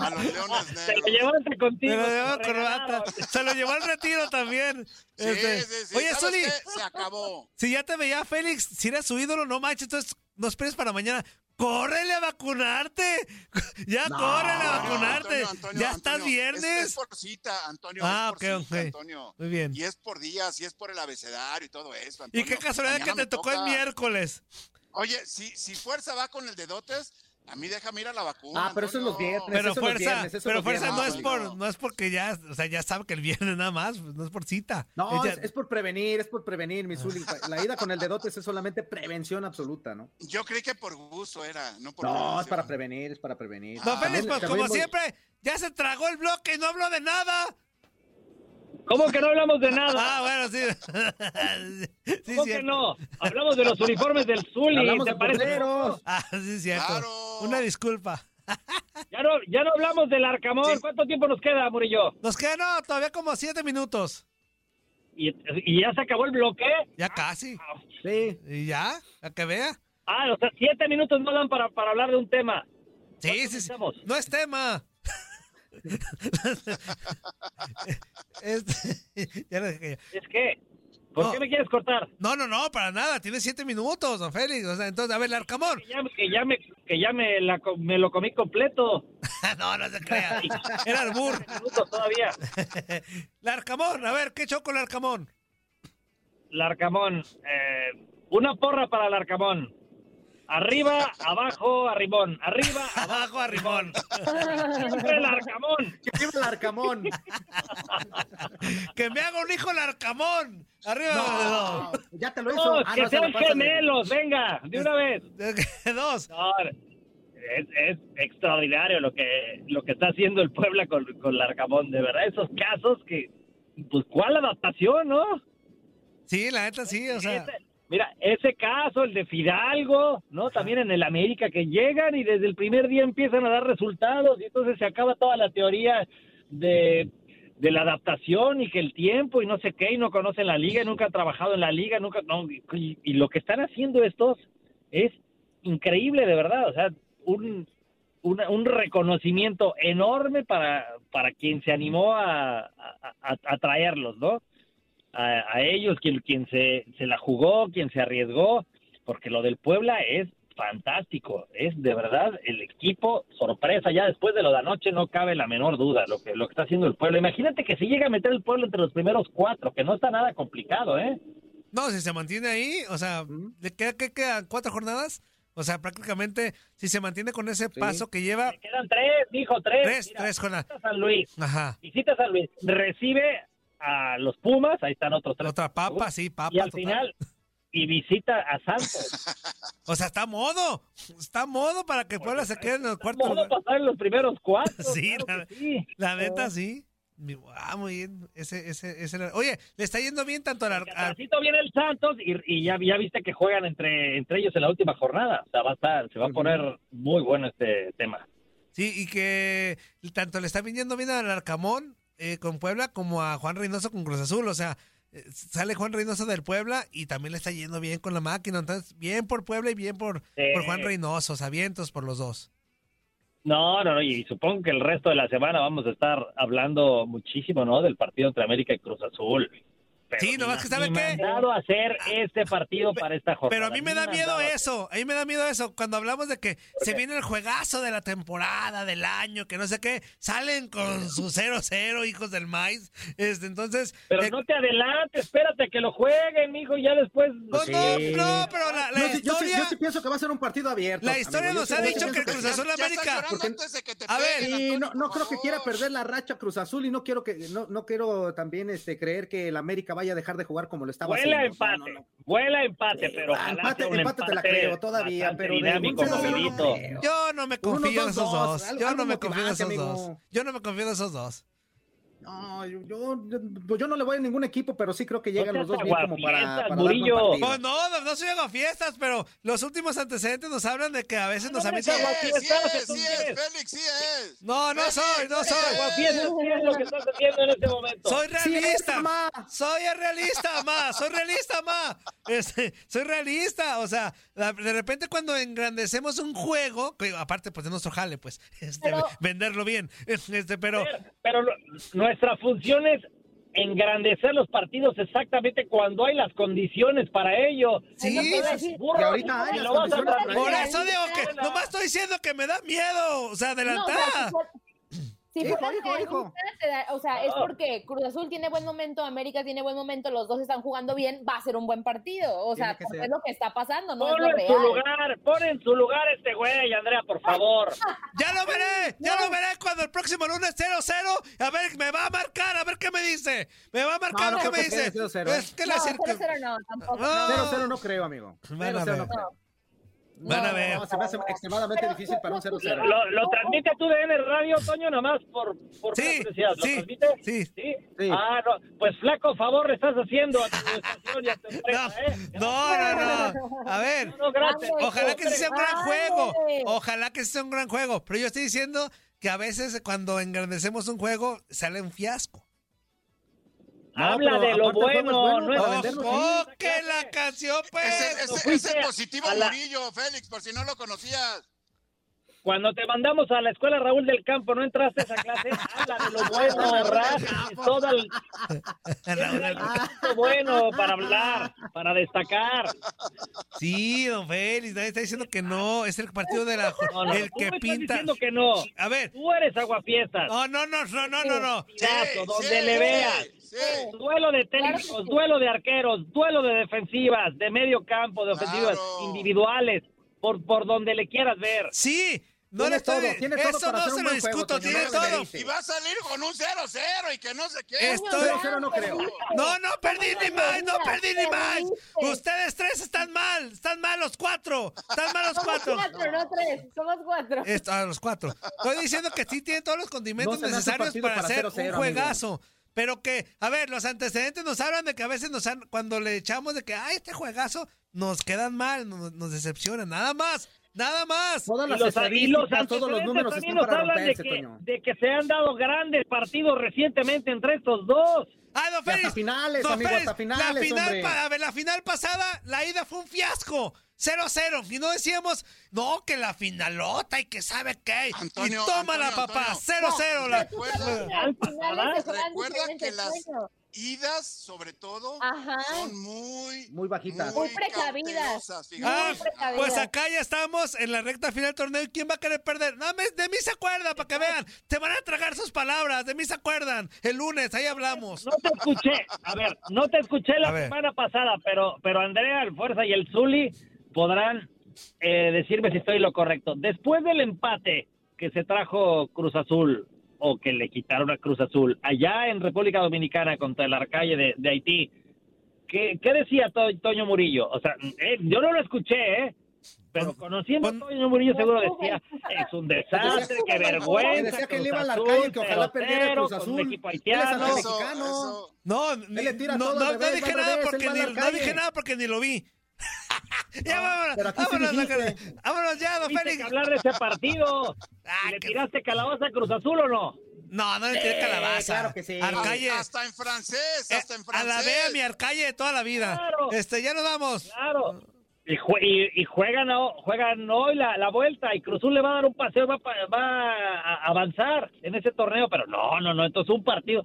[SPEAKER 3] A los Leones
[SPEAKER 8] te
[SPEAKER 3] Negros.
[SPEAKER 8] lo llevaste contigo.
[SPEAKER 1] Se lo llevó
[SPEAKER 8] te
[SPEAKER 1] corbata.
[SPEAKER 8] regalaron.
[SPEAKER 1] Se lo llevó al retiro también.
[SPEAKER 3] Sí,
[SPEAKER 1] Este,
[SPEAKER 3] sí, sí.
[SPEAKER 1] Oye,
[SPEAKER 3] ¿Sabes
[SPEAKER 1] Zuli,
[SPEAKER 3] qué? Se acabó.
[SPEAKER 1] si ya te veía Félix, si eras su ídolo, no manches, entonces no esperes para mañana. ¡Córrele a vacunarte! ¡Ya
[SPEAKER 2] No,
[SPEAKER 1] córrele a
[SPEAKER 3] Antonio,
[SPEAKER 1] vacunarte!
[SPEAKER 3] Antonio, Antonio,
[SPEAKER 1] ¡Ya estás
[SPEAKER 3] Antonio, es-
[SPEAKER 1] viernes!
[SPEAKER 3] Es, por cita, Antonio.
[SPEAKER 1] Ah,
[SPEAKER 3] es por
[SPEAKER 1] ok,
[SPEAKER 3] cita,
[SPEAKER 1] ok.
[SPEAKER 3] Antonio.
[SPEAKER 1] Muy bien.
[SPEAKER 3] Y es por días, y es por el abecedario y todo
[SPEAKER 1] Y
[SPEAKER 3] eso. Antonio.
[SPEAKER 1] qué casualidad que
[SPEAKER 3] Mañana
[SPEAKER 1] te
[SPEAKER 3] me
[SPEAKER 1] tocó el
[SPEAKER 3] toca.
[SPEAKER 1] miércoles.
[SPEAKER 3] Oye, si, si fuerza va con el de dotes, a mí déjame ir a la vacuna.
[SPEAKER 2] Ah, pero eso es los
[SPEAKER 3] Antonio.
[SPEAKER 2] viernes.
[SPEAKER 1] Pero
[SPEAKER 2] eso los
[SPEAKER 1] fuerza,
[SPEAKER 2] viernes, eso
[SPEAKER 1] pero
[SPEAKER 2] los
[SPEAKER 1] fuerza no
[SPEAKER 3] viernes,
[SPEAKER 1] es por,
[SPEAKER 3] Antonio.
[SPEAKER 1] no es porque ya, o sea, ya sabe que el viernes nada más, pues, no es por cita.
[SPEAKER 2] no,
[SPEAKER 1] Ella-
[SPEAKER 2] es, es por prevenir, es por prevenir, mi Zuli. La ida con el dedote es solamente prevención absoluta, ¿no?
[SPEAKER 3] Yo creí que por gusto era, no por
[SPEAKER 2] No, es
[SPEAKER 3] obligación.
[SPEAKER 2] para prevenir, es para prevenir.
[SPEAKER 3] Ah,
[SPEAKER 1] No,
[SPEAKER 2] También-
[SPEAKER 1] Félix, pues
[SPEAKER 2] también
[SPEAKER 1] como
[SPEAKER 2] voy-
[SPEAKER 1] siempre, ya se tragó el bloque y no habló de nada.
[SPEAKER 8] ¿Cómo que no hablamos de nada?
[SPEAKER 1] Ah, bueno, sí. sí,
[SPEAKER 8] ¿Cómo que
[SPEAKER 1] cierto.
[SPEAKER 8] no? Hablamos de los uniformes del Zuli.
[SPEAKER 2] Hablamos
[SPEAKER 8] ¿Te
[SPEAKER 2] de
[SPEAKER 8] parece?
[SPEAKER 2] porteros.
[SPEAKER 1] Ah, sí, cierto.
[SPEAKER 3] Claro.
[SPEAKER 1] Una disculpa.
[SPEAKER 8] Ya no, ya no hablamos del Arcamón.
[SPEAKER 3] Sí.
[SPEAKER 8] ¿Cuánto tiempo nos queda, Murillo?
[SPEAKER 1] Nos quedan no, todavía como siete minutos.
[SPEAKER 8] ¿Y, y ya se acabó el bloque?
[SPEAKER 1] Ya casi.
[SPEAKER 2] Sí.
[SPEAKER 1] ¿Y ya? ¿A que vea?
[SPEAKER 8] Ah, o sea, siete minutos no dan para, para hablar de un tema.
[SPEAKER 1] Sí, sí, sí.
[SPEAKER 8] estamos?
[SPEAKER 1] No es tema. Este, ya lo dejé.
[SPEAKER 8] Es que, ¿por
[SPEAKER 1] No.
[SPEAKER 8] qué me quieres cortar?
[SPEAKER 1] No, no, no, para nada. Tiene siete minutos, don Félix. O sea, entonces, a ver, Arcamón.
[SPEAKER 8] Que ya, que ya me, que ya me, la co- me lo comí completo.
[SPEAKER 1] no, no se crea. Era Arbur.
[SPEAKER 8] Minutos todavía.
[SPEAKER 1] Larcamón, a ver, ¿qué choco el Arcamón?
[SPEAKER 8] Larcamón. eh, una porra para Larcamón. Arriba, abajo, arrimón. Arriba,
[SPEAKER 1] Abajo a Rimón.
[SPEAKER 8] siempre Larcamón.
[SPEAKER 2] Que viva el Arcamón.
[SPEAKER 1] Que me haga un hijo el Arcamón. Arriba,
[SPEAKER 2] No, Oh, ya te lo hizo.
[SPEAKER 8] No,
[SPEAKER 2] Ah,
[SPEAKER 8] Oh, que
[SPEAKER 2] no, se lo
[SPEAKER 8] sean
[SPEAKER 2] pasa de-
[SPEAKER 8] gemelos, venga, de una vez.
[SPEAKER 1] Dos. Dos.
[SPEAKER 8] No, es, es extraordinario lo que lo que está haciendo el Puebla con, con Larcamón, de verdad. Esos casos que, pues, ¿cuál adaptación, no?
[SPEAKER 1] Sí, la neta sí, o sea.
[SPEAKER 8] Ese- mira, ese caso, el de Fidalgo, ¿no? También en el América, que llegan y desde el primer día empiezan a dar resultados y entonces se acaba toda la teoría de, de la adaptación y que el tiempo y no sé qué, y no conocen la liga, y nunca han trabajado en la liga, nunca... No, y, y lo que están haciendo estos es increíble, de verdad, o sea, un... una- un reconocimiento enorme para, para quien se animó a, a- a- a traerlos, ¿no? a, a ellos, quien, quien se, se la jugó, quien se arriesgó, porque lo del Puebla es fantástico, es de verdad el equipo sorpresa, ya después de lo de anoche no cabe la menor duda lo que, lo que está haciendo el Puebla. Imagínate que si llega a meter el Puebla entre los primeros cuatro, que no está nada complicado, ¿eh?
[SPEAKER 1] No, si se mantiene ahí, o sea,
[SPEAKER 2] Ujú.
[SPEAKER 1] ¿le queda, qué quedan? ¿Cuatro jornadas? O sea, prácticamente, si se mantiene con ese
[SPEAKER 2] Sí.
[SPEAKER 1] paso que lleva,
[SPEAKER 8] Me quedan tres, dijo tres.
[SPEAKER 1] Ah. tres,
[SPEAKER 8] Mira,
[SPEAKER 1] tres jornadas.
[SPEAKER 8] visita San Luis,
[SPEAKER 1] Ajá.
[SPEAKER 8] visita San Luis, recibe a los Pumas, ahí están otros tres.
[SPEAKER 1] Otra papa, sí, papa.
[SPEAKER 8] y al
[SPEAKER 1] total.
[SPEAKER 8] final, y visita a Santos.
[SPEAKER 1] O sea, está a modo. Está a modo para que Puebla se quede en el cuarto
[SPEAKER 8] Vamos a
[SPEAKER 1] lugar.
[SPEAKER 8] pasar en los primeros cuatro.
[SPEAKER 1] Sí,
[SPEAKER 8] claro
[SPEAKER 1] la-
[SPEAKER 8] que sí.
[SPEAKER 1] La neta, sí. Mi- Ah, muy bien. Ese, ese, ese. Oye, le está yendo bien tanto al. ar- al-
[SPEAKER 8] Atrasito viene el Santos y, y ya, ya viste que juegan entre, entre ellos en la última jornada. O sea, va a estar, se va a
[SPEAKER 2] Ujú.
[SPEAKER 8] poner muy bueno este tema.
[SPEAKER 1] Sí, y que tanto le está viniendo bien al Arcamón eh, con Puebla como a Juan Reynoso con Cruz Azul. O sea, eh, sale Juan Reynoso del Puebla y también le está yendo bien con la máquina. Entonces, bien por Puebla y bien por,
[SPEAKER 8] Eh,
[SPEAKER 1] por Juan Reynoso. O sea, vientos por los dos.
[SPEAKER 8] No, no, no, y supongo que el resto de la semana vamos a estar hablando muchísimo, ¿no? Del partido entre América y Cruz Azul.
[SPEAKER 1] Pero sí, nomás que sabe qué.
[SPEAKER 8] Mandado a hacer este partido para esta jornada.
[SPEAKER 1] Pero a mí me da miedo eso, a mí me da miedo eso. Cuando hablamos de que se viene el juegazo de la temporada, del año, que no sé qué, salen con su 0-0, hijos del maíz. Este, entonces.
[SPEAKER 8] Pero
[SPEAKER 1] eh,
[SPEAKER 8] no te adelantes, espérate a que lo jueguen, hijo, ya después.
[SPEAKER 1] No, no, no, pero la, la
[SPEAKER 2] No, sí, yo, sí-
[SPEAKER 1] historia.
[SPEAKER 2] yo sí pienso que va a ser un partido abierto.
[SPEAKER 1] La historia
[SPEAKER 2] amigo.
[SPEAKER 1] nos
[SPEAKER 2] Yo sí-
[SPEAKER 1] ha
[SPEAKER 2] yo sí
[SPEAKER 1] dicho que
[SPEAKER 2] pienso
[SPEAKER 1] el Cruz Azul
[SPEAKER 3] Ya está
[SPEAKER 1] América.
[SPEAKER 3] llorando
[SPEAKER 2] Porque-
[SPEAKER 3] antes de que te
[SPEAKER 1] A ver,
[SPEAKER 3] peguen,
[SPEAKER 2] Y
[SPEAKER 3] Antonio,
[SPEAKER 2] no, no
[SPEAKER 3] por
[SPEAKER 2] creo que
[SPEAKER 3] favor.
[SPEAKER 2] quiera perder la racha Cruz Azul y no quiero que no, no quiero también este creer que el América vaya a dejar de jugar como lo estaba
[SPEAKER 8] Vuela
[SPEAKER 2] haciendo.
[SPEAKER 8] empate,
[SPEAKER 2] No, no, no.
[SPEAKER 8] vuela empate, pero
[SPEAKER 2] Ah,
[SPEAKER 8] ojalá
[SPEAKER 2] empate,
[SPEAKER 8] sea un
[SPEAKER 2] empate te la creo todavía,
[SPEAKER 8] bastante
[SPEAKER 2] pero de
[SPEAKER 8] dinámico,
[SPEAKER 2] un cero no
[SPEAKER 8] movidito.
[SPEAKER 2] creo.
[SPEAKER 1] Yo no me confío
[SPEAKER 2] Uno,
[SPEAKER 1] en
[SPEAKER 2] dos,
[SPEAKER 1] esos
[SPEAKER 2] dos,
[SPEAKER 1] dos.
[SPEAKER 2] al-
[SPEAKER 1] Yo
[SPEAKER 2] algo
[SPEAKER 1] no me confío en esos
[SPEAKER 2] motivante,
[SPEAKER 1] dos.
[SPEAKER 2] amigo.
[SPEAKER 1] Yo no me confío en esos dos.
[SPEAKER 2] No, yo, yo, yo no le voy a ningún equipo, pero sí creo que llegan
[SPEAKER 8] No
[SPEAKER 2] los
[SPEAKER 8] seas
[SPEAKER 2] dos bien como para,
[SPEAKER 8] aguafiestas,
[SPEAKER 2] para dar
[SPEAKER 8] Murillo.
[SPEAKER 2] buen
[SPEAKER 1] Pues
[SPEAKER 2] partido.
[SPEAKER 1] no, no, no soy fiestas, pero los últimos antecedentes nos hablan de que a veces nos
[SPEAKER 8] No, no,
[SPEAKER 1] amita.
[SPEAKER 8] no,
[SPEAKER 3] Sí,
[SPEAKER 8] Aquí
[SPEAKER 3] sí
[SPEAKER 8] estamos,
[SPEAKER 3] es, sí
[SPEAKER 8] entonces.
[SPEAKER 3] es, Félix, sí es.
[SPEAKER 1] No, no soy, no soy.
[SPEAKER 8] Aguafiestas, ¿qué es lo que estás haciendo en este momento?
[SPEAKER 1] Soy
[SPEAKER 2] Sí,
[SPEAKER 1] realista.
[SPEAKER 2] es, ma.
[SPEAKER 1] Soy realista, ma. Soy realista, ma. Este, soy realista. O sea, la- de repente cuando engrandecemos un juego, que aparte pues de nuestro jale, pues, este,
[SPEAKER 5] Pero-
[SPEAKER 1] venderlo bien. Este, pero
[SPEAKER 8] Pero lo- nuestra función es engrandecer los partidos exactamente cuando hay las condiciones para ello.
[SPEAKER 1] Sí,
[SPEAKER 8] No
[SPEAKER 1] sí,
[SPEAKER 8] seas
[SPEAKER 5] sí.
[SPEAKER 8] burro,
[SPEAKER 2] Y ahorita hay
[SPEAKER 8] y
[SPEAKER 2] las
[SPEAKER 8] lo vas a
[SPEAKER 2] condiciones
[SPEAKER 8] tratar-
[SPEAKER 1] por
[SPEAKER 5] Mira,
[SPEAKER 1] eso digo que
[SPEAKER 5] mira.
[SPEAKER 1] nomás estoy diciendo que me da miedo. O sea,
[SPEAKER 5] No, o sea,
[SPEAKER 1] adelantada.
[SPEAKER 5] si fuera-
[SPEAKER 1] Eh,
[SPEAKER 5] si
[SPEAKER 2] Hijo,
[SPEAKER 5] fuera
[SPEAKER 2] hijo, hijo.
[SPEAKER 5] realista, te da- o sea, es porque Cruz Azul tiene buen momento, América tiene buen momento, los dos están jugando bien, va a ser un buen partido. O sea,
[SPEAKER 2] Tiene que
[SPEAKER 5] porque
[SPEAKER 2] ser.
[SPEAKER 5] es lo que está pasando, no es
[SPEAKER 8] Ponlo
[SPEAKER 5] lo
[SPEAKER 8] en su
[SPEAKER 5] real.
[SPEAKER 8] lugar, pon en su lugar este güey, Andrea, por favor.
[SPEAKER 1] Ya lo veré, ya lo veré cuando el próximo lunes 0-0. A ver, me va a marcar, a ver qué me dice. Me va a marcar
[SPEAKER 2] No, no
[SPEAKER 1] qué
[SPEAKER 2] creo
[SPEAKER 1] me
[SPEAKER 2] que quede
[SPEAKER 1] dice.
[SPEAKER 2] 0-0,
[SPEAKER 1] Es que la
[SPEAKER 5] no,
[SPEAKER 1] circun-
[SPEAKER 5] 0-0 no, tampoco.
[SPEAKER 1] Ah,
[SPEAKER 2] Cero, cero no creo, amigo.
[SPEAKER 1] Van
[SPEAKER 2] Cero,
[SPEAKER 1] a
[SPEAKER 2] cero no
[SPEAKER 1] ver.
[SPEAKER 2] creo.
[SPEAKER 1] Van a
[SPEAKER 5] No,
[SPEAKER 1] ver.
[SPEAKER 2] No, se me hace extremadamente
[SPEAKER 5] Pero-
[SPEAKER 2] difícil para un 0-0.
[SPEAKER 8] Lo, lo transmite tú de N Radio, Toño, nomás por, por
[SPEAKER 1] Sí,
[SPEAKER 8] pura curiosidad. ¿Lo
[SPEAKER 1] sí,
[SPEAKER 8] transmite?
[SPEAKER 1] sí.
[SPEAKER 2] Sí.
[SPEAKER 8] Ah, no. Pues flaco favor le estás haciendo a tu estación y a tu empresa, ¿eh?
[SPEAKER 1] No, no, no, no. A ver.
[SPEAKER 8] No, gracias.
[SPEAKER 5] Vamos,
[SPEAKER 1] Ojalá que sí sea un gran juego.
[SPEAKER 5] Ándale.
[SPEAKER 1] Ojalá que sí sea un gran juego. Pero yo estoy diciendo que a veces cuando engrandecemos un juego sale un fiasco.
[SPEAKER 8] Habla
[SPEAKER 2] No, pero
[SPEAKER 8] de lo
[SPEAKER 2] aparte el juego es
[SPEAKER 8] bueno,
[SPEAKER 2] bueno
[SPEAKER 8] no
[SPEAKER 2] para
[SPEAKER 8] es-
[SPEAKER 1] ¡Oh,
[SPEAKER 2] vendernos,
[SPEAKER 1] oh,
[SPEAKER 8] sí.
[SPEAKER 1] que la canción,
[SPEAKER 3] Ese,
[SPEAKER 1] pues!
[SPEAKER 3] ese-
[SPEAKER 8] fuiste
[SPEAKER 3] ese positivo
[SPEAKER 8] a la-
[SPEAKER 3] Murillo, Félix, por si no lo conocías.
[SPEAKER 8] Cuando te mandamos a la escuela Raúl del Campo, no entraste a esa clase, habla de lo bueno, raza, y todo el
[SPEAKER 2] Ah.
[SPEAKER 8] lo bueno para hablar, para destacar.
[SPEAKER 1] Sí, don Félix, nadie está diciendo que no. Es el partido de la.
[SPEAKER 8] No, no,
[SPEAKER 1] El
[SPEAKER 8] tú
[SPEAKER 1] que
[SPEAKER 8] me estás
[SPEAKER 1] pinta.
[SPEAKER 8] diciendo que no.
[SPEAKER 1] A ver,
[SPEAKER 8] Tú eres aguafiestas.
[SPEAKER 2] Oh,
[SPEAKER 1] No, no, no, no, no, no, no.
[SPEAKER 8] Tirazo,
[SPEAKER 3] Sí,
[SPEAKER 8] donde
[SPEAKER 3] sí,
[SPEAKER 8] le
[SPEAKER 3] sí,
[SPEAKER 8] veas.
[SPEAKER 3] sí.
[SPEAKER 8] Duelo de técnicos,
[SPEAKER 5] Claro que sí.
[SPEAKER 8] duelo de arqueros, duelo de defensivas, de medio campo, de ofensivas
[SPEAKER 3] Claro.
[SPEAKER 8] individuales, por, por donde le quieras ver.
[SPEAKER 1] Sí, no
[SPEAKER 2] Tiene
[SPEAKER 1] le estoy.
[SPEAKER 2] todo, tiene todo
[SPEAKER 1] eso
[SPEAKER 2] para
[SPEAKER 1] no
[SPEAKER 2] hacer
[SPEAKER 1] se
[SPEAKER 2] un
[SPEAKER 1] lo
[SPEAKER 2] buen juego,
[SPEAKER 1] discuto,
[SPEAKER 2] Toño,
[SPEAKER 1] tiene
[SPEAKER 2] no
[SPEAKER 1] todo.
[SPEAKER 2] Sí.
[SPEAKER 3] Y va a salir con un 0-0 y que no sé qué.
[SPEAKER 1] Esto-
[SPEAKER 5] Coño,
[SPEAKER 1] Estoy-
[SPEAKER 2] Cero, no creo.
[SPEAKER 1] No, no perdí ni más, no perdí ni más.
[SPEAKER 5] Usted
[SPEAKER 1] Ustedes tres están mal, están mal los cuatro, están mal los
[SPEAKER 5] somos
[SPEAKER 1] cuatro. Eh,
[SPEAKER 5] cuatro, no tres, somos cuatro.
[SPEAKER 1] Esto, a los cuatro. Estoy diciendo que sí tiene todos los condimentos
[SPEAKER 2] No se me hace
[SPEAKER 1] necesarios
[SPEAKER 2] partido
[SPEAKER 1] para,
[SPEAKER 2] para
[SPEAKER 1] hacer
[SPEAKER 2] 0-0,
[SPEAKER 1] un juegazo. Pero que, a ver, los antecedentes nos hablan de que a veces nos han, cuando le echamos de que, ay, este juegazo, nos quedan mal, nos, nos decepcionan. Nada más, nada más.
[SPEAKER 2] Todas las
[SPEAKER 8] y los, y los
[SPEAKER 2] estadísticas, todos los
[SPEAKER 8] antecedentes
[SPEAKER 2] números
[SPEAKER 8] también
[SPEAKER 2] están
[SPEAKER 8] nos
[SPEAKER 2] para
[SPEAKER 8] hablan de
[SPEAKER 2] romperse,
[SPEAKER 8] que,
[SPEAKER 2] Toño.
[SPEAKER 8] de que se han dado grandes partidos recientemente entre estos dos.
[SPEAKER 1] Ay, don
[SPEAKER 2] Y hasta
[SPEAKER 1] Félix.
[SPEAKER 2] finales,
[SPEAKER 1] don
[SPEAKER 2] amigo,
[SPEAKER 1] Félix,
[SPEAKER 2] hasta finales,
[SPEAKER 1] la final,
[SPEAKER 2] hombre.
[SPEAKER 1] pa- a ver, la final pasada, la ida fue un fiasco. 0-0. Y no decíamos, no, que la finalota y que sabe qué.
[SPEAKER 3] Antonio,
[SPEAKER 1] y tómala,
[SPEAKER 3] Antonio,
[SPEAKER 1] papá.
[SPEAKER 3] Antonio.
[SPEAKER 1] 0-0.
[SPEAKER 3] No,
[SPEAKER 1] la-
[SPEAKER 5] Tú sabes que
[SPEAKER 1] la-
[SPEAKER 5] al final se juegan
[SPEAKER 3] Recuerda
[SPEAKER 5] diferentes
[SPEAKER 3] que las-
[SPEAKER 5] sueños.
[SPEAKER 3] Idas, sobre todo,
[SPEAKER 5] Ajá.
[SPEAKER 3] son muy...
[SPEAKER 2] Muy bajitas.
[SPEAKER 5] Muy precavidas.
[SPEAKER 3] cautelosas,
[SPEAKER 1] Ah,
[SPEAKER 3] fíjate.
[SPEAKER 5] Muy precavidas.
[SPEAKER 1] pues acá ya estamos en la recta final del torneo. ¿Y quién va a querer perder? No, me- de mí se acuerda, para que vean. Te van a tragar sus palabras. De mí se acuerdan. El lunes, ahí hablamos.
[SPEAKER 8] No te escuché, a ver, no te escuché
[SPEAKER 1] A
[SPEAKER 8] la
[SPEAKER 1] ver.
[SPEAKER 8] semana pasada, pero, pero Andrea, el Fuerza y el Zuli podrán eh, decirme si estoy lo correcto. Después del empate que se trajo Cruz Azul o que le quitaron a Cruz Azul allá en República Dominicana contra el Arcalle de, de Haití, ¿qué, qué decía To- Toño Murillo? O sea, eh, yo no lo escuché, ¿eh? Pero
[SPEAKER 1] Pon-
[SPEAKER 8] conociendo
[SPEAKER 1] pon-
[SPEAKER 8] a Toño Murillo seguro
[SPEAKER 5] Pon-
[SPEAKER 8] decía, es un desastre,
[SPEAKER 2] Decía-
[SPEAKER 8] qué
[SPEAKER 2] Le
[SPEAKER 8] vergüenza.
[SPEAKER 2] decía que
[SPEAKER 8] Cruz
[SPEAKER 2] le iba a la
[SPEAKER 8] Azul,
[SPEAKER 2] calle, que ojalá
[SPEAKER 8] 0-0,
[SPEAKER 2] perdiera Cruz
[SPEAKER 8] con un
[SPEAKER 2] Azul.
[SPEAKER 8] equipo
[SPEAKER 2] Él es
[SPEAKER 8] haitiano.
[SPEAKER 2] Mexicano.
[SPEAKER 3] Eso,
[SPEAKER 1] No,
[SPEAKER 2] Él le tira
[SPEAKER 1] no,
[SPEAKER 2] todo
[SPEAKER 1] no,
[SPEAKER 2] al revés,
[SPEAKER 1] no dije
[SPEAKER 2] va al
[SPEAKER 1] nada
[SPEAKER 2] revés,
[SPEAKER 1] porque
[SPEAKER 2] él va
[SPEAKER 1] ni,
[SPEAKER 2] a la
[SPEAKER 1] no dije
[SPEAKER 2] calle. Ah,
[SPEAKER 1] nada porque ni lo vi. ya vámonos,
[SPEAKER 2] pero aquí sí
[SPEAKER 1] vámonos,
[SPEAKER 2] dijiste.
[SPEAKER 1] Nacaré. vámonos ya, don
[SPEAKER 8] Tuviste
[SPEAKER 1] Félix.
[SPEAKER 8] que hablar de ese partido.
[SPEAKER 1] Ah,
[SPEAKER 8] ¿Y ¿Le
[SPEAKER 1] qué-
[SPEAKER 8] tiraste calabaza a Cruz Azul o no?
[SPEAKER 1] No, no le tiré calabaza.
[SPEAKER 2] claro que sí.
[SPEAKER 3] a-
[SPEAKER 1] Arcalle.
[SPEAKER 3] Hasta en francés,
[SPEAKER 1] eh,
[SPEAKER 3] hasta en
[SPEAKER 1] a
[SPEAKER 3] francés.
[SPEAKER 1] la vea mi arcalle de toda la vida.
[SPEAKER 8] Claro.
[SPEAKER 1] Este, ya nos vamos.
[SPEAKER 8] Claro. Y, jue- y- y juegan, ho- juegan hoy la, la vuelta y Cruzul le va a dar un paseo, va, pa- va a avanzar en ese torneo, pero no, no, no, entonces un partido.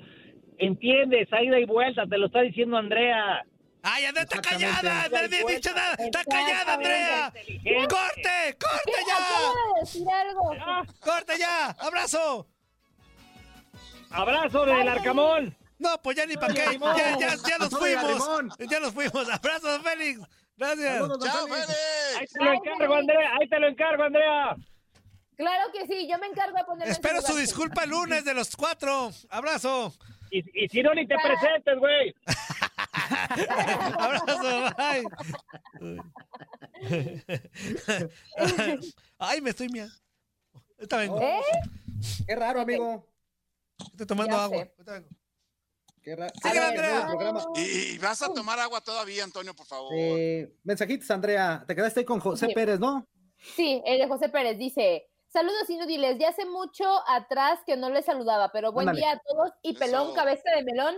[SPEAKER 8] ¿Entiendes? A ida y vuelta, te lo está diciendo Andrea.
[SPEAKER 1] ¡Ay, Andrea está callada! ¡No
[SPEAKER 8] Exactamente.
[SPEAKER 1] he dicho nada! ¡Está callada, Andrea!
[SPEAKER 8] Inteligente.
[SPEAKER 1] ¡Corte! ¡Corte
[SPEAKER 5] ¿Qué?
[SPEAKER 1] ya!
[SPEAKER 5] Acaba de decir algo.
[SPEAKER 1] ¡Corte ya! ¡Abrazo!
[SPEAKER 8] Abrazo del Arcamón.
[SPEAKER 1] No, pues ya ni para qué.
[SPEAKER 2] Limón!
[SPEAKER 1] Ya, ya, ya nos
[SPEAKER 2] Oye,
[SPEAKER 1] fuimos.
[SPEAKER 2] Limón.
[SPEAKER 1] Ya nos fuimos. Abrazos, Félix. Gracias.
[SPEAKER 2] Saludos, don
[SPEAKER 3] ¡Chao,
[SPEAKER 2] Félix.
[SPEAKER 3] Félix!
[SPEAKER 8] Ahí te lo encargo, Andrea. Ahí te lo encargo, Andrea.
[SPEAKER 5] Claro que sí, yo me encargo de poner.
[SPEAKER 1] Espero su disculpa el lunes de los cuatro. Abrazo.
[SPEAKER 8] Y, y si no, ni te presentes, güey.
[SPEAKER 1] Abrazo. Bye. Ay, me estoy mía. Ahorita vengo.
[SPEAKER 5] ¿Eh?
[SPEAKER 2] Qué raro, amigo.
[SPEAKER 1] Estoy tomando
[SPEAKER 5] Ya
[SPEAKER 1] agua.
[SPEAKER 5] sé.
[SPEAKER 1] Ahorita vengo.
[SPEAKER 2] Qué raro.
[SPEAKER 1] Sí, Andrea.
[SPEAKER 3] Y, y vas a tomar agua todavía, Antonio, por favor.
[SPEAKER 2] Eh, mensajitos, Andrea. Te quedaste ahí con José
[SPEAKER 5] Sí.
[SPEAKER 2] Pérez, ¿no?
[SPEAKER 5] Sí, el de José Pérez dice. Saludos inútiles. Ya hace mucho atrás que no les saludaba, pero buen
[SPEAKER 2] Ándale.
[SPEAKER 5] día a todos. Y
[SPEAKER 3] Eso.
[SPEAKER 5] pelón, cabeza de melón,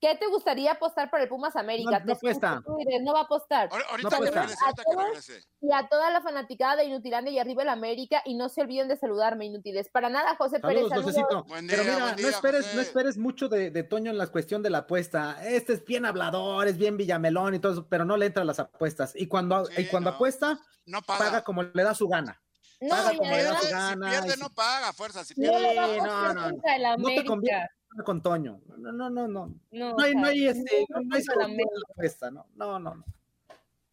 [SPEAKER 5] ¿qué te gustaría apostar para el Pumas América?
[SPEAKER 2] No-
[SPEAKER 5] Te
[SPEAKER 2] no
[SPEAKER 5] escucho,
[SPEAKER 2] apuesta.
[SPEAKER 5] tú, Irene, no va a apostar.
[SPEAKER 3] Ahor-
[SPEAKER 2] No,
[SPEAKER 3] Ahorita
[SPEAKER 2] pues,
[SPEAKER 3] que
[SPEAKER 2] está.
[SPEAKER 3] regrese, ahorita que regrese.
[SPEAKER 5] Y a toda la fanaticada de Inutilandia y arriba el América. Y no se olviden de saludarme, inútiles. Para nada, José
[SPEAKER 2] Saludos,
[SPEAKER 5] Pérez.
[SPEAKER 2] Josecito.
[SPEAKER 3] Buen
[SPEAKER 2] Pero
[SPEAKER 3] día,
[SPEAKER 2] mira,
[SPEAKER 3] buen
[SPEAKER 2] no,
[SPEAKER 3] día,
[SPEAKER 2] esperes,
[SPEAKER 3] José.
[SPEAKER 2] no esperes mucho de, de Toño en la cuestión de la apuesta. Este es bien hablador, es bien villamelón y todo eso, pero no le entra a las apuestas. Y cuando,
[SPEAKER 3] Sí,
[SPEAKER 2] y cuando
[SPEAKER 3] no.
[SPEAKER 2] apuesta,
[SPEAKER 3] No
[SPEAKER 2] paga.
[SPEAKER 3] paga.
[SPEAKER 2] como le da su gana.
[SPEAKER 5] No,
[SPEAKER 2] Paga
[SPEAKER 5] y
[SPEAKER 2] como le da
[SPEAKER 5] además,
[SPEAKER 2] su
[SPEAKER 3] Si
[SPEAKER 2] gana,
[SPEAKER 3] pierde,
[SPEAKER 2] y-
[SPEAKER 3] no paga, fuerza. Si
[SPEAKER 5] no
[SPEAKER 3] pierde,
[SPEAKER 5] le va a
[SPEAKER 2] Sí,
[SPEAKER 5] apostar
[SPEAKER 2] no, no,
[SPEAKER 5] contra el
[SPEAKER 2] no te
[SPEAKER 5] América.
[SPEAKER 2] conviene. Con Toño. No, no, no, no.
[SPEAKER 5] No,
[SPEAKER 2] No hay, no hay,
[SPEAKER 5] o sea,
[SPEAKER 2] este, no, no hay
[SPEAKER 5] contra el
[SPEAKER 2] sentido
[SPEAKER 5] América.
[SPEAKER 2] en la apuesta, ¿no? No, no, no.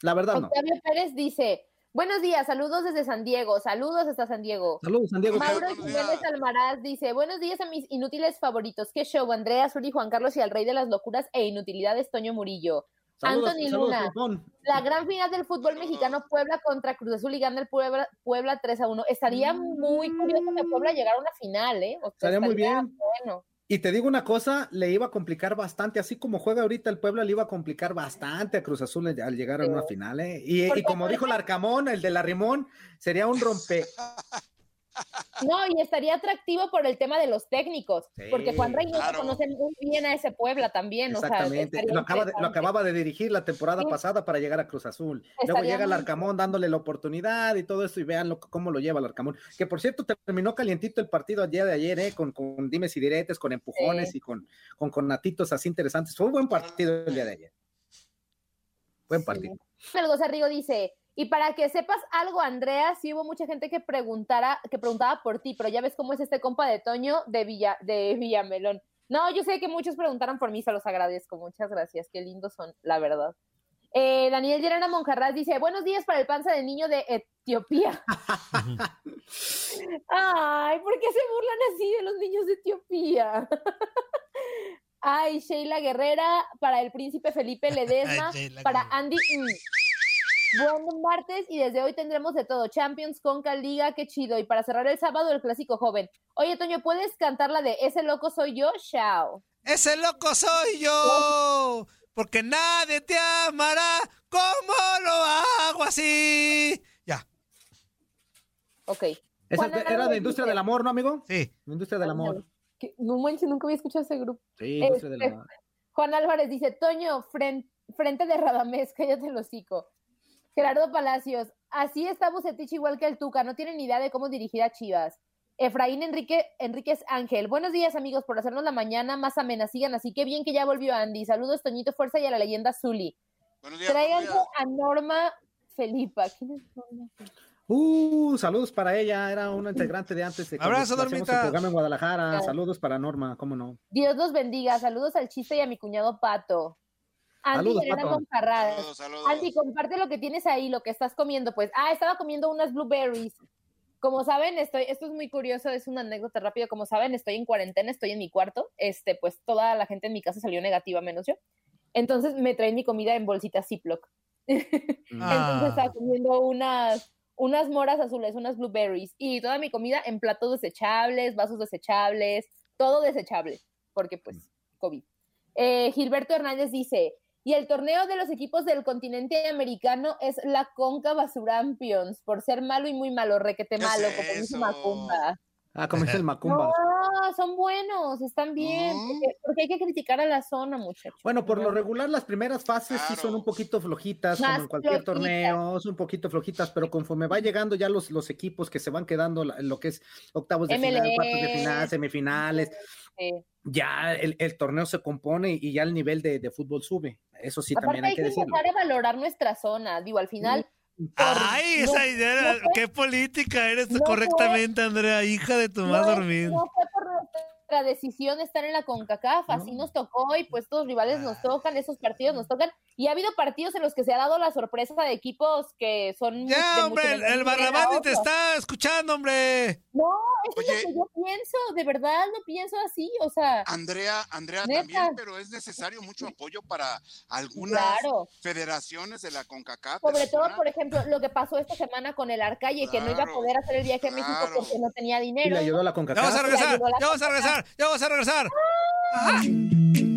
[SPEAKER 2] La verdad, no.
[SPEAKER 5] Octavio Pérez dice: Buenos días, saludos desde San Diego, saludos hasta San Diego.
[SPEAKER 2] Saludos, San Diego.
[SPEAKER 5] Mauro
[SPEAKER 3] buenos
[SPEAKER 5] Jiménez
[SPEAKER 3] días.
[SPEAKER 5] Almaraz dice: Buenos días a mis inútiles favoritos. Qué show, Andrea, Suri, Juan Carlos y al rey de las locuras e inutilidades, Toño Murillo.
[SPEAKER 2] Saludos,
[SPEAKER 5] Anthony
[SPEAKER 2] saludos,
[SPEAKER 5] Luna. Pues
[SPEAKER 2] Pompón.
[SPEAKER 5] La gran final del fútbol mexicano, Puebla contra Cruz Azul y gana el Puebla, Puebla 3 a 1. Estaría muy curioso que Puebla llegara a una final, ¿eh? O sea,
[SPEAKER 2] Estaría muy bien.
[SPEAKER 5] Bueno.
[SPEAKER 2] Y te digo una cosa, le iba a complicar bastante, así como juega ahorita el Puebla, le iba a complicar bastante a Cruz Azul al al llegar a una
[SPEAKER 5] Sí.
[SPEAKER 2] final, ¿eh? Y, y
[SPEAKER 5] Porque
[SPEAKER 2] como dijo el Arcamón, el del Arrimón, sería un rompe.
[SPEAKER 5] No, y estaría atractivo por el tema de los técnicos,
[SPEAKER 2] Sí,
[SPEAKER 5] porque Juan Reynoso
[SPEAKER 3] claro.
[SPEAKER 5] conoce muy bien a ese Puebla también. o sea,
[SPEAKER 2] Exactamente.
[SPEAKER 5] estaría
[SPEAKER 2] lo, acaba de- lo
[SPEAKER 5] interesante.
[SPEAKER 2] acababa de dirigir la temporada
[SPEAKER 5] Sí.
[SPEAKER 2] pasada para llegar a Cruz Azul. Luego
[SPEAKER 5] Estaría
[SPEAKER 2] llega el
[SPEAKER 5] muy-
[SPEAKER 2] Arcamón dándole la oportunidad y todo eso, y vean lo- cómo lo lleva el Arcamón. Que por cierto, terminó calientito el partido el día de ayer, ¿eh? Con, con dimes y diretes, con empujones y con, con conatitos así interesantes. Fue un buen partido el día de ayer. Buen partido.
[SPEAKER 5] Melgoza Rigo dice, y para que sepas algo, Andrea, sí hubo mucha gente que preguntara, que preguntaba por ti, pero ya ves cómo es este compa de Toño de Villa, de Villamelón. No, yo sé que muchos preguntaron por mí, se los agradezco, muchas gracias, qué lindos son, la verdad. Eh, Daniel Llerena Monjarras dice, buenos días para el panza de niño de Etiopía. Ay, ¿por qué se burlan así de los niños de Etiopía? Ay, Sheila Guerrera, para el príncipe Felipe Ledesma,
[SPEAKER 1] Ay, Sheila
[SPEAKER 5] para
[SPEAKER 1] Guerrera.
[SPEAKER 5] Andy. Mm. Buen martes y desde hoy tendremos de todo. Champions, Conca, Liga, qué chido. Y para cerrar el sábado, el clásico joven. Oye, Toño, ¿puedes cantar la de Ese loco soy yo? Chao.
[SPEAKER 1] Ese loco soy yo, porque nadie te amará como lo hago así. Ya,
[SPEAKER 5] Ok.
[SPEAKER 2] Esa
[SPEAKER 5] Juan
[SPEAKER 2] de-
[SPEAKER 5] Aragón
[SPEAKER 2] era de
[SPEAKER 5] dice-
[SPEAKER 2] Industria del Amor, ¿no, amigo?
[SPEAKER 1] sí.
[SPEAKER 2] La Industria del Amor.
[SPEAKER 5] Que- No manches, nunca había escuchado ese grupo.
[SPEAKER 2] Sí, Industria del
[SPEAKER 5] Este,
[SPEAKER 2] Amor.
[SPEAKER 5] Juan Álvarez dice, Toño, fren- frente de Radamés, cállate el hocico. Gerardo Palacios, así está Bucetich igual que el Tuca, no tienen ni idea de cómo dirigir a Chivas. Efraín Enrique, Enríquez Ángel, buenos días amigos por hacernos la mañana más amena, sigan así, qué bien que ya volvió Andy, saludos Toñito Fuerza y a la leyenda Zuli.
[SPEAKER 3] Buenos días, buenos
[SPEAKER 5] Tráiganse
[SPEAKER 3] días.
[SPEAKER 5] a Norma Felipa, ¿quién es Norma?
[SPEAKER 2] Uh, saludos para ella, era una integrante de antes de cuando
[SPEAKER 1] Abrazo,
[SPEAKER 2] hacíamos el
[SPEAKER 1] Normita.
[SPEAKER 2] programa en Guadalajara.
[SPEAKER 5] Ah.
[SPEAKER 2] Saludos para Norma, cómo no.
[SPEAKER 5] Dios los bendiga, saludos al chiste y a mi cuñado Pato. Andy
[SPEAKER 2] Saludos,
[SPEAKER 5] Elena
[SPEAKER 2] Pato.
[SPEAKER 5] Monjarras.
[SPEAKER 3] Saludos, saludos.
[SPEAKER 5] Andy, comparte lo que tienes ahí, lo que estás comiendo. Pues, ah, estaba comiendo unas blueberries. Como saben, estoy, esto es muy curioso, es una anécdota rápida. Como saben, estoy en cuarentena, estoy en mi cuarto. Este, pues toda la gente en mi casa salió negativa, menos yo. Entonces me traen mi comida en bolsitas Ziploc. Entonces
[SPEAKER 1] Ah,
[SPEAKER 5] estaba comiendo unas, unas moras azules, unas blueberries. Y toda mi comida en platos desechables, vasos desechables, todo desechable, porque pues
[SPEAKER 3] Mm.
[SPEAKER 5] COVID. Eh, Gilberto Hernández dice, y el torneo de los equipos del continente americano es la Conca Basurampions, por ser malo y muy malo, requete
[SPEAKER 3] ¿Qué
[SPEAKER 5] malo,
[SPEAKER 3] es
[SPEAKER 5] como dice
[SPEAKER 3] eso?
[SPEAKER 5] Macumba.
[SPEAKER 2] Ah, como dice el Macumba.
[SPEAKER 5] No, No, son buenos, están bien.
[SPEAKER 3] No.
[SPEAKER 5] Porque, porque hay que criticar a la zona, muchachos.
[SPEAKER 2] Bueno, por lo regular, las primeras fases sí son
[SPEAKER 3] Claro.
[SPEAKER 2] un poquito flojitas,
[SPEAKER 5] Más
[SPEAKER 2] como en cualquier
[SPEAKER 5] flojitas.
[SPEAKER 2] torneo, son un poquito flojitas, pero conforme va llegando ya los, los equipos que se van quedando la- en lo que es octavos de final,
[SPEAKER 5] MLS,
[SPEAKER 2] cuartos de final, semifinales,
[SPEAKER 5] Sí.
[SPEAKER 2] ya el, el torneo se compone y ya el nivel de, de fútbol sube. Eso sí,
[SPEAKER 5] Aparte,
[SPEAKER 2] también hay que decirlo.
[SPEAKER 5] empezar a valorar nuestra zona. Digo, al final,
[SPEAKER 1] Ay,
[SPEAKER 5] no,
[SPEAKER 1] esa idea,
[SPEAKER 5] no fue-
[SPEAKER 1] qué política eres
[SPEAKER 5] no fue-
[SPEAKER 1] correctamente, Andrea, hija de tu
[SPEAKER 5] no,
[SPEAKER 1] más
[SPEAKER 5] es-
[SPEAKER 1] dormida.
[SPEAKER 5] no fue por nuestra decisión estar en la CONCACAF. Así nos tocó y pues estos rivales
[SPEAKER 1] Ah.
[SPEAKER 5] nos tocan, esos partidos nos tocan. Y ha habido partidos en los que se ha dado la sorpresa de equipos que son. de
[SPEAKER 1] Ya,
[SPEAKER 5] Este, mucho
[SPEAKER 1] hombre, el,
[SPEAKER 5] menor
[SPEAKER 1] el
[SPEAKER 5] nivel a
[SPEAKER 1] Barrabás ni te
[SPEAKER 5] otros.
[SPEAKER 1] está escuchando, hombre.
[SPEAKER 5] No, eso
[SPEAKER 3] Oye,
[SPEAKER 5] es lo que yo pienso, de verdad lo pienso así, o sea,
[SPEAKER 1] Ah,
[SPEAKER 3] Andrea, Andrea
[SPEAKER 5] Neta.
[SPEAKER 3] también, pero es necesario mucho apoyo para algunas
[SPEAKER 5] claro.
[SPEAKER 3] federaciones de la CONCACAF.
[SPEAKER 5] Sobre
[SPEAKER 3] es
[SPEAKER 5] todo,
[SPEAKER 3] una-
[SPEAKER 5] por ejemplo, lo que pasó esta semana con el Arcalle, que no iba a
[SPEAKER 3] Claro,
[SPEAKER 5] poder hacer el viaje a México
[SPEAKER 3] claro.
[SPEAKER 5] porque no tenía
[SPEAKER 2] Y le
[SPEAKER 5] dinero.
[SPEAKER 2] ayudó a la
[SPEAKER 1] Ya vamos a
[SPEAKER 2] CONCACAF.
[SPEAKER 1] regresar,
[SPEAKER 5] ayudó la
[SPEAKER 1] ya vamos a regresar, ya vamos a regresar. Ajá.